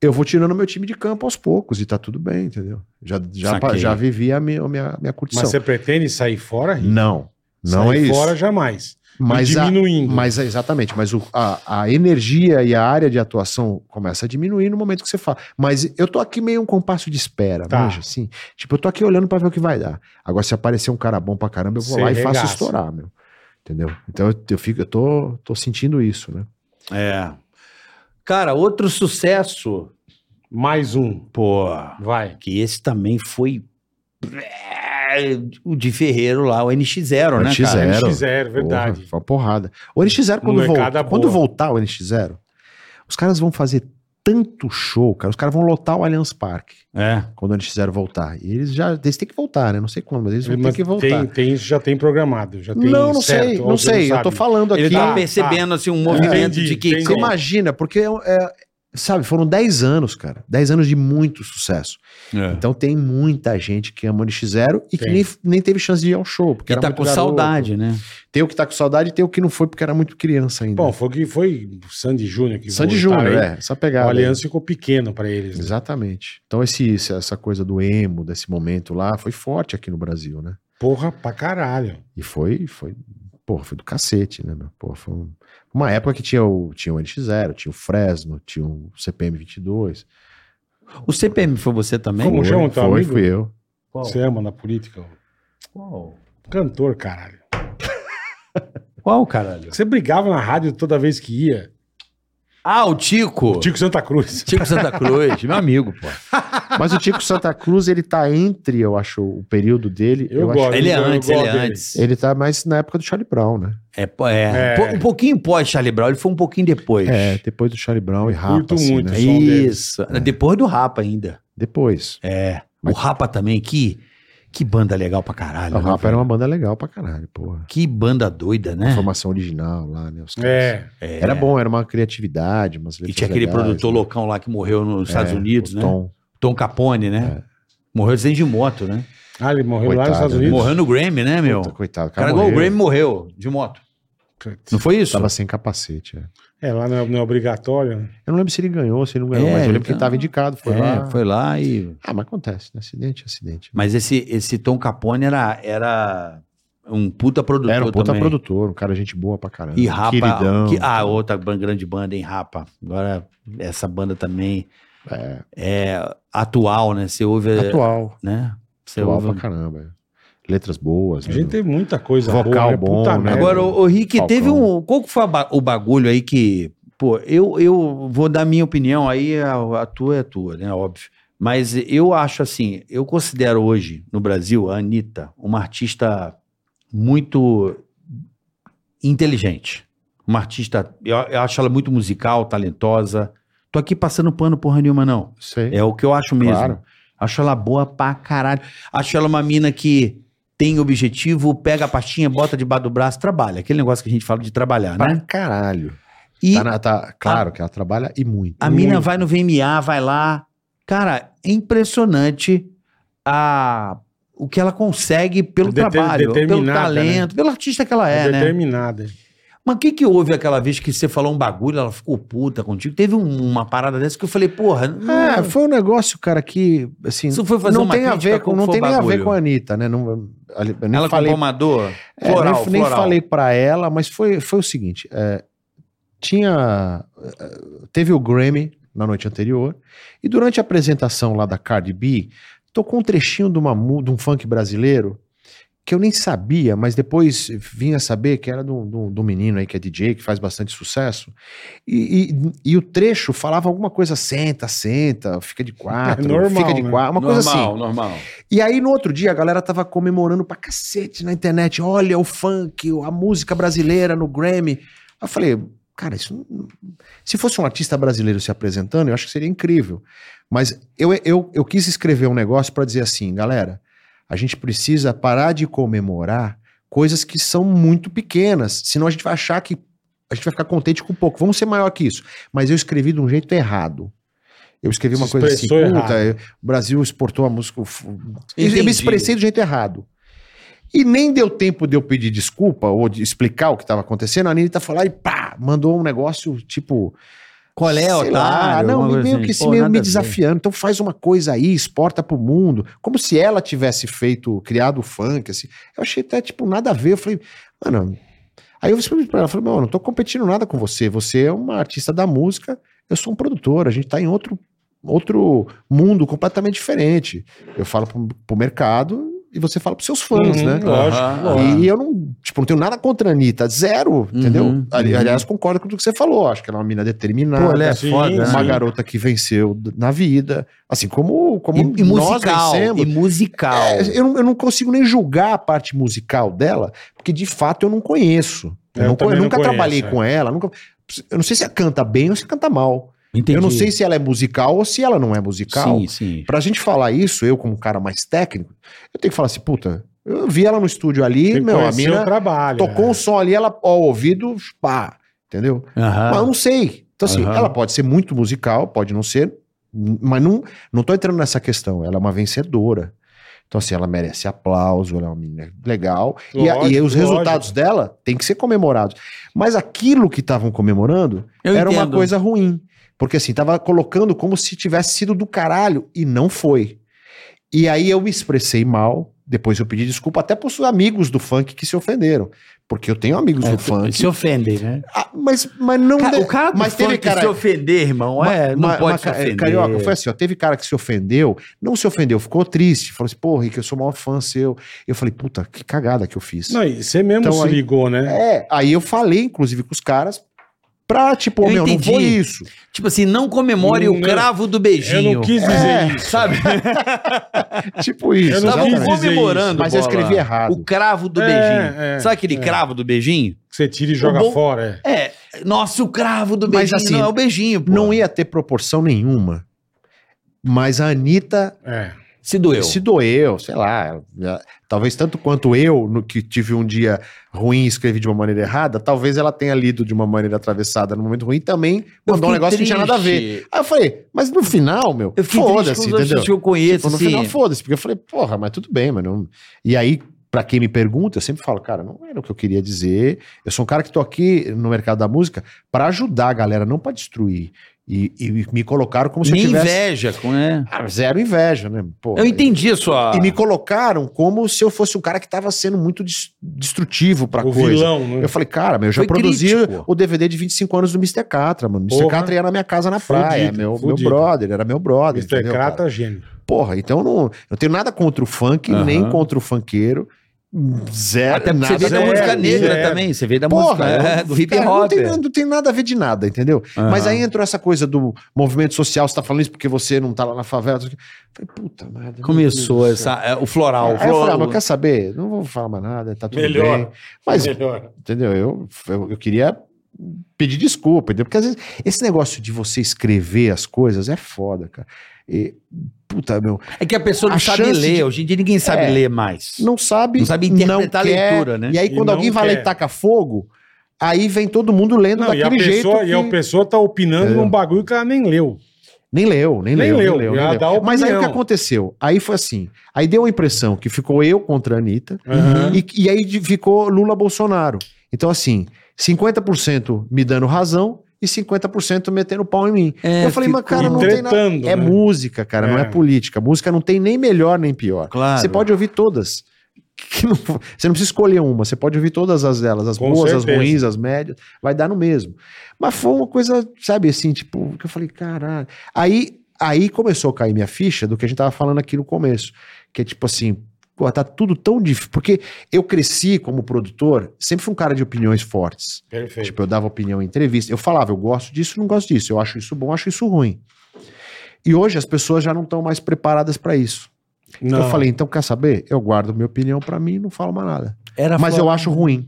A: eu vou tirando meu time de campo aos poucos e tá tudo bem, entendeu? Já, já,
B: Saquei.
A: já vivi a minha, a minha, a minha
C: Mas
A: curtição.
C: você pretende sair fora? Rick?
A: Não, não
C: sair
A: é isso.
C: fora jamais.
A: mas
C: e
A: a,
C: diminuindo.
A: mas é exatamente, mas o- a, a energia e a área de atuação começa a diminuir no momento que você fala. Mas eu tô aqui meio um compasso de espera,
C: Tá.
A: manja, assim. Tipo, eu tô aqui olhando pra ver o que vai dar. Agora, se aparecer um cara bom pra caramba, eu vou
C: Você
A: lá e
C: regaça.
A: faço estourar, meu. Entendeu? Então eu, eu fico, eu tô, tô sentindo isso, né?
B: É. Cara, outro sucesso.
C: Mais um.
B: Pô,
C: Vai.
B: que esse também foi. é, O de Ferreiro lá, o NX0, né?
A: NX0.
B: Cara?
A: Zero.
C: NX0, verdade.
A: Porra, foi uma porrada. O NX0, quando, vol-
C: Molecada boa.
A: quando voltar o NX0, os caras vão fazer tanto show, cara. Os caras vão lotar o Allianz Parque
B: É.
A: quando o NX0 voltar. E eles já, eles têm que voltar, né? Não sei quando, mas eles vão ter
C: Mas
A: que voltar.
C: Tem, tem, isso já tem programado. Já tem
A: Não, não
C: certo,
A: sei,
C: ou
A: não
C: você
A: sei. Eu tô
C: sabe.
A: falando aqui.
B: Ele tá
C: Ah,
B: percebendo assim um
C: Entendi,
B: movimento de que.
C: entendi.
A: Você imagina, porque é, sabe, foram 10 anos, cara. 10 anos de muito sucesso.
B: É.
A: Então tem muita gente que ama o NX0 e que
C: Tem.
A: nem, nem teve chance de ir ao show. Porque
B: Que
A: era
B: tá
A: muito
B: com
A: garoto.
B: saudade, né?
A: Tem o que tá com saudade e tem o que não foi porque era muito criança ainda.
C: Bom, foi, que foi Sandy Júnior que
A: Sandy
C: voltaram
A: Júnior,
C: aí.
A: é, essa pegada.
C: O
A: aí.
C: Aliança ficou pequeno pra eles. né?
A: Exatamente. Então esse, esse- essa coisa do emo, desse momento lá, foi forte aqui no Brasil, né?
C: Porra pra caralho.
A: E foi, foi, porra, foi do cacete, né, meu? Porra, foi um- uma época que tinha o, tinha o NX0, tinha o Fresno, tinha o CPM 22.
B: O CPM foi você também?
C: Como
A: foi,
C: chama o teu
A: foi,
C: então, amigo?
A: fui eu.
B: Qual?
C: Você ama na política? ô?
B: Qual?
C: Cantor, caralho.
B: Qual, caralho?
C: Você brigava na rádio toda vez que ia.
B: Ah, o Tico. Tico,
C: Tico Santa Cruz.
B: Santa Cruz, meu amigo, pô.
A: Mas o Tico Santa Cruz, ele tá entre, eu acho, o período dele.
C: Eu
A: acho-
C: gosto.
B: Ele é
C: Eu
B: antes,
C: gosto
B: ele é
C: dele.
B: antes.
A: ele tá mais na época do Charlie Brown, né?
B: É, pô, é.
C: É.
B: Pô, Um pouquinho pós Charlie Brown, ele foi um pouquinho depois.
A: É, depois do Charlie Brown e Rapa,
C: curto
A: assim,
C: muito.
A: né?
C: som dele.
B: Isso. É. Depois do Rapa ainda.
A: Depois.
B: É.
A: Mas-
B: O Rapa também, que, que banda legal pra caralho.
A: o
B: né,
A: Rapa
B: velho?
A: era um uma banda legal pra caralho, porra.
B: Que banda doida, né?
A: Formação original lá, né? Os caras.
C: É.
B: É.
A: Era bom, era uma criatividade, umas
B: E
A: letras
B: tinha aquele
A: legais,
B: produtor
A: né?
B: loucão lá que morreu nos Estados
A: É,
B: Unidos,
A: o
B: né? Tom,
A: Tom. É.
B: Capone, né? Morreu dentro de moto, né?
C: Ah, ele morreu lá
A: Coitado,
C: nos Estados
A: né?
C: Unidos.
B: Morreu no Grammy, né, meu?
A: Puta,
B: O
A: coitado, o
B: cara
A: cara,
B: igual o
A: morreu.
B: Grammy morreu de moto. Não foi isso?
A: Tava sem capacete, é.
C: É, lá não é, não é obrigatório. né?
A: Eu não lembro se ele ganhou, se ele não ganhou,
B: É,
A: mas eu lembro
B: então-
A: que ele tava indicado, foi
B: é,
A: lá.
B: foi lá e...
A: Ah, mas acontece, né? Acidente, é acidente.
B: Mas esse, esse Tom Capone era, era um puta produtor
A: Era um puta
B: também.
A: produtor, um cara gente boa pra caramba.
B: E Rapa...
A: Queridão.
B: que- ah, outra ban- grande banda, hein, Rapa. Agora, essa banda também
A: É,
B: é atual, né? Você ouve...
A: atual.
B: Né? Você
A: Atual
B: ouve...
A: pra caramba. Letras boas.
C: A
A: né?
C: gente tem muita coisa
A: Vocal bom, né?
C: merda.
B: Agora, o, o Rick,
A: Falcão.
B: teve um. Qual que foi a ba- o bagulho aí que. Pô, eu, eu vou dar minha opinião, aí a, a tua é a tua, né? Óbvio. Mas eu acho assim, eu considero hoje, no Brasil, a Anitta uma artista muito inteligente. Uma artista, eu, eu acho ela muito musical, talentosa. Tô aqui passando pano porra nenhuma, não.
A: Sei.
B: É o que eu acho mesmo.
A: Claro.
B: Acho ela boa pra caralho. Acho ela uma mina que tem objetivo, pega a pastinha, bota debaixo do braço, trabalha. Aquele negócio que a gente fala de trabalhar,
A: Pra
B: né?
A: caralho.
B: E
A: Tá na- tá- claro que ela trabalha e muito.
B: a mina vai no VMA, vai lá. Cara, é impressionante a, o que ela consegue pelo
C: Dete-
B: trabalho, pelo
A: né?
C: determinada,
B: talento, pelo artista que ela é, né?
C: determinada.
B: Mas o que, que houve aquela vez que você falou um bagulho, ela ficou puta contigo? Teve um- uma parada dessa que eu falei, porra,
A: É,
B: não-
A: foi um negócio, cara, que assim,
B: Ah. isso foi fazer
A: não
B: uma
A: tem a
B: crítica
A: ver com
B: como
A: não
B: foi
A: tem
B: o
A: nem a ver
B: bagulho.
A: com a Anitta, né? Não, ali- eu nem
B: Ela
A: falei,
B: com pomador?
A: é, nem-
B: Floral,
A: nem,
B: floral.
A: falei pra ela, mas foi, foi o seguinte, é, tinha é, teve o Grammy na noite anterior e durante a apresentação lá da Cardi B, tocou um trechinho de uma mu- de um funk brasileiro que eu nem sabia, mas depois vinha saber que era do, do, do menino aí que é DJ, que faz bastante sucesso. E, e, e o trecho falava alguma coisa, senta, senta, fica de quatro,
C: É normal,
A: fica de
C: né?
A: quatro, uma coisa assim.
B: normal, normal.
A: E aí, no outro dia, a galera tava comemorando pra cacete na internet. Olha o funk, a música brasileira no Grammy. Aí eu falei, cara, isso. não- Se fosse um artista brasileiro se apresentando, eu acho que seria incrível. Mas eu, eu, eu quis escrever um negócio pra dizer assim, galera, a gente precisa parar de comemorar coisas que são muito pequenas. Senão a gente vai achar que. A gente vai ficar contente com pouco. Vamos ser maior que isso. Mas eu escrevi de um jeito errado. Eu escrevi uma
C: Se
A: coisa assim,
C: expressou errado.
A: puta, eu- o Brasil exportou a música. o f- Eu
B: Entendi.
A: me expressei do jeito errado. E nem deu tempo de eu pedir desculpa ou de explicar o que estava acontecendo. A Anitta foi lá e pá, mandou um negócio tipo.
B: Qual é,
A: sei
B: otário?
A: lá,
B: Alguma
A: não,
B: coisa
A: meio
B: assim.
A: que se
B: Pô,
A: meio
B: nada
A: me
B: a ver.
A: desafiando. Então faz uma coisa aí, exporta pro mundo. Como se ela tivesse feito, criado o funk, assim. Eu achei até, tipo, nada a ver. Eu falei, mano. Aí eu falei pra ela, eu falei, mano, eu não tô competindo nada com você. Você é uma artista da música, eu sou um produtor, a gente tá em outro, outro mundo completamente diferente. Eu falo pro, pro mercado e você fala pros seus fãs,
C: Uhum,
A: né?
C: Lógico,
B: Aham.
C: lógico.
A: E eu não, tipo, não tenho nada contra a Anitta, zero, entendeu? Ali-
B: uhum.
A: Aliás, concordo com tudo que você falou, acho que ela é uma mina determinada,
B: Pô, ela é
C: Sim,
B: foda.
A: uma
C: sim.
A: garota que venceu d- na vida, assim como, como
B: E, e musical, e
A: vencemos.
B: musical.
A: É, eu, não, eu não consigo nem julgar a parte musical dela, porque de fato eu não conheço. Eu,
C: Eu
A: não co- eu
C: também não
A: nunca
C: conheço,
A: trabalhei
C: é.
A: com ela, nunca... Eu não sei se ela canta bem ou se canta mal.
B: Entendi.
A: Eu não sei se ela é musical ou se ela não é musical.
B: Sim, sim.
A: Pra gente falar isso, eu como um cara mais técnico, eu tenho que falar assim, puta, eu vi ela no estúdio ali,
C: Tem que
A: meu, a
C: conhecer o é.
A: mina
C: trabalho.
A: tocou um som ali, ela, ó, o ouvido, pá, entendeu? Mas eu
B: Aham.
A: não sei. Então assim,
B: Ah. Aham.
A: ela pode ser muito musical, pode não ser, n- mas não, não tô entrando nessa questão, ela é uma vencedora. Então assim, ela merece aplauso, ela é uma menina legal, e, a- e
C: Lógico,
A: os resultados dela têm que ser comemorados. Mas aquilo que estavam comemorando
B: Eu
A: era uma
B: entendo.
A: coisa ruim. Porque assim, tava colocando como se tivesse sido do caralho e não foi. E aí eu me expressei mal, depois eu pedi desculpa até pros amigos do funk que se ofenderam. Porque eu tenho
B: É,
A: amigos do É funk.
B: Se ofende, né?
A: Ah, mas, mas não.
B: Ca-
A: de-
B: o cara do
A: mas teve
B: funk
A: cara-
B: se ofender, irmão, é, não
A: Ma-
B: pode
A: ma-
B: se ofender.
A: Carioca, foi assim, ó, teve cara que se ofendeu, não se ofendeu, ficou triste, falou assim, pô, Rick, eu sou o maior fã seu. Eu falei, puta, que cagada que eu fiz.
C: Não, e você mesmo
A: Então,
C: se
A: aí-
C: ligou, né?
A: É, aí eu falei, inclusive, com os caras, pra, tipo,
B: Eu
A: meu,
B: entendi.
A: não foi isso.
B: Tipo assim, não comemore
C: Não,
B: o cravo do beijinho.
C: Eu não quis
A: É.
C: dizer isso.
B: Sabe?
A: Tipo isso.
C: Eu não
A: exatamente.
C: quis
B: Estavam
C: dizer isso.
B: comemorando.
A: Mas eu
B: Bola.
A: escrevi errado.
B: O cravo do
C: É,
B: beijinho.
C: é,
B: Sabe aquele
C: é.
B: cravo do beijinho?
C: Que você
A: Tá
C: tira e joga
B: bom-
C: fora. é.
B: É. Nossa, o cravo do
A: Mas
B: beijinho.
A: assim,
B: não é o beijinho. Pô.
A: Não ia ter proporção nenhuma. Mas a Anitta
C: É.
B: Se doeu.
A: se doeu, sei lá. ela- ela- talvez tanto quanto eu, no que tive um dia ruim e escrevi de uma maneira errada, talvez ela tenha lido de uma maneira atravessada no momento ruim e também
B: Eu
A: mandou
B: fiquei
A: um negócio que não tinha nada a ver.
B: triste.
A: Aí eu falei, mas no final, meu,
B: Eu fiquei triste
A: foda-se,
B: com os dois
A: entendeu?
B: que eu conheço.
A: Tipo, no
B: assim.
A: final, foda-se, porque eu falei, porra, mas tudo bem, mano. E aí, pra quem me pergunta, eu sempre falo, cara, não era o que eu queria dizer. Eu sou um cara que tô aqui no mercado da música pra ajudar a galera, não pra destruir. E, e me colocaram como se
B: Nem
A: eu tivesse.
B: inveja. com- É.
A: Ah, zero inveja, né? Pô,
B: Eu entendi a
C: Ah.
B: sua.
A: E me colocaram como se eu fosse um cara que tava sendo muito des- destrutivo pra
C: O
A: coisa.
C: vilão, né?
A: Eu falei, cara, meu, eu já
B: Foi
A: produzi
B: crítico.
A: o DVD de 25 anos do Mr. Catra, mano. Mr.
C: Porra.
A: Catra ia na minha casa na praia.
C: Fudido,
A: meu, meu
C: fudido.
A: brother, era meu brother.
C: Mr.
A: entendeu, cara?
C: Crata, é gênio.
A: Porra, então eu não, eu não tenho nada contra o funk,
B: Aham.
A: nem contra o funkeiro. Zero.
B: Até porque você veio da
A: zero,
B: música negra
A: zero.
B: também, você veio da
A: É, Porra,
B: música
A: eu-
B: é, do hip
A: cara, não,
B: hop.
A: tem, não tem nada a ver de nada, entendeu?
B: Aham.
A: Mas aí entrou essa coisa do movimento social, você tá falando isso porque você não tá lá na favela. tudo que- Falei, puta merda. meu
B: Começou
A: Deus do céu.
B: essa, é, o floral.
A: Aí eu falei, ah, mas quer saber? Não vou falar mais nada, tá tudo
C: Melhor.
A: bem. Mas,
C: Melhor.
A: entendeu? Eu, eu, eu queria pedir desculpa, entendeu? Porque às vezes esse negócio de você escrever as coisas é foda, cara. E, puta, meu,
B: é que a pessoa não
A: a
B: sabe
A: chance
B: ler,
A: de-
B: hoje em dia ninguém sabe
A: É.
B: ler mais.
A: não sabe.
B: Não sabe interpretar
A: quer,
B: a leitura, né?
A: E aí,
C: E
A: quando
C: não
A: alguém vai lá
C: quer.
A: e taca fogo, aí vem todo mundo lendo
C: Não, e a
A: é daquele jeito.
C: pessoa, e
A: que- É.
C: a pessoa tá opinando
A: Entendeu?
C: num bagulho que ela nem leu.
A: Nem leu, nem,
C: Nem
A: leu,
C: leu,
A: nem leu.
C: já
A: nem leu.
C: dá opinião.
A: Mas aí o que aconteceu? Aí foi assim. Aí deu a impressão que ficou eu contra a Anitta
C: Aham.
A: e, e aí de- ficou Lula Bolsonaro. Então, assim, 50% me dando razão e 50% metendo pau em mim.
B: É,
A: eu falei, mas
B: ficou-
A: cara, não tem nada.
C: Entretando,
A: É
C: né?
A: música, cara, não é
C: É.
A: política. Música não tem nem melhor nem pior.
B: Claro.
A: Você pode ouvir todas. Que não- você não precisa escolher uma, você pode ouvir todas as delas, as
C: Com
A: boas, as
C: certeza.
A: ruins, as médias, vai dar no mesmo. Mas foi uma coisa, sabe, assim, tipo, que eu falei, caralho. Aí, aí começou a cair minha ficha do que a gente tava falando aqui no começo, que é tipo assim, pô, tá tudo tão difícil, porque eu cresci como produtor, sempre fui um cara de opiniões fortes.
C: Perfeito.
A: Tipo, eu dava opinião em entrevista. Eu falava, eu gosto disso, não gosto disso. Eu acho isso bom, acho isso ruim. E hoje as pessoas já não estão mais preparadas pra isso.
C: Não.
A: Eu falei, então quer saber? Eu guardo minha opinião pra mim e não falo mais nada.
B: Era
A: Mas
B: flor-
A: eu acho ruim.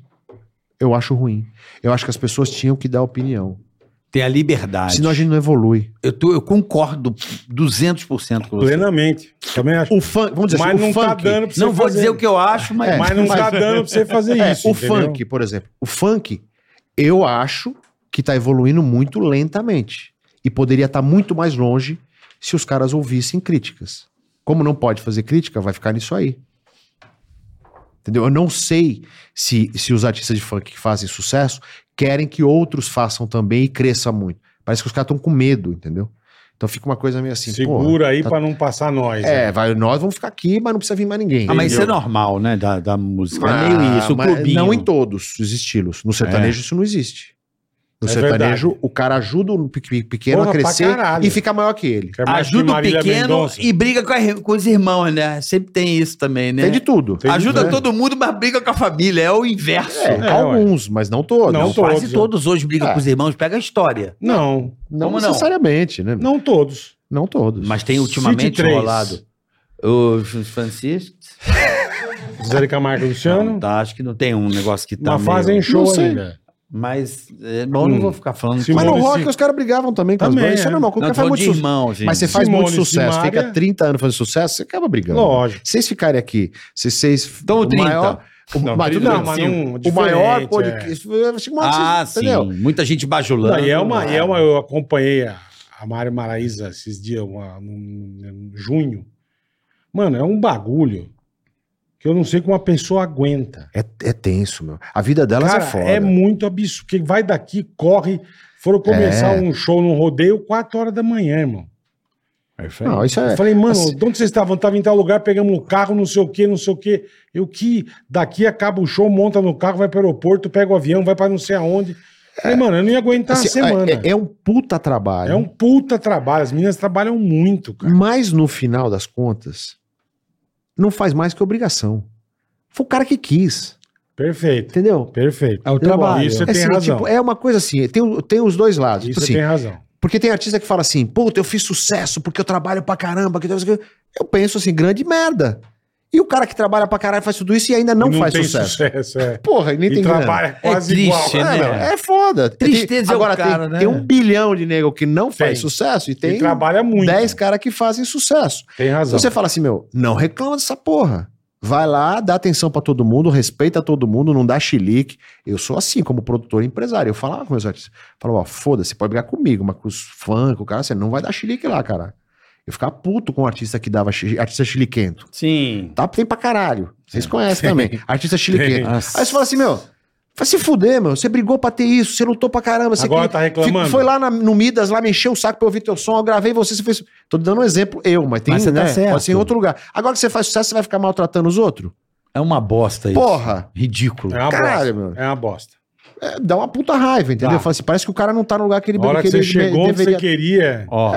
A: Eu acho ruim. Eu acho que as pessoas tinham que dar opinião.
B: Tem a liberdade.
A: Senão a gente não evolui.
B: Eu, tô- eu concordo 200% com você.
C: Plenamente. Também acho.
A: O funk, vamos dizer
C: Mas
A: assim, o
C: não
A: funk.
C: tá dando pra você
B: Não vou
C: fazer.
B: dizer o que eu acho, mas...
A: É,
C: Mas não tá
A: Mas-
C: dando pra você fazer
A: É,
C: isso.
A: o
C: entendeu?
A: funk, por exemplo. O funk, eu acho que tá evoluindo muito lentamente. E poderia estar muito mais longe se os caras ouvissem críticas. Como não pode fazer crítica, vai ficar nisso aí. Entendeu? Eu não sei se, se os artistas de funk que fazem sucesso querem que outros façam também e cresça muito. Parece que os caras estão com medo, entendeu? Então fica uma coisa meio assim.
C: Segura
A: porra,
C: aí
A: tá-
C: pra não passar nós. né?
A: É, vai, nós vamos ficar aqui, mas não precisa vir mais ninguém.
B: Ah, mas isso é
A: entendeu?
B: normal, né? Da, da música.
A: Ah,
B: é meio isso, o
A: mas
B: clubinho. É.
A: Não em todos os estilos. No sertanejo isso não existe. No
C: É
A: sertanejo,
C: verdade.
A: o cara ajuda o pe- pe- pequeno
C: Porra,
A: a
C: pra
A: crescer
C: caralho.
A: e fica maior que ele.
C: Quer mais que
B: Ajuda o
C: Marília
B: pequeno
C: Mendonça?
B: e briga com, a- com os irmãos, né? Sempre tem isso também, né?
A: Tem de tudo. né?
C: Tem de
B: Ajuda
C: tudo.
B: todo mundo, mas briga com a família. É o inverso.
A: É,
C: É,
A: alguns, mas não todos.
C: Não
A: Não,
C: todos.
B: Quase todos hoje brigam
A: É.
B: com os irmãos, pega a história.
C: Não,
B: Como não?
A: necessariamente, né? Não,
C: não todos.
A: todos.
B: Mas tem ultimamente
C: City três.
B: rolado. O Francisco.
C: Zé Camargo e
B: Não,
C: Luciano,
B: tá, acho que não tem um negócio que tá.
C: na fase em show
A: né? Não sei.
C: ainda.
B: Mas é, bom, não
C: Hum.
B: vou ficar falando.
C: Se
B: Mas
A: mas no
C: Simone
A: rock
C: Sim-
A: os caras brigavam também. Com as
C: Também,
A: bandas. isso é
C: é.
A: normal. Quando
B: não,
A: o cara
B: tô
A: faz
B: falando
A: muito
B: de
A: sucesso.
B: irmão, gente.
A: Mas você faz
C: Simone,
A: muito sucesso,
C: Simaria.
A: fica 30 anos fazendo sucesso, você acaba brigando.
C: Lógico.
A: Se vocês ficarem aqui, se vocês.
B: Então, 30.
A: o,
D: Não,
A: mas, tudo
D: não,
A: bem,
C: mas
A: sim,
C: não- é
A: o maior
C: diferente,
A: podcast. Chega uma hora que
B: Ah,
A: vocês-
B: sim. Muita gente bajulando.
C: Não, e é
A: né?
C: uma, e é uma, eu acompanhei a, a Mário Maraíza esses dias, uma, num, num- em junho. Mano, é um bagulho que eu não sei como a pessoa aguenta.
A: É, é tenso, meu. A vida delas
C: Cara,
A: é foda.
C: é, muito absurdo. Porque vai daqui, corre. Foram começar
A: É.
C: um show num rodeio 4 horas da manhã, irmão.
D: É isso aí.
A: Não, isso é.
C: Eu falei, mano,
A: assim-
C: de onde vocês estavam? Estavam em tal lugar, pegamos um carro, não sei o quê, não sei o quê. Eu que daqui acaba o show, monta no carro, vai pro aeroporto, pega o avião, vai pra não sei aonde. Falei, mano, eu não ia aguentar
A: É. assim,
C: a semana.
A: é, é um puta trabalho.
C: É um puta trabalho. As meninas trabalham muito, cara.
A: Mas no final das contas, não faz mais que obrigação. Foi o cara que quis,
C: Perfeito.
A: entendeu?
C: Perfeito.
A: É o trabalho.
C: Isso você tem
A: Assim,
C: razão.
A: tipo, é uma coisa assim, tem, o- tem os dois lados.
C: Isso
A: Tipo
C: você
A: assim,
C: tem razão.
A: Porque tem artista que fala assim, puta, eu fiz sucesso porque eu trabalho pra caramba. Que Deus- que-". Eu penso assim, grande merda. E o cara que trabalha pra caralho faz tudo isso e ainda não, faz
C: tem
A: sucesso.
C: é.
A: Porra, e nem
C: E
A: tem grana.
C: trabalha
B: É
C: quase
B: triste,
C: igual. Ah,
B: né?
A: É,
B: É.
A: meu, é foda.
B: Tristeza é o
A: tem, agora,
B: cara,
A: tem,
B: né?
A: tem um bilhão de nego que não faz
C: Tem.
A: sucesso e tem
C: E trabalha muito.
A: 10 caras que fazem sucesso.
C: Tem razão.
A: Então você fala assim, meu, não reclama dessa porra. Vai lá, dá atenção pra todo mundo, respeita todo mundo, não dá chilique. Eu sou assim, como produtor e empresário. Eu falava com meus artistas. Falava, ó, foda-se, você pode brigar comigo, mas com os fãs, com o cara, você não vai dar chilique lá, cara. Eu ficava puto com o artista que dava chi- artista chiliquento.
B: Sim.
A: Tá, tem pra caralho. Vocês conhecem também. Artista chiliquento. Aí
B: Nossa.
A: você fala assim, meu, vai se fuder, meu. Você brigou pra ter isso, você lutou pra caramba. Você
C: Agora
A: queria-
C: tá reclamando?
A: assim Fico- Foi lá na- no Midas, lá me encheu o saco pra eu ouvir teu som, eu gravei você, você fez. Tô dando um exemplo, eu, mas tem
B: Mas você tá
A: né?
B: certo.
A: Pode ser em outro lugar. Agora que você faz sucesso, você vai ficar maltratando os outros?
B: É uma bosta isso.
A: Porra!
B: Ridículo.
C: É uma
A: Caralho,
C: bosta.
A: meu.
C: É uma bosta.
A: É, dá uma puta raiva, entendeu?
C: Dá.
A: Fala assim, parece que o cara não tá no lugar que ele
C: A hora que
A: que
C: você
A: ele
C: chegou onde
A: deveria
C: você queria.
B: Ó.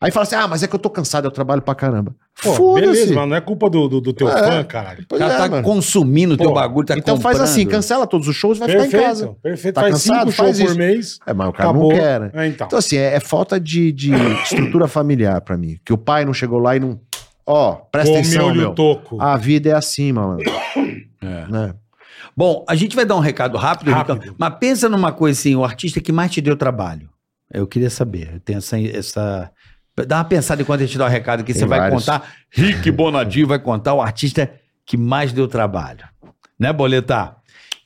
A: Aí fala assim: ah, mas é que eu tô cansado, eu trabalho pra caramba.
C: Pô, beleza,
A: Foda-se.
C: mas não é culpa do, do, do teu
A: É.
C: fã, caralho.
A: Pois
B: O cara
A: é,
B: tá
A: mano.
B: consumindo teu
C: Pô,
B: bagulho, tá
A: Então faz
B: comprando.
A: assim: cancela todos os shows e vai ficar em casa.
C: perfeito.
A: Tá
C: faz
A: cansado?
C: cinco shows
A: Faz
C: por
A: isso.
C: mês.
A: É, mas o cara
C: acabou.
A: não quer, né?
C: É, então.
A: Então, assim, é, é falta de, de estrutura familiar pra mim. Que o pai não chegou lá e não. Ó, presta atenção,
C: Comeu-lhe
A: meu.
C: o toco.
A: A vida é assim, mano.
D: É.
A: Né?
B: Bom, a gente vai dar um recado rápido,
C: Rápido.
B: Ricão, mas pensa numa coisa assim, o artista que mais te deu trabalho. Eu queria saber, eu tenho essa... essa... Dá uma pensada enquanto a gente dá o recado que
A: Tem
B: você vai
A: vários.
B: contar. Rick Bonadinho vai contar o artista que mais deu trabalho. Né, Boletar?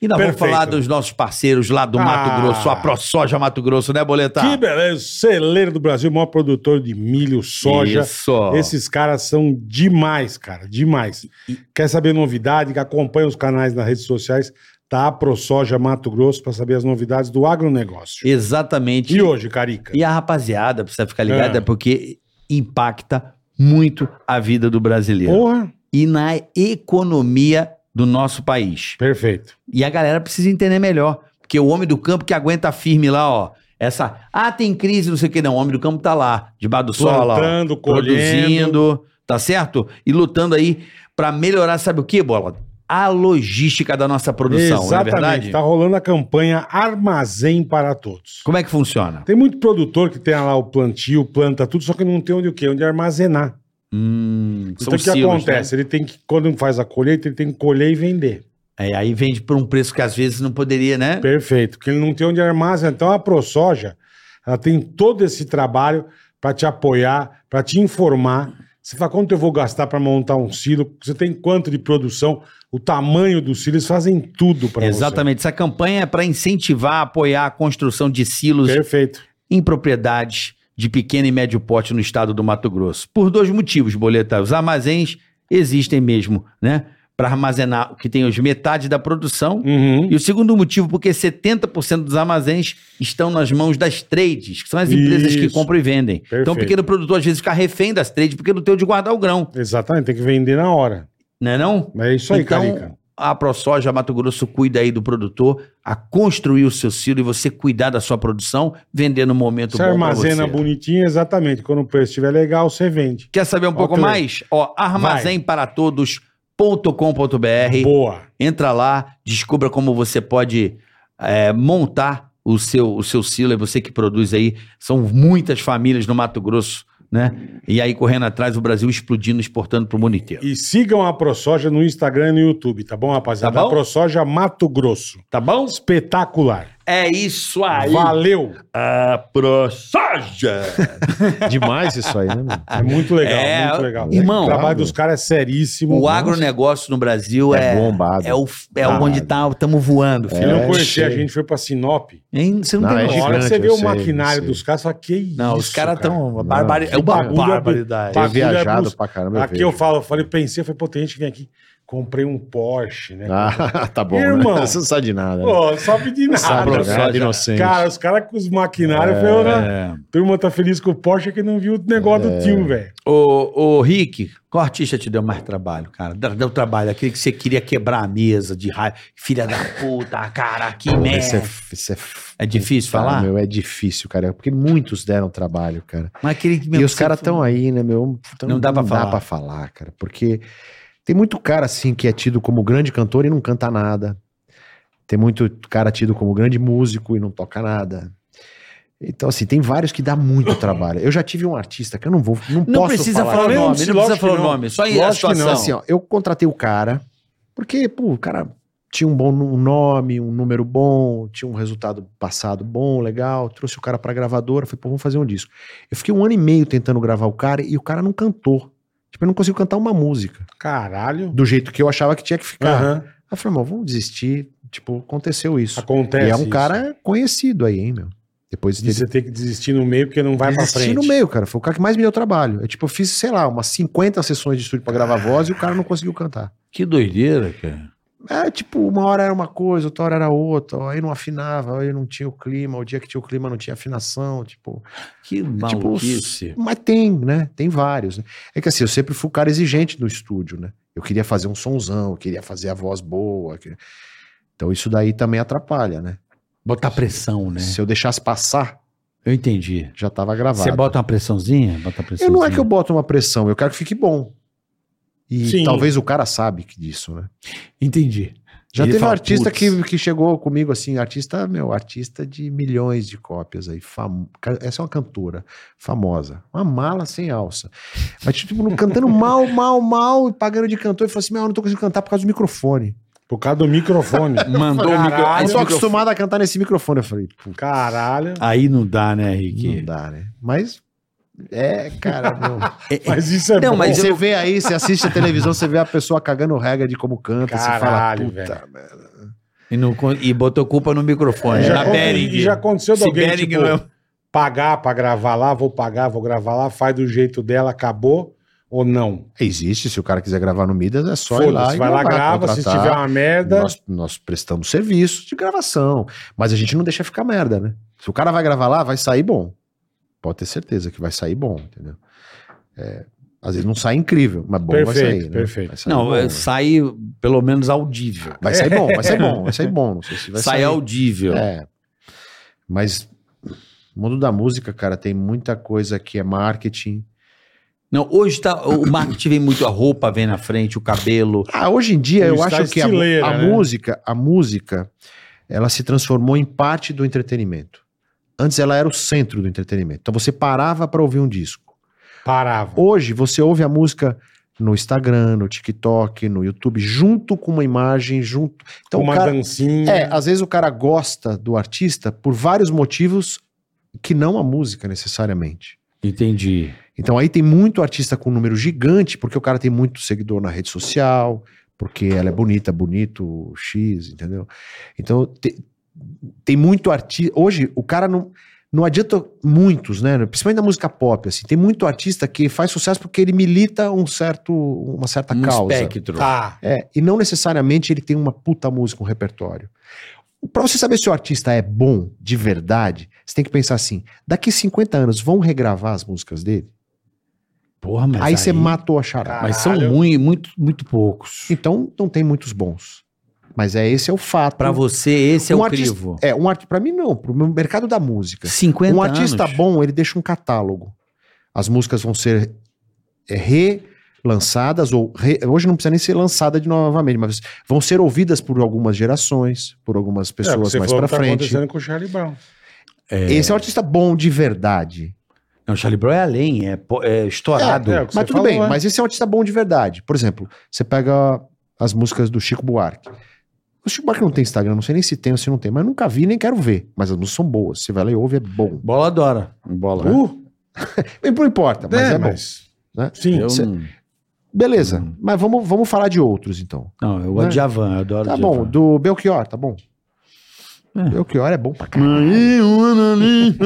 B: E nós
C: Perfeito.
B: vamos falar dos nossos parceiros lá do Mato
C: Ah.
B: Grosso, a ProSoja Mato Grosso, né,
A: tá.
B: Boletar?
C: Que beleza. Celeiro do Brasil, maior produtor de milho, soja.
B: Isso.
C: Esses caras são demais, cara, demais. Quer saber novidade? Acompanha os canais nas redes sociais da ProSoja Mato Grosso para saber as novidades do agronegócio.
B: Exatamente.
C: E hoje, Carica?
B: E a rapaziada, precisa ficar ligada,
C: É.
B: porque impacta muito a vida do brasileiro.
C: Porra,
B: e na economia do nosso país.
C: perfeito.
B: E a galera precisa entender melhor, porque o homem do campo que aguenta firme lá, ó, essa, ah, tem crise, não sei o que, não, o homem do campo tá lá, debaixo do sol, lá, ó,
C: Plantando, colhendo.
B: produzindo, tá certo? E lutando aí pra melhorar, sabe o que, Bola? A logística da nossa produção, não é
C: Exatamente.
B: verdade?
C: Tá rolando a campanha Armazém para Todos.
B: Como é que funciona?
C: Tem muito produtor que tem lá o plantio, planta tudo, só que não tem onde o quê? Onde armazenar.
B: Hum,
C: Então o que
B: silos,
C: acontece? Ele tem que, quando faz a colheita, ele tem que colher e vender.
B: né? É, aí vende por um preço que às vezes não poderia, né?
C: Perfeito, porque ele não tem onde armazenar. Então a ProSoja, ela tem todo esse trabalho para te apoiar, para te informar. Você fala quanto eu vou gastar para montar um silo, você tem quanto de produção, o tamanho do silo, eles fazem tudo para você.
B: Exatamente. Essa campanha é para incentivar, apoiar a construção de silos
C: Perfeito.
B: em propriedades de pequeno e médio porte no estado do Mato Grosso. Por dois motivos, Boleta. Os armazéns existem mesmo, né? Para armazenar o que tem hoje metade da produção.
C: Uhum.
B: E o segundo motivo, porque 70% dos armazéns estão nas mãos das trades, que são as empresas que
C: Isso.
B: compram e vendem. Então o
C: Perfeito.
B: pequeno produtor às vezes fica refém das trades porque não tem onde guardar o grão,
C: Exatamente, tem que vender na hora.
B: não é não?
C: É isso aí,
B: Então,
C: Carica.
B: A ProSoja Mato Grosso cuida aí do produtor a construir o seu silo e você cuidar da sua produção, vender no momento
C: Você
B: bom pra
C: armazena
B: você.
C: bonitinho, exatamente. Quando o preço estiver legal, você vende.
B: Quer saber um pouco
C: Ok.
B: mais? Ó, armazenparatodos.com.br.
C: Boa.
B: Entra lá, descubra como você pode é, montar o seu, o seu silo. É você que produz aí. São muitas famílias no Mato Grosso, né? E aí correndo atrás, o Brasil explodindo, exportando para o mundo inteiro.
C: E sigam a ProSoja no Instagram e no YouTube, tá bom, rapaziada?
B: Tá bom?
C: A ProSoja Mato Grosso.
B: Tá bom?
C: Espetacular.
B: É isso aí.
C: Valeu!
B: A ProSoja.
A: Demais isso aí, né, mano?
C: É muito legal,
B: É,
C: muito legal.
B: irmão,
C: o trabalho dos caras é seríssimo.
B: O agronegócio no Brasil
A: É
B: é,
A: bombado.
B: é, o, é
A: Caralho.
B: onde tá, estamos voando,
C: Eu
B: filho.
C: não
A: É,
C: conhecia, a
A: sei.
C: gente foi pra Sinop.
B: Hein? Você não,
A: Não,
B: tem
A: é
C: Na
B: noção.
C: hora que
A: gigante,
C: você vê
A: eu
C: o
A: sei,
C: maquinário
A: eu sei.
C: dos caras, você fala, que isso,
B: Não, os caras
C: cara?
B: estão. Barbari... É uma
C: bagulho
B: barbaridade.
A: Ter
C: bagulho é
A: viajado
C: bruto.
A: pra caramba. eu
C: Aqui
A: vejo.
C: eu falo, eu falei, pensei, foi, pô, tem gente que vem aqui, comprei um Porsche, né?
A: Ah, tá bom.
C: Irmão.
A: né? Você não sabe de nada. Né?
C: Pô, não sabe de
A: sabe
C: nada.
A: de
B: professor,
A: nada,
B: já.
A: inocente.
C: Cara, os caras com os maquinários, eu falei, "Olha,
A: É.
C: turma tá feliz com o Porsche que não viu o negócio do tio, velho.
B: Ô, ô, Rick, qual artista te deu mais trabalho, cara? Deu, deu trabalho, aquele que você queria quebrar a mesa de raiva. Filha da puta, cara, que
A: Pô,
B: merda.
A: isso
C: né?
A: é, f- isso é, f-
B: É difícil
A: cara,
B: falar?
A: Meu, é difícil, cara. Porque muitos deram trabalho, cara.
B: Mas aquele que
A: e os caras estão aí, né, meu? Tão-
B: Não dá pra falar.
A: dá pra falar, cara. Porque tem muito cara, assim, que é tido como grande cantor e não canta nada. Tem muito cara tido como grande músico e não toca nada. Então, assim, tem vários que dá muito trabalho. Eu já tive um artista que eu não vou. Não,
B: Não
A: posso
B: precisa falar,
A: falar
B: o
C: Não,
B: nome, não precisa
C: lógico
B: falar o
C: que não.
B: nome. Só aí a
A: Lógico que
B: situação.
A: não, assim, ó, eu contratei o cara, porque, pô, o cara tinha um bom nu- um nome, um número bom, tinha um resultado passado bom, legal, trouxe o cara pra gravadora, falei, pô, vamos fazer um disco. Eu fiquei um ano e meio tentando gravar o cara e o cara não cantou. Tipo, eu não consigo cantar uma música
C: Caralho.
A: do jeito que eu achava que tinha que ficar. Aí
C: Aham.
A: eu falei, irmão, vamos desistir. Tipo, aconteceu isso.
C: Acontece.
A: e é um
C: isso.
A: cara conhecido aí, hein, meu. Depois
C: E
A: dele
C: você tem que desistir no meio porque não vai pra
A: Desisti
C: frente.
A: no meio, cara. Foi o cara que mais me deu trabalho. Eu, tipo, eu fiz, sei lá, umas 50 sessões de estúdio pra
C: Ah.
A: gravar voz e o cara não conseguiu cantar.
B: Que doideira, cara.
A: É, tipo, uma hora era uma coisa, outra hora era outra, aí não afinava, aí não tinha o clima, o dia que tinha o clima não tinha afinação, tipo...
B: Que
A: é tipo,
B: maluquice.
A: mas tem, né? Tem vários, né? É que assim, eu sempre fui o cara exigente no estúdio, né? Eu queria fazer um sonzão, eu queria fazer a voz boa, eu queria- então isso daí também atrapalha, né?
B: Botar pressão, né?
A: Se eu deixasse passar,
B: Eu entendi.
A: Já tava gravado.
B: Você bota uma pressãozinha? Bota uma
A: Eu
B: pressãozinha.
A: não é que eu boto uma pressão, eu quero que fique bom. E
C: Sim.
A: talvez o cara sabe que disso, né?
B: Entendi.
A: Já
B: Ele
A: teve
B: fala,
A: artista
B: "Putz."
A: que, que chegou comigo assim, artista, meu, artista de milhões de cópias aí. fam- ca- Essa é uma cantora famosa. Uma mala sem alça. Mas, tipo, não- cantando mal, mal, mal, e pagando de cantor. E falou assim: meu, eu não tô conseguindo cantar por causa do microfone.
C: Por causa do microfone.
B: Mandou o
C: Caralho.
B: micro-
A: Eu
B: esse
A: tô
B: microfone.
A: acostumado a cantar nesse microfone. Eu falei, pô,
C: Caralho.
A: Ah,
B: Aí não dá, né, Rick?
A: não dá, né? Mas. É, cara, não.
C: Mas isso é
B: Não,
C: bom.
B: mas
A: você vê aí, você assiste a televisão, você vê a pessoa cagando regra de como canta,
C: Caralho,
A: você fala, puta, velho.
B: E, não con- e botou culpa no microfone.
C: E
B: na
A: É.
C: já, acon-
B: Behring.
C: e já aconteceu de
B: Se
C: alguém
B: Behring
C: tipo,
B: não é-
C: pagar pra gravar lá, vou pagar, vou gravar lá, faz do jeito dela, acabou ou não?
A: Existe, se o cara quiser gravar no Midas, é só ir lá
C: Foda-se,
A: e
C: vai lá,
A: gravar,
C: grava, se
A: contratar.
C: tiver uma merda,
A: Nós, nós prestamos serviço de gravação, mas a gente não deixa ficar merda, né? Se o cara vai gravar lá, vai sair bom. Pode ter certeza que vai sair bom, entendeu? É, às vezes não sai incrível, mas bom vai
C: Perfeito,
A: sair. né?
C: perfeito.
A: Vai sair
B: Não,
A: bom,
B: é,
A: né?
B: sai pelo menos audível.
A: vai sair bom, vai sair bom, vai sair bom. Não sei se vai
B: sai
A: sair
B: audível.
A: É. Mas o mundo da música, cara, tem muita coisa que é marketing.
B: Não, hoje tá, o marketing vem muito, a roupa vem na frente, o cabelo.
A: Ah, hoje em dia
C: E
A: eu
C: está
A: acho que a,
C: estileira,
A: a
C: né?
A: música, a música, ela se transformou em parte do entretenimento. Antes ela era o centro do entretenimento. Então você parava para ouvir um disco.
C: parava.
A: Hoje você ouve a música no Instagram, no TikTok, no YouTube, junto com uma imagem, junto. Então
C: uma
A: o cara,
C: dancinha.
A: É, às vezes o cara gosta do artista por vários motivos que não a música necessariamente.
B: Entendi.
A: Então aí tem muito artista com um número gigante, porque o cara tem muito seguidor na rede social, porque ela é bonita, bonito, X, entendeu? Então te- tem muito artista. Hoje, o cara não. Não adianta muitos, né? Principalmente na música pop, assim. Tem muito artista que faz sucesso porque ele milita um certo, uma certa
B: um
A: causa.
B: espectro.
C: Tá.
A: É, e não necessariamente ele tem uma puta música, um repertório. Pra você saber se o artista é bom de verdade, você tem que pensar assim: daqui 50 anos vão regravar as músicas dele?
B: Porra, mas
A: aí você matou a charada.
B: Mas são
C: Caralho.
B: muito, muito, muito poucos.
A: Então não tem muitos bons. Mas é esse é o fato.
B: Pra você, esse é
A: Um
B: o
A: artista-
B: crivo.
A: É, um artista. Pra mim, não, pro meu mercado da música.
B: 50
A: um artista
B: anos.
A: bom, ele deixa um catálogo. As músicas vão ser é, relançadas, ou re- hoje não precisa nem ser lançada de novamente, mas vão ser ouvidas por algumas gerações, por algumas
C: É,
A: pessoas
C: você
A: mais
C: falou
A: pra
C: que tá
A: frente.
C: acontecendo com o Charlie Brown.
A: Esse é um artista bom de verdade.
B: Não, Charlie Brown é além, é, po- é estourado.
C: É, é o que
A: mas
C: você
A: tudo
C: falou,
A: bem,
C: é.
A: mas esse é um artista bom de verdade. Por exemplo, você pega as músicas do Chico Buarque. O Chico Buarque não tem Instagram, não sei nem se tem ou se não tem, mas eu nunca vi nem quero ver. Mas as músicas são boas. Você vai lá e ouve, é bom.
B: Bola adora. Bola.
C: Uh,
A: Bem, não importa, Né? mas é,
C: é,
A: bom.
C: mas-
A: né?
C: Sim.
B: eu
A: cê-
B: não,
A: Beleza,
B: Hum.
A: mas vamos, vamos falar de outros então.
B: não, eu gosto
A: Né?
B: de Javan, eu adoro
A: Tá
B: Djavan.
A: bom, do Belchior, tá bom.
B: É.
A: Belchior é bom pra caralho.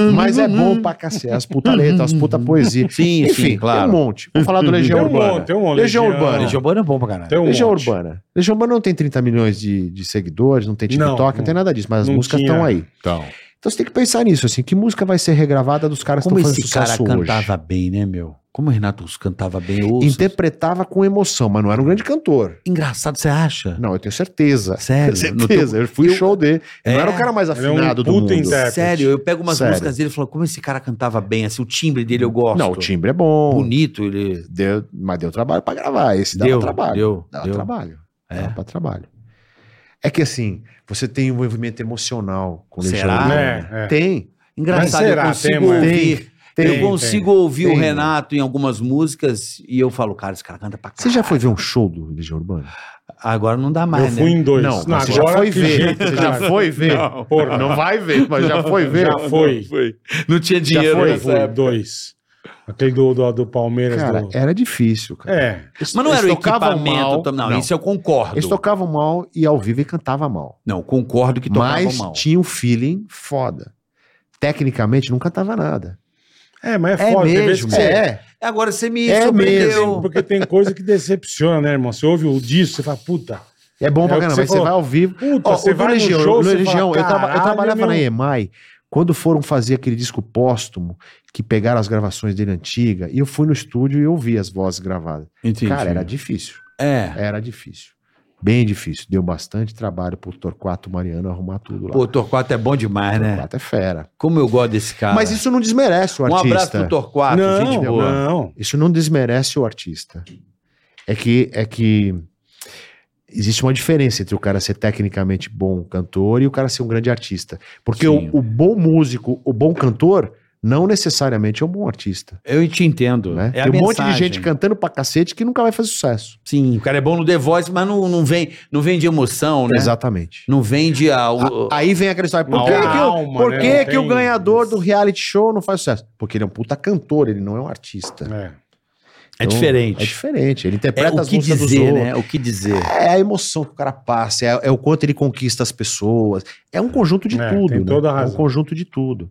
A: Mas é bom pra cacete. As puta letra, as puta poesia.
B: Sim, sim, claro.
A: tem um monte. Vamos falar do Legião
C: Tem um
A: Urbana.
C: monte, tem um monte.
A: Legião Urbana.
B: Legião Urbana é bom pra caralho.
C: Tem um
A: Legião
C: monte.
A: Urbana. Legião Urbana não tem 30 milhões de, de seguidores, não tem
C: Não,
A: TikTok, não,
C: não-
A: tem nada disso, mas as
C: não
A: músicas
C: tinha.
A: estão aí.
D: Então,
A: Então você tem que pensar nisso, assim, que música vai ser regravada dos caras que
B: Como
A: estão fazendo
B: esse cara
A: sucesso hoje?
B: cantava bem, né, meu? Como o Renato Russo cantava bem. eu ouço.
A: Interpretava com emoção, mas não era um grande cantor.
B: Engraçado, você acha?
A: Não, eu tenho certeza.
B: Sério? No teu-
A: Certeza, eu fui
B: Eu-
A: show dele.
B: É.
A: Não era o cara mais
C: Ele é um
A: afinado do mundo.
C: puta intérprete.
B: Sério, eu pego umas
A: Sério.
B: músicas dele e falo, como esse cara cantava bem, assim, o timbre dele eu gosto.
A: Não, o timbre é bom.
B: Bonito, ele...
A: Deu, mas deu trabalho pra gravar. Esse dava
B: deu,
A: trabalho.
B: deu,
A: dava
B: deu.
A: trabalho.
B: É.
A: Dava pra trabalho. É que assim, você tem um envolvimento emocional com o Legião
B: Será?
A: Urbana.
C: É, é.
A: Tem.
B: Engraçado,
C: Mas será?
B: eu consigo
C: Tem, mas-
B: ouvir...
A: Tem.
B: eu consigo ouvir
A: tem. né?
B: o Renato em algumas músicas e eu falo, cara, esse cara canta pra
A: Você
B: caralho.
A: já foi ver um show do Legião Urbana?
B: Agora não dá mais,
C: Eu fui
B: né?
C: em dois.
A: Não, mas você já
C: agora
A: foi
C: que
A: ver.
C: jeito,
A: você já
C: cara.
A: foi ver.
D: Não.
A: Não,
C: Porra.
A: vai ver, mas já foi ver.
C: Já foi.
D: foi.
B: Não tinha
A: Já
B: dinheiro. né?
A: foi?
C: Eu
B: nessa
C: fui em
B: época.
C: dois. Aquele do, do, do Palmeiras.
A: Cara,
C: do...
A: era difícil, cara.
C: É.
B: Mas não
A: Eles
B: era o
A: tocavam
B: equipamento.
A: mal.
B: tam- Não,
A: Não.
B: isso é eu concordo.
A: Eles tocavam mal e ao vivo e cantava mal.
B: Não, concordo que tocavam
A: mas
B: mal.
A: tinha um feeling foda. Tecnicamente não cantava nada.
C: É, mas é, foda. tem vezes que você-
A: É.
B: Agora você me
A: É
B: surpreendeu.
A: mesmo.
C: Porque tem coisa que decepciona, né, irmão? Você ouve o disco, você fala, puta.
A: É bom
C: É
A: pra
C: o que
A: caramba,
C: você
A: mas você
C: falou.
A: vai ao vivo.
C: Puta,
A: Ó,
C: Então, você
A: o do
C: vai no
A: Legião,
C: show,
A: do
C: você
A: Legião,
C: fala,
A: eu, traba- eu
C: "Caralho, é
A: trabalhava
C: meu."
A: na EMAI, quando foram fazer aquele disco póstumo, que pegaram as gravações dele antiga, e eu fui no estúdio e ouvi as vozes gravadas.
B: Entendi.
A: Cara, era difícil.
B: É.
A: Era difícil. Bem difícil. Deu bastante trabalho pro Torquato Mariano arrumar tudo lá.
B: Pô, o Torquato é bom demais, né?
A: Torquato é fera.
B: Como eu gosto desse cara.
A: Mas isso não desmerece o
B: um
A: artista.
B: abraço pro Torquato,
C: não,
B: gente boa.
C: não.
A: Isso não desmerece o artista. É que é que existe uma diferença entre o cara ser tecnicamente bom cantor e o cara ser um grande artista. Porque
B: Sim.
A: o, o bom músico, o bom cantor, não necessariamente é um bom artista.
B: Eu te entendo.
A: Né?
B: É a
A: Tem um monte de
B: mensagem.
A: gente cantando pra cacete que nunca vai fazer sucesso.
B: Sim, o cara é bom no The Voice, mas não, não, vem, não vem de emoção, né?
A: Exatamente.
B: Não vende a. o-
A: A- aí vem aquela história. Por
C: Uma
A: que, que, o-
C: alma,
A: por
C: né?
A: que,
C: Não
A: que o
C: tem-
A: ganhador do reality show não faz sucesso? Porque ele é um puta cantor, ele não é um artista.
C: É.
B: é
A: Então, É
B: diferente.
A: diferente.
B: É,
A: Ele interpreta
B: o
A: as
B: que
A: músicas dos
B: dizer,
A: outros.
B: né? O que dizer.
A: É a emoção que o cara passa, é, é o quanto ele conquista as pessoas. É um conjunto de
C: É,
A: tudo.
C: tem
A: né?
C: toda a
A: É
C: razão.
A: um conjunto de tudo.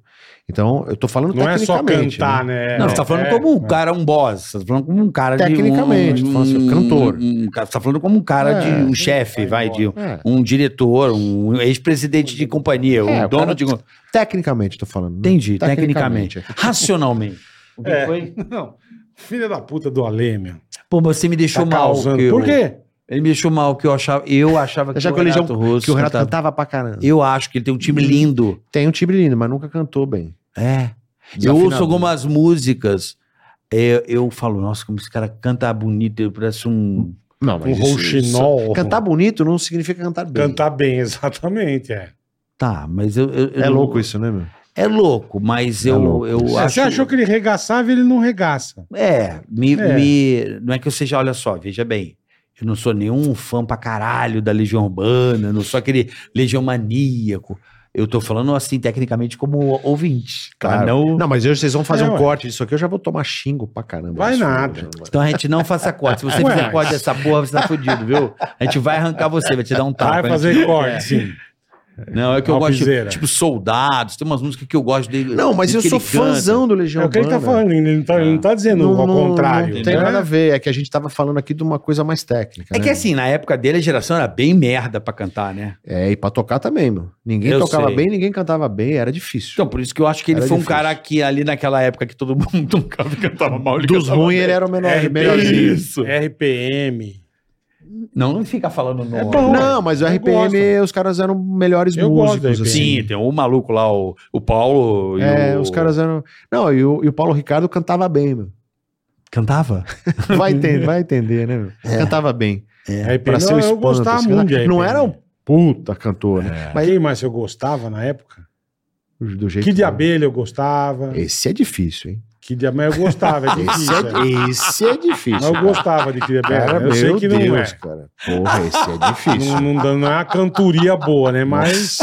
A: Então, eu tô falando
C: Não é só
A: tecnicamente.
C: cantar,
A: né?
C: né?
B: não, você tá falando
C: É,
B: como um
C: é.
B: cara, um boss. Você tá falando como um cara de. um-
A: Tecnicamente, tô falando assim, cantor.
B: um cara- você tá falando como um cara
A: É.
B: de um chefe, vai, de um,
C: né?
A: É,
B: um diretor, um ex-presidente de companhia,
A: É,
B: um
A: o
B: dono
A: cara-
B: de.
A: tecnicamente, tô falando. né?
B: Entendi, tecnicamente. Racionalmente. O que
C: É.
B: foi?
C: Não. Filha da puta do Alê, meu.
B: Pô, mas você me deixou
C: Tá
B: mal.
C: causando.
B: que eu-
C: Por quê?
B: Ele me deixou mal, que eu achava. Eu achava
A: Achava que o Legião-
B: Russo
A: Que o Renato tá-
B: cantava-
A: cantava pra caramba.
B: Eu acho que ele tem um time lindo.
A: Tem um timbre lindo, mas nunca cantou bem.
B: É. Eu
A: Desafinado.
B: ouço algumas músicas. é, eu falo, nossa, como esse cara canta bonito, ele parece um.
A: Não, mas
C: Um
A: isso-
C: rouxinol.
A: isso- é Cantar bonito não significa cantar bem.
C: Cantar bem, exatamente, é.
B: Tá, mas eu. eu- eu
A: É
B: não-
A: louco isso, né, meu?
B: É louco, mas
A: É
B: eu,
A: louco
B: eu
A: isso.
C: É,
B: acho.
C: Você achou que ele regaçava e ele não regaça.
B: É, me,
C: É.
B: me- Não é que eu seja, olha só, veja bem. Eu não sou nenhum fã pra caralho da Legião Urbana, não sou aquele Legião Maníaco. Eu tô falando assim, tecnicamente, como ouvinte. tá? Claro.
A: Não, mas hoje vocês vão fazer
C: É,
A: um
C: ué.
A: corte disso aqui, eu já vou tomar xingo pra caramba.
C: Vai
A: Isso,
C: nada.
A: né, mano?
B: Então a gente não faça corte. Se você
C: Ué,
B: fizer
C: mas-
B: corte dessa porra, você tá fudido, viu? A gente vai arrancar você, vai te dar um
A: Tá,
B: tapa.
C: Vai
B: né?
C: fazer corte, sim.
B: Não, é que eu
C: Alpizeira.
B: gosto, tipo, soldados, tem umas músicas que eu gosto dele.
A: Não, mas
B: do
A: eu
B: que
A: sou
B: ele canta.
A: fãzão do Legião
C: É o que ele tá
A: Urbana.
C: falando, ele não tá, ele não tá dizendo ao contrário.
A: não tem
C: né?
A: nada a ver. É que a gente tava falando aqui de uma coisa mais técnica.
B: É
A: né?
B: que assim, na época dele, a geração era bem merda pra cantar, né?
A: É, e pra tocar também, meu. Ninguém
B: Eu
A: tocava
B: sei.
A: bem, ninguém cantava bem, era difícil.
B: Então, por isso que eu acho que ele
A: Era
B: foi um
A: difícil.
B: cara que ali naquela época que todo mundo tocava.
D: Ele cantava mal, ele
A: Dos
D: cantava
A: ruins, ele
D: bem.
A: era o menor,
C: É,
A: melhorzinho.
D: Isso.
C: RPM.
B: Não, não fica falando
A: É
B: nome.
C: bom.
A: Não, mas o
C: Eu
A: RPM,
C: gosto.
A: os caras eram melhores
C: Eu gosto
A: músicos. assim.
C: do RPM.
B: Sim, tem o maluco lá, o, o Paulo. e
A: É,
B: o-
A: os caras eram. Não, e o, e o Paulo Ricardo cantava bem, meu.
B: Cantava?
A: Vai entender, vai entender, né, meu?
C: É.
A: Cantava bem.
C: RPM
A: É, Pra ser o
C: é eu
A: espanto.
C: gostava
A: assim,
C: muito de
A: né?
C: RPM.
A: não era um puta cantor, né?
C: Mas quem mais eu gostava na época?
A: Do jeito
C: É. Que de
A: dele.
C: abelha eu gostava.
A: Esse é difícil, hein?
C: Que de abelha eu gostava. É
A: Esse
C: difícil. é.
A: é, esse é
C: Mas
A: difícil.
C: eu gostava de que de abelha.
A: Cara,
C: eu
A: meu
C: sei que
A: Deus,
C: não é.
A: cara. Porra, esse é difícil.
C: Não, não, dá- não é uma cantoria boa, né? Mas,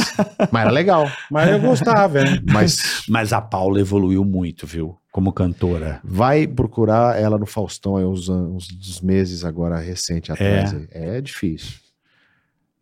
A: Mas era legal.
C: mas eu gostava, é.
A: Mas
B: Mas a Paula evoluiu muito, viu? Como cantora.
A: vai procurar ela no Faustão aí uns, an- uns, uns meses agora recente atrás. aí. É, difícil.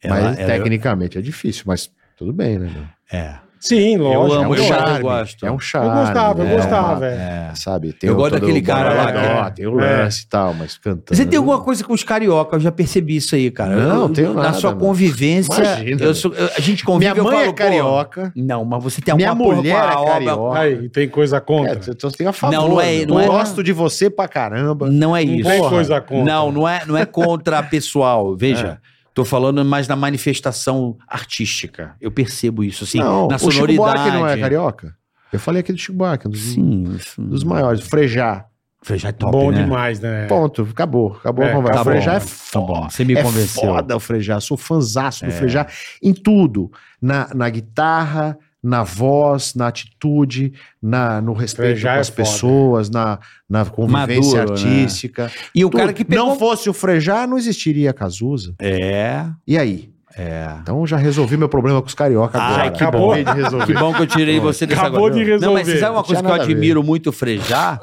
B: Ela,
A: mas tecnicamente é difícil, mas tudo bem, né? meu?
B: É.
C: Sim,
B: Eu
C: lógico.
B: amo,
C: é um
B: eu,
C: charme.
B: eu gosto.
A: É um charme.
C: Eu gostava, eu
A: né?
C: gostava, é.
B: É.
A: É, Sabe,
B: Eu
A: o-
B: gosto
A: todo
B: daquele
A: o
B: cara
C: lá
A: Bororó,
C: que-
A: Tem o lance e tal, mas cantando.
B: Você tem alguma coisa com os cariocas, eu já percebi isso aí, cara.
A: Não,
B: eu,
A: tenho
B: Na
A: nada,
B: sua
A: não.
B: convivência,
A: Imagina.
B: eu sou- eu- a gente convive,
A: Minha mãe
B: eu falo,
A: é carioca.
B: pô, Não, mas você tem
A: Minha
B: alguma porra com
A: mulher
B: a
A: é
B: obra.
A: carioca.
C: Aí, tem coisa
A: É,
C: contra.
A: eu tenho a favor.
B: Não, não é-
A: meu.
B: não é-
A: Gosto de você pra caramba.
B: Não é
C: Não
B: isso.
C: tem coisa contra.
B: Não, não é, não é contra a pessoal. Veja,
A: É.
B: tô falando mais na manifestação artística. Eu percebo isso, assim,
A: não,
B: na
A: o Chico Buarque
B: sonoridade.
A: não é carioca? Eu falei aqui do Chico Buarque, um dos,
B: Sim, isso-
A: dos maiores. Frejar.
B: Veja, é top,
C: Bom
B: né?
C: demais, né?
A: Ponto, acabou. Acabou
C: É,
A: a conversa.
B: Tá
A: o
B: bom,
A: Frejar é
B: tá
A: foda.
B: bom. Você me
A: é
B: convenceu. É.
A: foda o Frejar. Sou fanzaço do Frejar em tudo. Na, na guitarra, na voz, na atitude, na, no respeito
C: Frejar
A: com
C: é
A: as
C: foda.
A: pessoas, na, na convivência
B: Maduro, né?
A: artística.
B: E o
A: Tudo.
B: cara que pegou...
A: Não fosse o Frejar, não existiria Cazuza.
B: É,
A: E aí?
B: é.
A: Então já resolvi meu problema com os carioca agora.
B: Ai, que
A: Acabou
C: bom.
A: de resolver.
B: Que bom que eu tirei você dessa
C: Acabou
B: agora.
C: de resolver.
B: Não, mas você sabe uma
A: Não
B: coisa que
A: tinha
B: eu
A: nada a ver.
B: admiro muito o Frejar?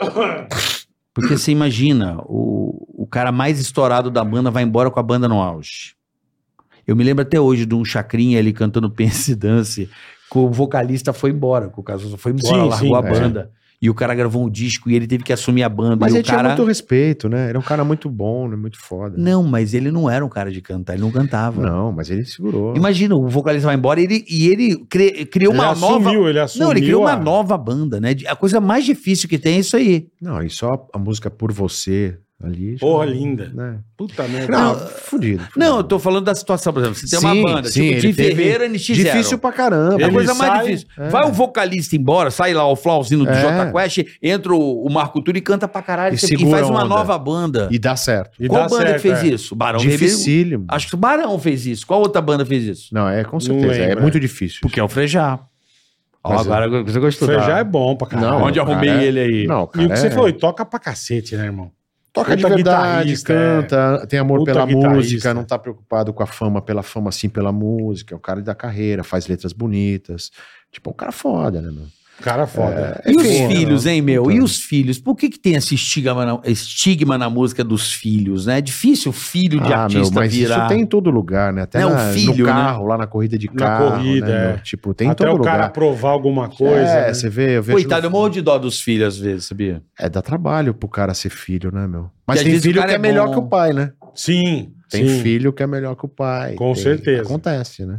B: Porque você imagina, o, o cara mais estourado da banda vai embora com a banda no auge. Eu me lembro até hoje de um Chacrinha ali cantando Pense Dance, que o vocalista foi embora, que o Cazuza foi embora,
C: Sim,
B: largou
C: sim,
B: a
A: é.
B: banda. E o cara gravou um disco e ele teve que assumir a banda.
A: Mas
B: e
A: ele
B: o cara...
A: tinha muito respeito, né? Era um cara muito bom, né? muito foda.
B: Não, mas ele não era um cara de cantar, ele não cantava.
A: Não, mas ele segurou.
B: Imagina, o vocalista vai embora e ele, e ele cri- criou
C: ele
B: uma nova
C: assumiu, ele assumiu.
B: Não, ele criou
C: a-
B: uma nova banda, né? A coisa mais difícil que tem é isso aí.
A: Não, e só a música Por Você, Ali,
C: Porra,
A: já-
C: linda.
A: Né?
C: Puta merda.
A: Não, fudido. fudido.
B: Não, eu tô falando da situação, por exemplo, você tem
A: Sim,
B: uma banda,
A: sim,
B: tipo,
A: ele
B: de
A: teve-
B: Ferreira NX Zero.
A: Difícil pra caramba.
B: É a
C: Ele
B: coisa mais
C: sai-
B: difícil.
A: é.
B: Vai o vocalista embora, sai lá o Flauzino do
A: É.
B: Jota Quest, entra o, o Marco Túlio e canta pra caralho.
A: E
B: E,
A: segura
B: faz
A: a
B: uma
A: onda.
B: nova banda.
A: E dá certo.
C: E
B: Qual
C: dá
B: banda
C: certo,
B: que fez
C: é.
B: isso? Barão Vermelho.
A: Dificílimo.
B: Acho que o Barão fez isso. Qual outra banda fez isso?
A: Não, é com
C: Não
A: certeza. É
C: lembro,
A: muito difícil.
B: Porque é o Frejá. Ó,
A: Mas é.
B: agora você gostou.
C: Feijão
B: tá?
C: é bom pra caralho.
A: Não,
D: Onde
A: cara,
D: arrumei
A: é-
D: ele aí?
A: Não,
C: E
A: cara,
C: o que você
A: é-
C: falou, e toca pra cacete, né, irmão?
A: Toca de
C: Puta
A: verdade,
C: guitarrista, é
A: canta, tem amor
C: Puta
A: pela
C: guitarrista.
A: música, não tá preocupado com a fama, pela fama sim, pela música. É o cara da carreira, faz letras bonitas. Tipo, é um cara foda, né, meu?
C: Cara é foda.
A: É
B: E os
A: Enfim,
B: filhos, hein, meu? E
A: Então.
B: os filhos? Por que, que tem esse estigma na, estigma na música dos filhos, né? É difícil o filho de artista
A: Ah, mas
B: virar.
A: isso tem em todo lugar, né? Até
B: Né, o
A: na-
B: filho,
A: no carro, lá na corrida de
C: Na
A: carro.
C: corrida,
A: né,
C: é.
A: meu? Tipo, tem em
C: Até
A: todo
C: o cara
A: lugar.
C: provar alguma coisa.
A: é,
C: né?
A: você vê, eu vejo.
B: Coitado, eu
A: no-
B: morro de dó dos filhos às vezes, sabia?
A: É, dá trabalho pro cara ser filho, né, meu? Mas
B: às
A: tem
B: vezes o
A: filho
B: cara
A: que é,
B: é
A: melhor
B: bom.
A: que o pai, né?
C: Sim.
A: Tem
C: sim.
A: filho que é melhor que o pai.
C: Com
A: tem-
C: certeza.
A: Acontece, né?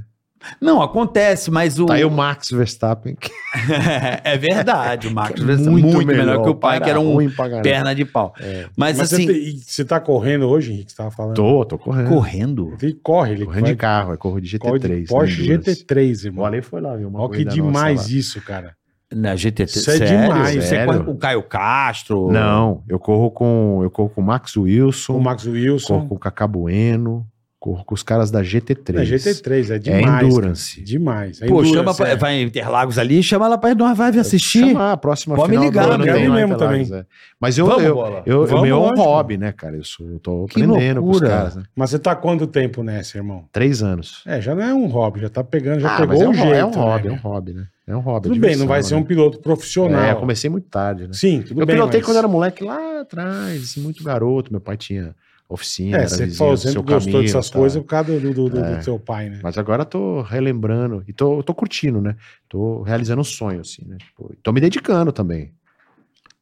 B: Não, acontece, mas o.
A: Tá aí o Max Verstappen, que
B: é verdade, o Max
A: é
B: Verstappen, muito, melhor, que o pai, que era um
A: ruim pra caramba.
B: perna de pau.
A: É.
B: Mas,
C: Mas,
B: assim, tá
C: você, te- e você tá correndo hoje, Henrique, você tava falando?
A: Tô, tô correndo.
B: correndo.
C: Ele corre, ele
A: Correndo de carro, é corro de GT3.
C: corre de Porsche
A: né, Endurance.
C: GT3,
A: O
C: irmão.
A: Ale foi lá, viu? Uma
C: Olha que
A: corrida
C: demais
A: nossa lá.
C: isso, cara.
B: Na GT3.
C: Isso é demais,
B: Você
A: sério.
B: corre com o Caio Castro.
A: Não, eu corro com eu corro com o Max Wilson,
C: Com o Max
A: corro
C: Wilson.
A: com o Cacá Bueno, corro com os caras da GT3.
C: É GT3, é
A: É
C: demais.
A: Endurance.
C: cara. Demais. É
B: Pô,
C: Endurance,
B: chama pra,
C: é.
B: vai em Interlagos ali, chama lá pra nós, vai vir assistir.
A: Chamar a próxima
B: Pode me
A: final
B: ligar,
A: do ano
C: eu quero
A: tem
C: ir
A: lá em
C: mesmo
A: Interlagos, é. Mas eu,
B: Vamos,
A: eu,
B: bola.
A: eu, eu
C: Vamos,
A: meu é um
C: lógico.
A: hobby, né, cara? Eu, sou, eu tô
B: Que
A: aprendendo com os
B: loucura.
A: caras. Né?
C: Mas você tá há quanto tempo nessa, irmão?
A: Três anos.
C: É, já não é um hobby, já tá pegando, já
A: Ah,
C: pegou
A: mas é um,
C: o jeito.
A: é um
C: né,
A: hobby, é um
C: meu?
A: hobby, né? É um hobby. é
C: Tudo bem, não
A: diversão,
C: vai ser um
A: né?
C: piloto profissional.
A: É, eu comecei muito tarde, né?
C: Sim, tudo
A: eu
C: bem.
A: pilotei
C: mas-
A: quando era moleque lá atrás, assim, muito garoto. Meu pai tinha oficina,
C: É,
A: era
C: você
A: vizinho
C: falou,
A: do
C: sempre
A: seu
C: gostou
A: caminho, tá. É.
C: dessas
A: tal.
C: coisas por causa do, do, do- do seu pai, né?
A: Mas agora tô relembrando e tô, tô curtindo, né? Tô realizando um sonho, assim, né? Tipo, e tô me dedicando também.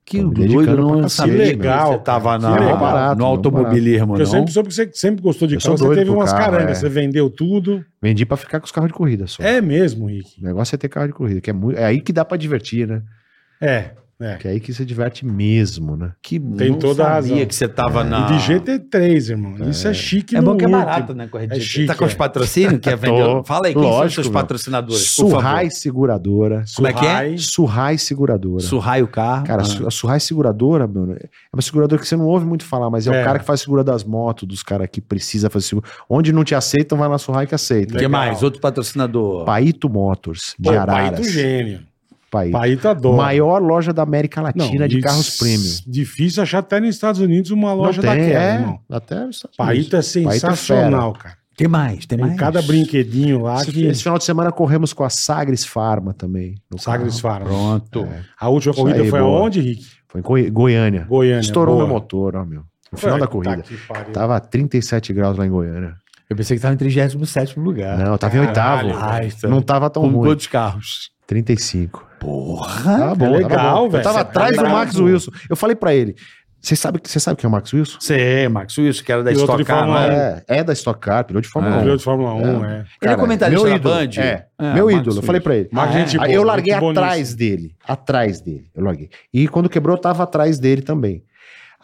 B: Que
A: Tô me dedicando
B: doido,
A: pra
B: não eu
A: cacete,
B: sabia
C: meu.
B: que você
C: Legal,
B: tava
C: cara,
B: na,
C: que legal.
A: Barato,
B: no
A: não,
B: automobilismo,
C: Porque eu
B: não?
C: sempre soube que você sempre gostou de
A: Eu sou
C: carro, você
A: doido
C: teve
A: pro
C: umas
A: carro,
C: carangas,
A: é.
C: você vendeu tudo.
A: Vendi pra ficar com os carros de corrida só.
C: É mesmo, Rick.
A: O negócio é ter carro de corrida, que é muito. É aí que dá pra divertir, né?
C: É, é.
A: Que é aí que você diverte mesmo, né?
B: Que
C: Tem
B: não
C: toda a
B: sabia
C: razão.
B: que você tava na...
C: E de GT3, irmão. Isso é chique
B: Ah. É bom
C: no
B: que é
C: último.
B: barato, né, corrida?
C: É chique,
B: tá com os
C: é.
B: patrocínios que é
A: Tô.
B: vendedor? Fala aí, quem são os
A: Lógico,
B: seus
A: meu.
B: patrocinadores, por favor?
A: Surrai Seguradora.
B: Como é que é?
C: Surrai.
A: Surrai Seguradora.
B: Surrai o carro. Ah.
A: Cara, a Su- a Surrai Seguradora, mano, é uma seguradora que você não ouve muito falar, mas é,
C: É.
A: o cara que faz segura das motos, dos caras que precisa fazer seguro. Onde não te aceitam, vai na Surrai que aceita.
B: O que
C: legal.
B: mais? Outro patrocinador.
A: Paito Motors, de
C: Pô,
A: Araras.
C: Paito é gênio.
A: Paito.
C: Paito adora.
A: Maior loja da América
C: Não,
A: Latina de
C: e
A: carros
C: s-
A: premium.
C: Difícil achar até nos Estados Unidos uma loja
A: não tem,
C: daquela,
A: é, tá
C: irmão.
A: até nos Estados Unidos.
C: Paito é sensacional, cara.
B: Tem mais, tem
C: Tem
B: mais.
C: cada brinquedinho lá
A: Esse,
C: que...
A: esse final de semana corremos com a Sagres Pharma também. no
C: Sagres
A: carro.
C: Farm.
B: Pronto.
A: É.
C: A última
A: Isso
C: corrida
A: aí,
C: foi
A: boa.
C: aonde, Rick?
A: Foi em Goi- Goiânia.
C: Goiânia.
A: Estourou
C: boa.
A: meu motor, ó, meu. No final da
C: Tá
A: corrida.
C: que pariu.
A: Tava 37 graus lá em Goiânia.
B: Eu pensei que tava em 37 lugar.
A: Não, tava em
C: Caralho, ah, é
A: oitavo.
B: Ai,
A: Não tava tão
B: com
A: ruim.
B: quantos carros?
A: 35.
B: Porra!
A: Tá bom,
C: Ah, é legal,
A: tá bom.
C: velho.
A: Eu tava
C: Você tá
A: atrás do
C: legal,
A: Max
C: pô.
A: Wilson. Eu falei pra ele: você sabe, você sabe quem é o Max Wilson?
B: Você, Max Wilson, que era da
C: E outro
B: Stock
C: de
B: Car, né?
C: Fórmula
B: não era?
C: um.
A: É, é da Stock Car, piloto de Fórmula
B: É.
A: 1.
C: Corrida de Fórmula
A: Tá
C: 1, é.
B: Ele é comentarista
A: meu
B: da
A: ídolo.
B: Band?
A: É,
B: É,
A: meu
B: Max
A: ídolo. Eu falei pra ele.
C: Mas gente
A: Ah, Aí eu
C: boa,
A: larguei
C: gente boa
A: atrás
C: né? nisso.
A: dele. Atrás dele. Eu larguei. E quando quebrou, eu tava atrás dele também.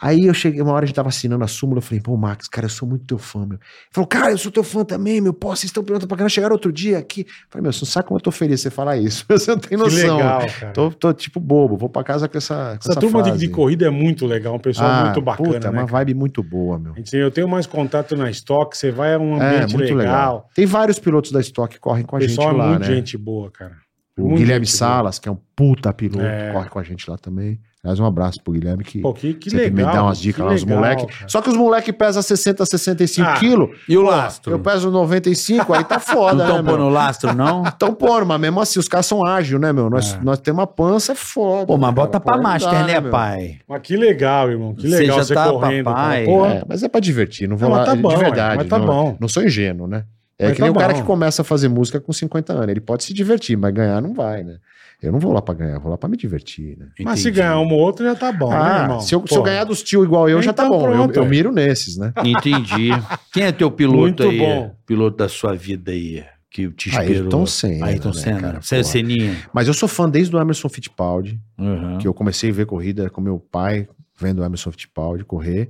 A: Aí eu cheguei, uma hora a gente tava assinando a súmula, eu falei, pô, Max, cara, eu sou muito teu fã, meu. Ele falou, cara, eu sou teu fã também, meu. Pô, vocês estão perguntando pra caramba, chegaram outro dia aqui. Eu falei, meu, você não sabe como eu tô feliz de você falar isso. Você não tem
C: Que
A: noção.
C: legal, cara.
A: Tô, tô tipo bobo, vou pra casa com essa. Com
C: Essa, turma de,
A: frase.
C: de corrida é muito legal, um pessoal
A: Ah,
C: muito bacana,
A: Puta,
C: né?
A: uma
C: cara?
A: vibe muito boa, meu.
C: A gente- Eu tenho mais contato na Stock, você vai a um
A: É,
C: ambiente
A: muito legal.
C: legal.
A: Tem vários pilotos da Stock que correm com
C: O
A: a gente
C: pessoal é
A: lá,
C: muito
A: né?
C: gente boa, cara.
A: O
C: muito
A: Guilherme
C: gente
A: Salas, que é um puta piloto,
C: É.
A: corre com a gente lá também. Aliás, um abraço pro Guilherme que.
C: Pô, que, que
A: sempre
C: legal.
A: me dá umas dicas
C: que
A: lá, os
C: legal,
A: moleques.
C: cara.
A: Só que os moleques pesam 60, 65
C: Ah,
A: quilos.
B: E o
A: Pô,
B: Lastro?
A: Eu peso 95, aí tá foda,
B: Não
A: né,
B: estão
A: meu?
B: pondo lastro, não?
A: Tão pondo, mas mesmo assim, os caras são ágil, né, meu? Nós, nós temos uma pança, é foda.
B: Pô, mas
A: cara.
B: bota pra
A: Pô, não dá,
B: Master, né,
A: meu?
B: pai?
C: Mas que legal, irmão. Que
B: Você
C: legal
B: já
C: você
B: tá
C: correndo. cara.
B: papai.
C: Pô,
A: É, mas é pra divertir, não vou
C: Não,
A: lá.
C: mas tá bom,
A: de
C: é,
A: verdade.
C: mas tá
A: não,
C: bom.
A: não sou ingênuo, né? É
C: Mas
A: que
C: tá
A: nem o cara
C: bom.
A: que começa a fazer música com 50 anos. Ele pode se divertir, mas ganhar não vai, né? Eu não vou lá pra ganhar, eu vou lá pra me divertir, né?
C: mas se ganhar uma ou outra já tá bom, né,
A: ah,
C: irmão?
A: se, eu, se eu
C: Pô,
A: ganhar dos tio igual eu, já tá
C: Então
A: bom. Eu-
C: pronto,
A: eu,
C: é.
A: miro nesses, né?
B: Entendi. Quem é teu piloto
C: um- Muito
B: aí?
C: bom.
B: Piloto da sua vida aí, que te inspirou?
A: Ayrton Senna.
B: Ayrton
A: né,
B: Senna.
A: cara?
B: Você é
A: Porra.
B: Seninha.
A: Mas eu sou fã desde o Emerson Fittipaldi,
B: Uhum.
A: que eu comecei a ver corrida com meu pai, vendo o Emerson Fittipaldi correr.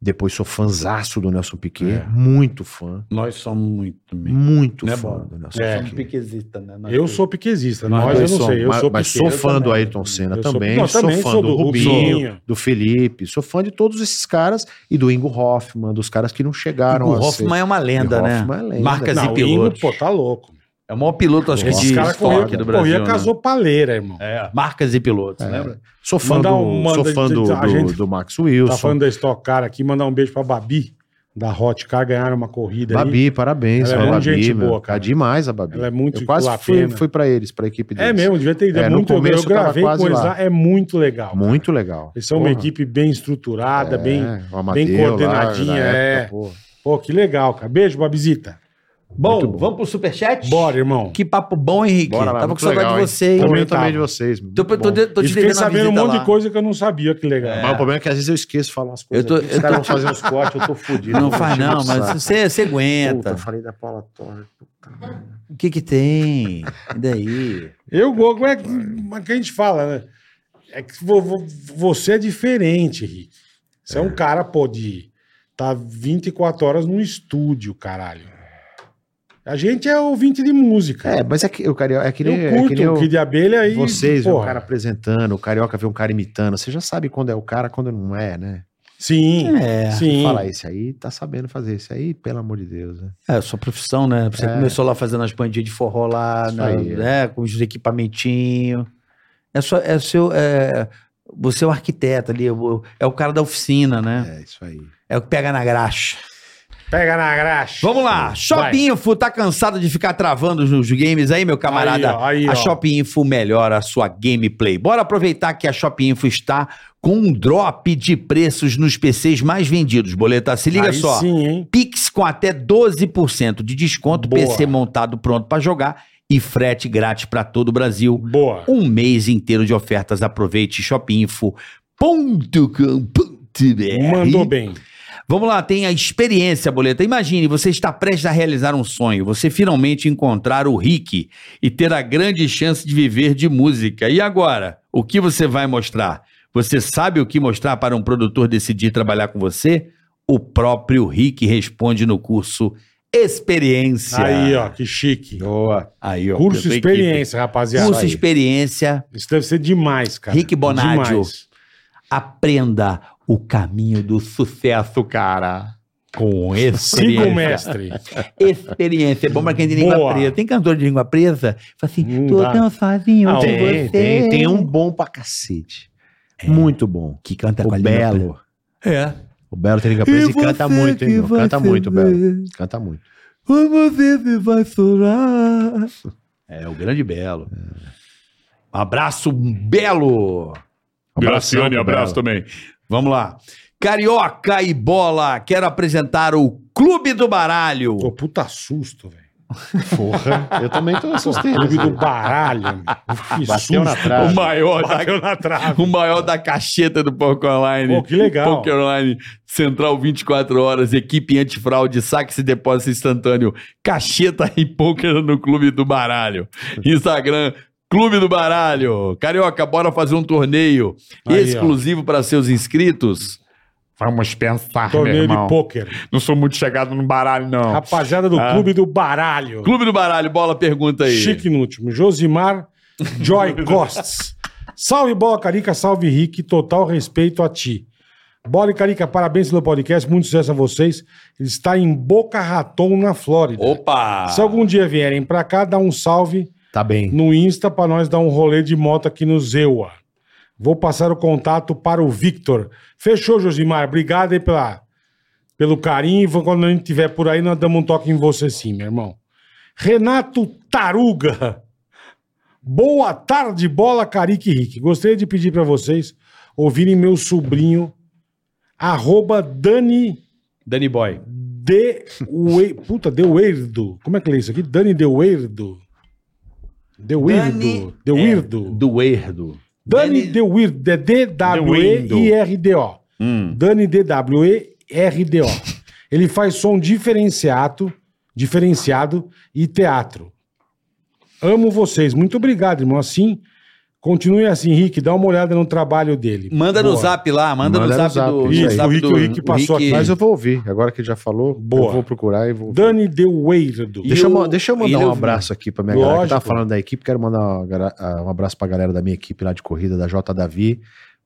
A: Depois sou fanzaço do Nelson Piquet, muito fã.
B: Nós somos muito mesmo.
A: Muito
B: Não é
A: fã
B: bom.
A: do Nelson
C: É. É.
A: Piquet.
B: piquezista, né? Nós
C: Eu
B: dois.
C: sou piquesista,
B: Nós
C: nós eu
B: dois
C: não
B: somos,
C: sei. Eu
A: mas,
C: sou
A: mas
C: pique-
A: sou fã
B: também.
A: do Ayrton Senna
C: Eu sou-
A: também,
C: não,
A: sou,
C: também
A: fã
C: sou
A: do,
C: do
A: Rubinho,
C: Rubinho.
A: do Felipe, sou fã de todos esses caras e do Ingo Hoffman, dos caras que não chegaram
B: O
A: a ser.
B: Hoffman é uma lenda, né?
A: Hoffman é lenda.
B: Marcas
A: Não,
B: e
C: Não, o Ingo,
B: pilotos.
C: pô, tá louco.
B: É o maior piloto, acho que,
A: Esses
B: de
C: Esse cara
B: estoque
A: corria-
B: do
C: corria,
B: Brasil.
C: corria
B: né?
C: casou paleira, irmão.
B: É, marcas e pilotos, né,
A: É.
B: lembra?
A: Sou fã,
C: Mandar
A: do,
C: um-
A: sou
C: manda-
A: fã do,
C: a
A: do-
C: gente
A: do Max
C: Tá
A: Wilson.
C: falando da Stock Car aqui, mandar um beijo pra Babi, da Hot Car, ganharam uma corrida aí.
A: Babi, parabéns.
C: Ela é
A: a
C: muito
A: Babi,
C: gente
A: meu.
C: boa, cara.
A: Tá demais a Babi.
C: Ela é muito
A: Eu quase
C: lá,
A: fui,
C: pena.
A: fui pra eles, pra equipe deles.
C: É mesmo, devia ter ido.
A: É,
C: É,
A: no
C: muito,
A: começo
C: eu
A: eu tava
C: gravei
A: quase
C: com eles
A: lá.
C: lá, é muito legal.
A: Muito legal.
C: Eles são uma
A: Porra. É.
C: equipe bem estruturada, bem...
A: o Amadeu
C: bem
A: lá,
C: coordenadinha,
A: na
C: é.
A: porra.
C: Pô, que legal, cara. Beijo, Babizita.
B: Bom,
A: Muito bom.
B: vamos pro superchat?
C: Bora, irmão.
B: Que papo bom, Henrique.
A: Bora lá,
B: Tava com
A: muito
B: saudade
A: legal,
B: de
A: hein?
B: você. hein?
A: Pô,
C: Também
A: Eu também
C: tava.
A: de vocês. muito
B: Tô, tô,
A: bom.
B: tô, tô
C: E
B: te
C: fiquei
B: devendo uma
C: sabendo um
B: visita
C: monte
B: lá.
C: de coisa que eu não sabia, que legal.
A: Mas o problema é que às vezes eu esqueço de falar umas coisas.
B: Eu tô-
A: aqui,
B: eu
A: Os
B: tô-
A: caras vão fazer uns cortes, eu tô fudido.
B: Não faz não, mas você, você
A: Puta,
B: aguenta.
A: eu falei da Paula Torre.
B: O que que tem? E daí?
C: Eu gosto, é que, mas que a gente fala, né? É que vo- vo- você é diferente, Rick. Você é, um cara, pô, de tá 24 horas num estúdio, caralho. A gente é ouvinte de música.
A: É, mas é que, eu, cara, é que nem,
C: eu
A: é
C: curto
A: que nem
C: o
A: eu-
C: Kid de Abelha aí.
A: vocês, vê
C: pô.
A: o cara apresentando, o carioca vê um cara imitando. Você já sabe quando é o cara, quando não é, né?
C: Sim,
B: É,
C: sim.
A: Fala, esse aí tá sabendo fazer. Esse aí, pelo amor de Deus, né?
B: é a sua profissão, né? Você
A: É.
B: começou lá fazendo as bandinhas de forró lá,
A: Isso
B: na-
A: aí, é.
B: né? Com os equipamentinhos. É só, é seu, é, você é o arquiteto ali, é o- é o cara da oficina, né?
A: É, isso aí.
B: É o que pega na graxa.
C: Pega na graxa.
B: Vamos lá, Shopping Info, tá cansado de ficar travando os games aí, meu camarada?
C: Aí, ó, aí, ó.
B: a Shopping Info melhora a sua gameplay. Bora aproveitar que a Shopping Info está com um drop de preços nos PCs mais vendidos. Boleta, se liga
C: Aí
B: só.
C: Sim, hein?
B: Pix com até 12% de desconto,
C: Boa.
B: PC montado pronto pra jogar e frete grátis pra todo o Brasil.
C: Boa.
B: Um mês inteiro de ofertas. Aproveite shopinfo.com.br.
C: Mandou bem.
B: Vamos lá, tem a experiência, Boleta. Imagine, você está prestes a realizar um sonho, você finalmente encontrar o Rick e ter a grande chance de viver de música. E agora? O que você vai mostrar? Você sabe o que mostrar para um produtor decidir trabalhar com você? O próprio Rick responde no curso Experiência.
C: Aí, ó, que chique.
B: Boa. Aí, ó.
C: Curso
B: pela equipe.
C: experiência, rapaziada.
B: Curso
C: Aí.
B: Experiência.
C: Isso deve ser demais, cara.
B: Rick Bonadio.
C: Demais.
B: Aprenda o caminho do sucesso, cara. Com
C: Siga o
B: experiência.
C: mestre.
B: experiência. É bom pra quem tem língua
C: Boa.
B: presa. Tem cantor de língua presa? Fala assim,
C: Não
B: tô
C: dá.
B: tão sozinho
C: Ah,
B: com
A: Tem,
B: você.
A: tem, tem um bom pra cacete.
B: É.
A: Muito bom.
B: que canta Tá com a
A: o
B: língua
A: Belo.
B: presa. É.
A: O Belo tem língua presa e canta muito, hein? meu? Canta muito, Belo. Canta muito.
B: Como você se vai chorar. É, o grande Belo. Um abraço, Belo. Um
A: Abração
D: Graciane,
A: pro Belo.
D: abraço também.
B: Vamos lá. Carioca e bola, quero apresentar o Clube do Baralho.
C: Pô, puta susto, velho.
A: Porra, eu também tô assustei.
C: Clube do baralho, meu. Que
A: Bateu na
C: susto.
A: trave.
B: O maior da
C: Bateu na trave.
B: O maior da cacheta do Poker Online.
C: Pô, que legal.
B: Poker Online, Central 24 horas, equipe antifraude, saques e depósito instantâneo, cacheta e poker no Clube do Baralho. Instagram, Clube do Baralho. Carioca, bora fazer um torneio
C: Aí,
B: exclusivo para seus inscritos?
D: Vamos pensar, meu
C: Torneio de
D: irmão.
C: pôquer.
D: Não sou muito chegado no baralho, não.
C: Rapaziada do
D: Ah.
C: Clube do Baralho.
B: Clube do Baralho, bola pergunta aí.
C: Chique no último. Josimar Joy Costs. Salve, Bola Carica, salve, Rick. Total respeito a ti. Bola e Carica, parabéns pelo podcast. Muito sucesso a vocês. Ele está em Boca Raton, na Flórida.
B: Opa!
C: Se algum dia vierem pra cá, dá um salve
A: Tá bem.
C: no Insta pra nós dar um rolê de moto aqui no Zewa. Vou passar o contato para o Victor. Fechou, Josimar. Obrigado aí pela, pelo carinho. Vou- Quando a gente estiver por aí, nós damos um toque em você sim, meu irmão. Renato Taruga. Boa tarde, bola, Carique Rick. Gostaria de pedir para vocês ouvirem meu sobrinho, arroba Dani
B: Danny Boy.
C: de Wei- Puta, De Weirdo. Como é que lê isso aqui? Dani De Weirdo. De Weirdo.
B: é.
C: De Weirdo.
B: Do Erdo.
C: Dani De Weirdo. É D-W-E-I-R-D-O.
B: Hum.
C: Dani D-W-E-R-D-O. Ele faz som diferenciado, diferenciado e teatro. Amo vocês. Muito obrigado, irmão. Assim Continue assim, Rick, dá uma olhada no trabalho dele.
B: Manda no
C: Boa.
B: zap lá, manda, no zap, do.
A: Isso,
B: no zap
C: o Rick-
B: do-
C: o Rick passou aqui.
A: Mas eu vou ouvir. Agora que ele já falou,
C: Boa.
A: eu vou procurar e vou.
C: Dani De Weirdo.
A: Deixa, eu,
B: E
A: ma-
B: o-
A: deixa eu
B: e
A: mandar
B: eu-
A: um abraço aqui pra minha galera que tá
C: Lógico.
A: falando da equipe. Quero mandar uma gra- ah, um abraço pra galera da minha equipe lá de corrida, da J. Davi,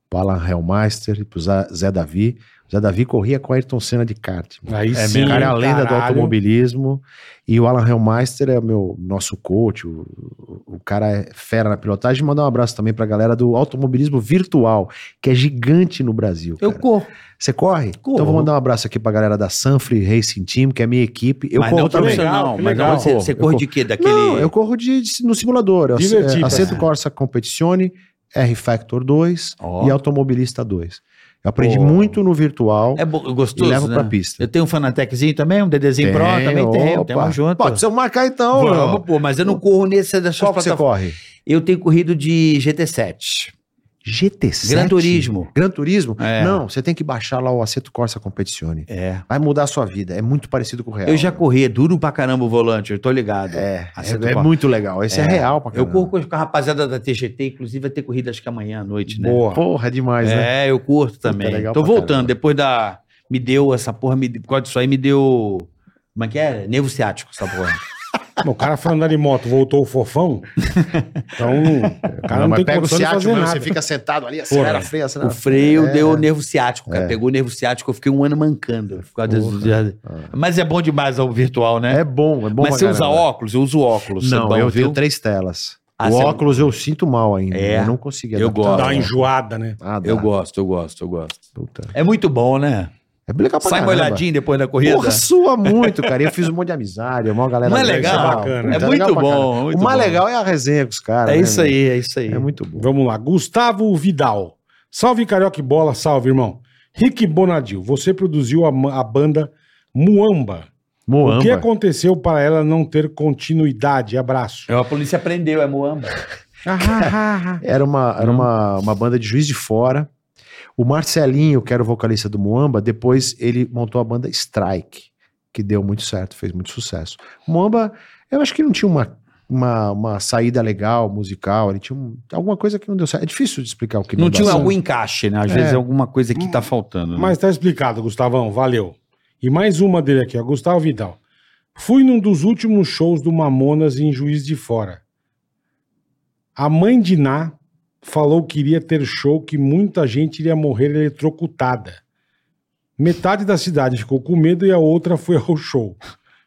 A: pro Alan Hellmeister e pro Za- Zé Davi. Zé Davi corria com a Ayrton Senna de kart.
C: Aí
A: É,
C: sim,
A: meu cara é a lenda do
C: caralho.
A: automobilismo. E o Alan Hellmeister é o meu nosso coach. O, o cara é fera na pilotagem. Mandar um abraço também pra galera do automobilismo virtual, que é gigante no Brasil.
B: Eu
A: cara.
B: corro.
A: Você corre?
B: Corro.
A: Então vou mandar um abraço aqui pra galera da Sanfre Racing Team, que é a minha equipe. Eu
B: mas
A: corro
B: não tá
A: também.
C: legal,
B: profissional.
C: que
B: Mas
C: legal.
B: não, você,
A: Eu
B: você
A: corro.
B: corre de quê? Daquele.
A: Não, eu corro de, de- no simulador. Eu ac-
C: Divertido.
A: é, Aceto Corsa Competizione, R-Factor 2
B: Ó.
A: e Automobilista 2. Eu aprendi
B: Pô.
A: muito no virtual
B: É bo-
A: e
B: gostoso,
A: levo
B: né?
A: pra pista.
B: Eu tenho um Fanateczinho também, um Dedezinho Pro
A: Tem,
B: também tenho,
A: opa.
B: temos junto.
A: Pode ser marcar então.
B: Vamos,
A: mano.
B: pô, mas eu não corro nesse dessas
A: Qual que você
B: plataformas.
A: corre?
B: Eu tenho corrido de GT7.
A: GT7.
B: Gran Turismo.
A: Gran Turismo?
B: É.
A: Não, você tem que baixar lá o Aceto Corsa Competizione.
B: É.
A: Vai mudar a sua vida. É muito parecido com o real.
B: Eu já corri, é duro pra caramba o volante, eu tô ligado.
A: É,
B: Aceto
A: é, é
B: Corsa.
A: muito legal. Esse é, real pra
B: Eu
A: caramba.
B: corro com a rapaziada da TGT, inclusive vai ter corrida acho que amanhã à noite, né?
C: Boa.
A: Porra, é demais, né?
B: É, eu curto também.
A: legal
B: Tô
A: pra
B: voltando,
A: caramba.
B: depois da. Me deu essa porra, me... por causa disso aí, me deu. Como é que é? Nervo ciático, essa porra.
C: Não, o cara foi andar de moto, voltou o fofão. Então, o cara não,
A: mas
C: tem
A: pega o
C: condição de
A: ciático,
C: fazer
A: mesmo,
C: nada.
A: você fica sentado ali, acelera,
C: Porra.
A: freia, acelera.
B: o freio
A: É.
B: deu nervo ciático, cara. Pegou nervo ciático, eu fiquei um ano mancando. Por causa desse- Mas é bom demais o virtual, né?
A: É bom, é bom
B: Mas
A: pra
B: você usa
A: caramba.
B: óculos? Eu uso óculos.
A: Não,
B: Sebão,
A: eu
B: viu?
A: tenho três telas.
B: Ah,
A: o
B: você-
A: óculos eu sinto mal ainda.
B: É.
A: Eu não consegui
B: Eu
A: adaptar.
B: gosto.
C: Dá uma enjoada, né?
A: Ah, dá.
B: Eu gosto, eu gosto, eu gosto.
A: Puta.
B: É muito bom, né?
A: É legal pra
B: Sai
A: caramba.
B: molhadinho depois da corrida. É
A: Porra, sua muito, cara. Eu fiz um monte de amizade, uma galera.
B: Não é
A: legal,
B: legal?
A: isso
C: É
A: Puta,
B: muito
A: legal pra
B: bom,
A: caramba.
B: muito
A: o mais
B: bom.
A: legal é a resenha com os caras.
B: é
A: né,
B: isso
A: meu?
B: aí, é isso aí.
A: É muito bom.
C: Vamos lá. Gustavo Vidal. Salve, Carioca e Bola. Salve, irmão. Rick Bonadil, você produziu a, ma- a banda Muamba. O que é
A: Moamba.
C: aconteceu para ela não ter continuidade? Abraço.
B: É, A polícia prendeu, é Moamba.
A: Era, uma, era uma, uma banda de juiz de fora. O Marcelinho, que era o vocalista do Moamba, depois ele montou a banda Strike, que deu muito certo, fez muito sucesso. Moamba, eu acho que não tinha uma, uma, uma saída legal, musical, ele tinha um- alguma coisa que não deu certo. É difícil de explicar o que assim. Hum.
B: Não tinha
A: deu
B: algum
A: certo.
B: encaixe, né? Às vezes é alguma coisa que tá faltando. né?
C: Mas tá explicado, Gustavão. Valeu. E mais uma dele aqui, ó. Gustavo Vidal. Fui num dos últimos shows do Mamonas em Juiz de Fora. A mãe de Ná falou que iria ter show que muita gente iria morrer eletrocutada. Metade da cidade ficou com medo e a outra foi ao show.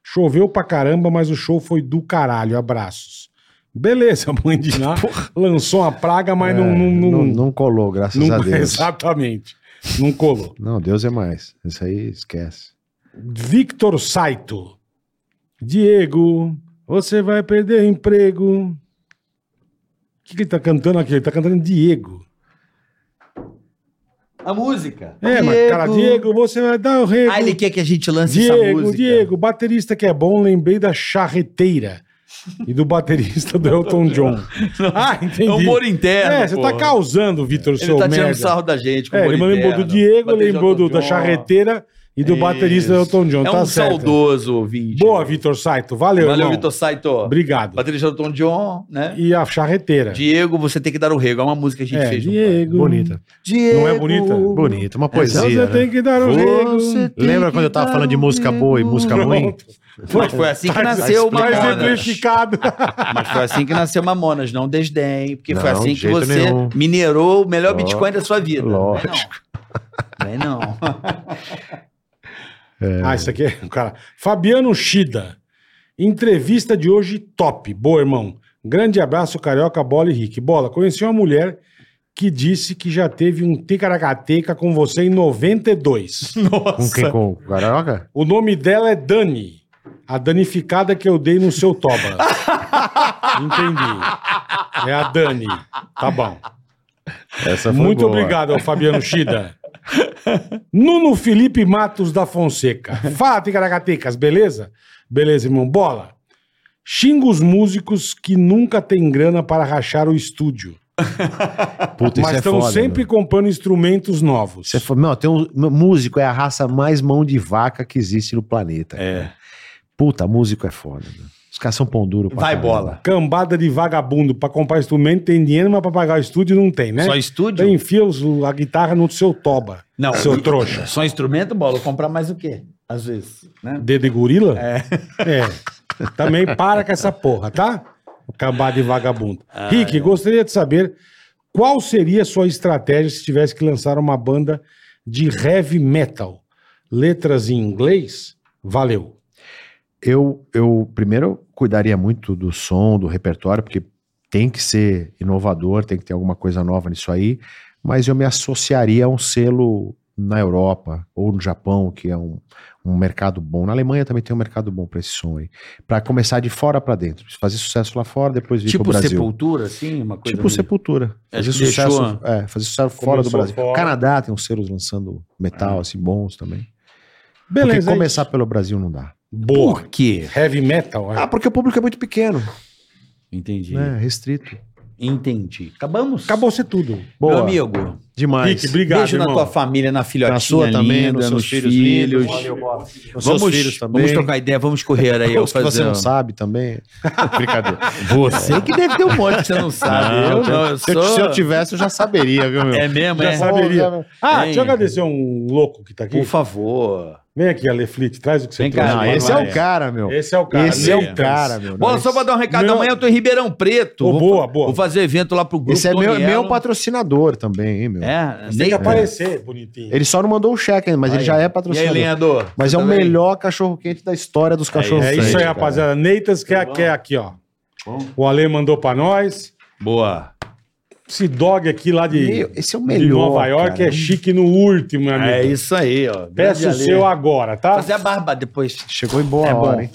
C: Choveu pra caramba, mas o show foi do caralho. Abraços. Beleza, a mãe de Ná lançou uma praga, mas
A: É,
C: não, não, não,
A: não, não colou, graças
C: não-
A: a Deus.
C: Exatamente. Não colou.
A: Não, Deus é mais. Isso aí esquece.
C: Victor Saito. Diego, você vai perder o emprego. O que, que ele tá cantando aqui? Ele tá cantando Diego.
B: A música.
C: É, mas cara, Diego, você vai dar o rego.
B: Ah, ele quer que a gente lance essa
C: Diego,
B: música.
C: Diego, baterista que é bom, lembrei da charreteira. E do baterista do Elton John. Ah, entendi.
B: É humor interno.
C: É, você tá
B: pô.
C: causando, Vitor,
B: Ele
C: seu
B: tá tirando
C: merda.
B: sarro da gente. com
C: É,
B: humor
C: ele lembrou do
B: interno.
C: Diego,
B: Bater
C: lembrou
B: Elton
C: do- da
B: John.
C: charreteira e do baterista do Elton John.
B: É
C: tá
B: um
C: certo.
B: saudoso ouvinte.
C: Boa, Vitor Saito. Valeu,
B: Valeu,
C: irmão.
B: Vitor Saito.
C: Obrigado.
B: Patrícia Elton John, né?
C: e a charreteira.
B: Diego, você tem que dar o rego. É uma música que a gente
C: É,
B: fez. junto.
C: Diego.
A: Bonita. tá,
B: Diego.
C: Não é bonita?
A: Bonita, uma
C: Então
A: poesia.
C: você
A: né?
C: tem que dar um o rego.
A: Lembra quando eu tava falando de música boa e música ruim?
C: Pronto.
B: Mas foi assim que
C: Tá
B: nasceu
C: explicado. Tá
B: Mamonas.
C: exemplificado.
B: Mas foi assim que nasceu Mamonas, não desdém, porque foi
A: Não,
B: assim
A: de
B: que
A: jeito
B: você
A: nenhum.
B: minerou o melhor
A: Ó,
B: Bitcoin da sua vida.
A: lógico.
B: Vem não. é Vem não.
C: Ah, isso aqui é o cara. Fabiano Shida. Entrevista de hoje top. Boa, irmão. Grande abraço, Carioca, Bola e Rick. Bola, conheci uma mulher que disse que já teve um ticaracateca com você em 92.
A: Com quem? Com o Carioca?
C: O nome dela é Dani. A danificada que eu dei no seu toba. Entendi. É a Dani. Tá bom.
A: Essa
C: Muito
A: boa.
C: obrigado ao Fabiano Shida. Nuno Felipe Matos da Fonseca. Fala, Ticaracatecas, beleza? Beleza, irmão. Bola. Xinga os músicos que nunca têm grana para rachar o estúdio,
A: Puta, isso
C: mas
A: é
C: estão
A: foda,
C: sempre
A: meu.
C: comprando instrumentos novos.
A: Você falou, não, tem um músico é a raça mais mão de vaca que existe no planeta. É. Puta, músico é foda. Meu. Os caras são pão duro. pra
B: Vai
A: caramba.
B: bola.
C: Cambada de vagabundo pra comprar instrumento tem dinheiro, mas pra pagar o estúdio não tem, né?
B: Só
C: Então
B: estúdio?
C: enfia os- a guitarra no seu toba.
B: Não.
C: Seu trouxa.
B: Só instrumento, bola. Comprar mais o quê? Às vezes, né?
C: Dedo de gorila? É. Também para com essa porra, tá? Acabar de vagabundo.
B: Ah,
C: Rick, gostaria de saber qual seria a sua estratégia se tivesse que lançar uma banda de heavy metal? Letras em inglês? Valeu.
A: Eu, eu primeiro eu cuidaria muito do som, do repertório, porque tem que ser inovador, tem que ter alguma coisa nova nisso aí, mas eu me associaria a um selo na Europa ou no Japão, que é um, um mercado bom. Na Alemanha também tem um mercado bom para esse som aí. Para começar de fora para dentro, fazer sucesso lá fora, depois vir para
B: Tipo
A: pro Brasil.
B: sepultura, assim, uma coisa.
A: Tipo
B: meio-
A: Sepultura.
B: É,
A: Fazer
B: que deixou
A: sucesso, é, fazer sucesso fora do
C: Começou
A: Brasil.
C: fora.
A: O Canadá tem uns selos lançando
B: É.
A: metal, assim, bons também. Porque
C: Beleza. é
A: começar pelo Brasil não dá.
C: isso. Boa.
B: Por quê?
C: Heavy metal? é.
A: Ah, porque o público é muito pequeno,
B: Entendi.
A: né? Restrito.
B: Entendi. Acabamos?
C: Acabou-se tudo.
A: Boa.
B: Meu amigo,
A: Demais.
C: Rick, obrigado,
B: beijo na
C: irmão.
B: tua família, na filhotinha
A: Na sua também,
B: linda,
A: nos
B: nos,
A: seus filhos
B: filhos.
A: lindos. Os seus
B: Vamos,
A: filhos também.
B: vamos trocar ideia, vamos correr aí. um-
A: Os que você não sabe também. Brincadeira.
B: Você que deve ter um monte que você não sabe.
A: Não,
B: eu não, eu
A: Se eu,
B: sou...
A: se eu tivesse, eu já saberia, viu, meu?
B: É mesmo,
C: Já
B: é?
C: saberia. Ah,
B: Tem.
C: deixa eu agradecer um louco que tá aqui.
B: Por favor.
C: Vem aqui, Aleflit, traz o que você
B: Vem cá,
C: trouxe.
A: Não,
B: Vai,
A: esse é
B: vai.
A: o cara, meu.
C: Esse é o cara.
A: Esse é o
C: Letras.
A: cara, meu.
B: Bora só pra dar um recado.
C: Não.
B: Amanhã eu tô em Ribeirão Preto.
C: Ô,
B: Vou-
C: boa, boa.
B: Vou fazer evento lá pro grupo.
A: Esse é meu,
B: Donielo.
A: meu patrocinador também, hein, meu.
B: um É,
C: Tem
B: nem...
C: que aparecer, bonitinho.
A: Ele só não mandou o cheque ainda, mas ele
B: Aí.
A: já é
B: E aí,
A: patrocinador.
B: lenhador?
A: mas
B: Você
A: é o
B: tá bem?
A: melhor cachorro-quente da história dos cachorros
C: É isso aí, rapaziada. Neitas quer, quer aqui, ó. O Ale mandou pra nós.
B: Boa.
C: Esse dog aqui lá de,
A: Meu, esse é o
C: de
A: melhor.
C: Nova York
A: cara.
C: é chique no último, meu amigo.
B: É isso aí, ó.
C: Peça o
B: Grande
C: seu
B: Ale.
C: agora, tá?
B: Fazer a barba depois.
A: Chegou em boa
B: É
A: hora,
B: bom.
A: hein?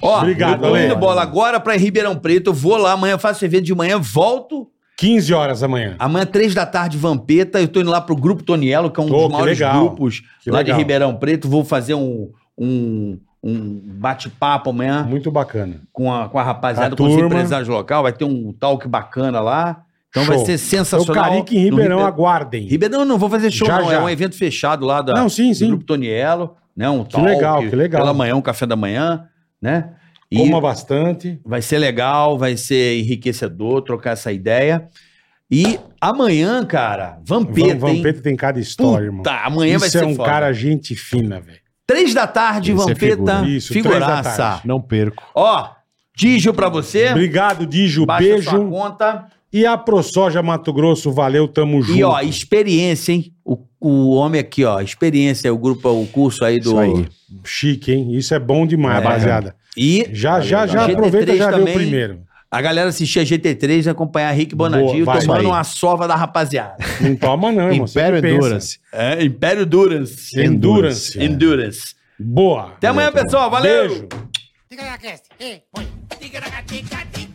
B: Ó,
C: Obrigado,
B: eu tô
C: Ale.
B: indo bola agora pra Ribeirão Preto. Eu vou lá amanhã, faço evento de manhã, volto.
C: 15 horas amanhã.
B: Amanhã, três da tarde, Vampeta. Eu tô indo lá pro Grupo Tonielo, que é um
C: Oh,
B: dos
C: que
B: maiores
C: legal.
B: grupos
C: Que
B: lá
C: legal.
B: de Ribeirão Preto. Vou fazer um, um, um bate-papo amanhã
C: Muito bacana. É
B: com a, com a rapaziada,
C: A
B: com os
C: turma.
B: empresários local. Vai ter um talk bacana lá. Então vai
C: Show.
B: ser
C: O
B: sensacional.
C: Carica em
B: No
C: Ribeirão,
B: Ribe-
C: aguardem.
B: Ribeirão, não vou fazer show,
C: Já,
B: não.
C: já.
B: É um evento fechado lá da,
C: Não, sim,
B: do
C: sim.
B: Grupo Tonielo, né? Um que
C: legal, que legal.
B: Pela manhã, um café da manhã, né? E
C: Coma bastante.
B: vai ser legal, vai ser enriquecedor trocar essa ideia. E amanhã, cara, Vampeta,
C: Vam-
B: hein?
C: Vampeta tem cada
B: Puta,
C: história, irmão.
B: amanhã vai
C: Isso
B: ser
C: é um
B: foda.
C: cara gente fina, velho.
B: Três da tarde,
A: Esse é
B: Vampeta,
A: figura.
C: Isso, três da
B: figuraça.
C: tarde.
A: Não perco.
B: Ó, Digio pra você.
C: Obrigado, Dijo.
B: É. Baixa sua
C: Beijo.
B: conta.
C: E a ProSoja Mato Grosso, valeu, tamo junto.
B: E ó, experiência, hein? O, o homem aqui, ó, experiência, o grupo, o curso aí do...
A: Isso aí.
C: Chique, hein? Isso é bom demais,
B: É.
C: rapaziada.
B: E
C: Já, já, já
B: GT3
C: aproveita e já vê o
B: também.
C: primeiro.
B: a galera assistir a GT3 e acompanhar Rick
C: Boa,
B: Bonadio
C: vai,
B: tomando
A: vai.
B: uma sova da rapaziada.
C: Não toma, não, irmão. Você
A: Império
C: que pensa.
A: Endurance.
B: É, Império Durance.
C: Endurance.
B: Endurance.
C: Boa.
B: Até amanhã, pessoal. Valeu!
C: Beijo.
F: Tiga na cast. Ei, põe. Tiga na tica, tica.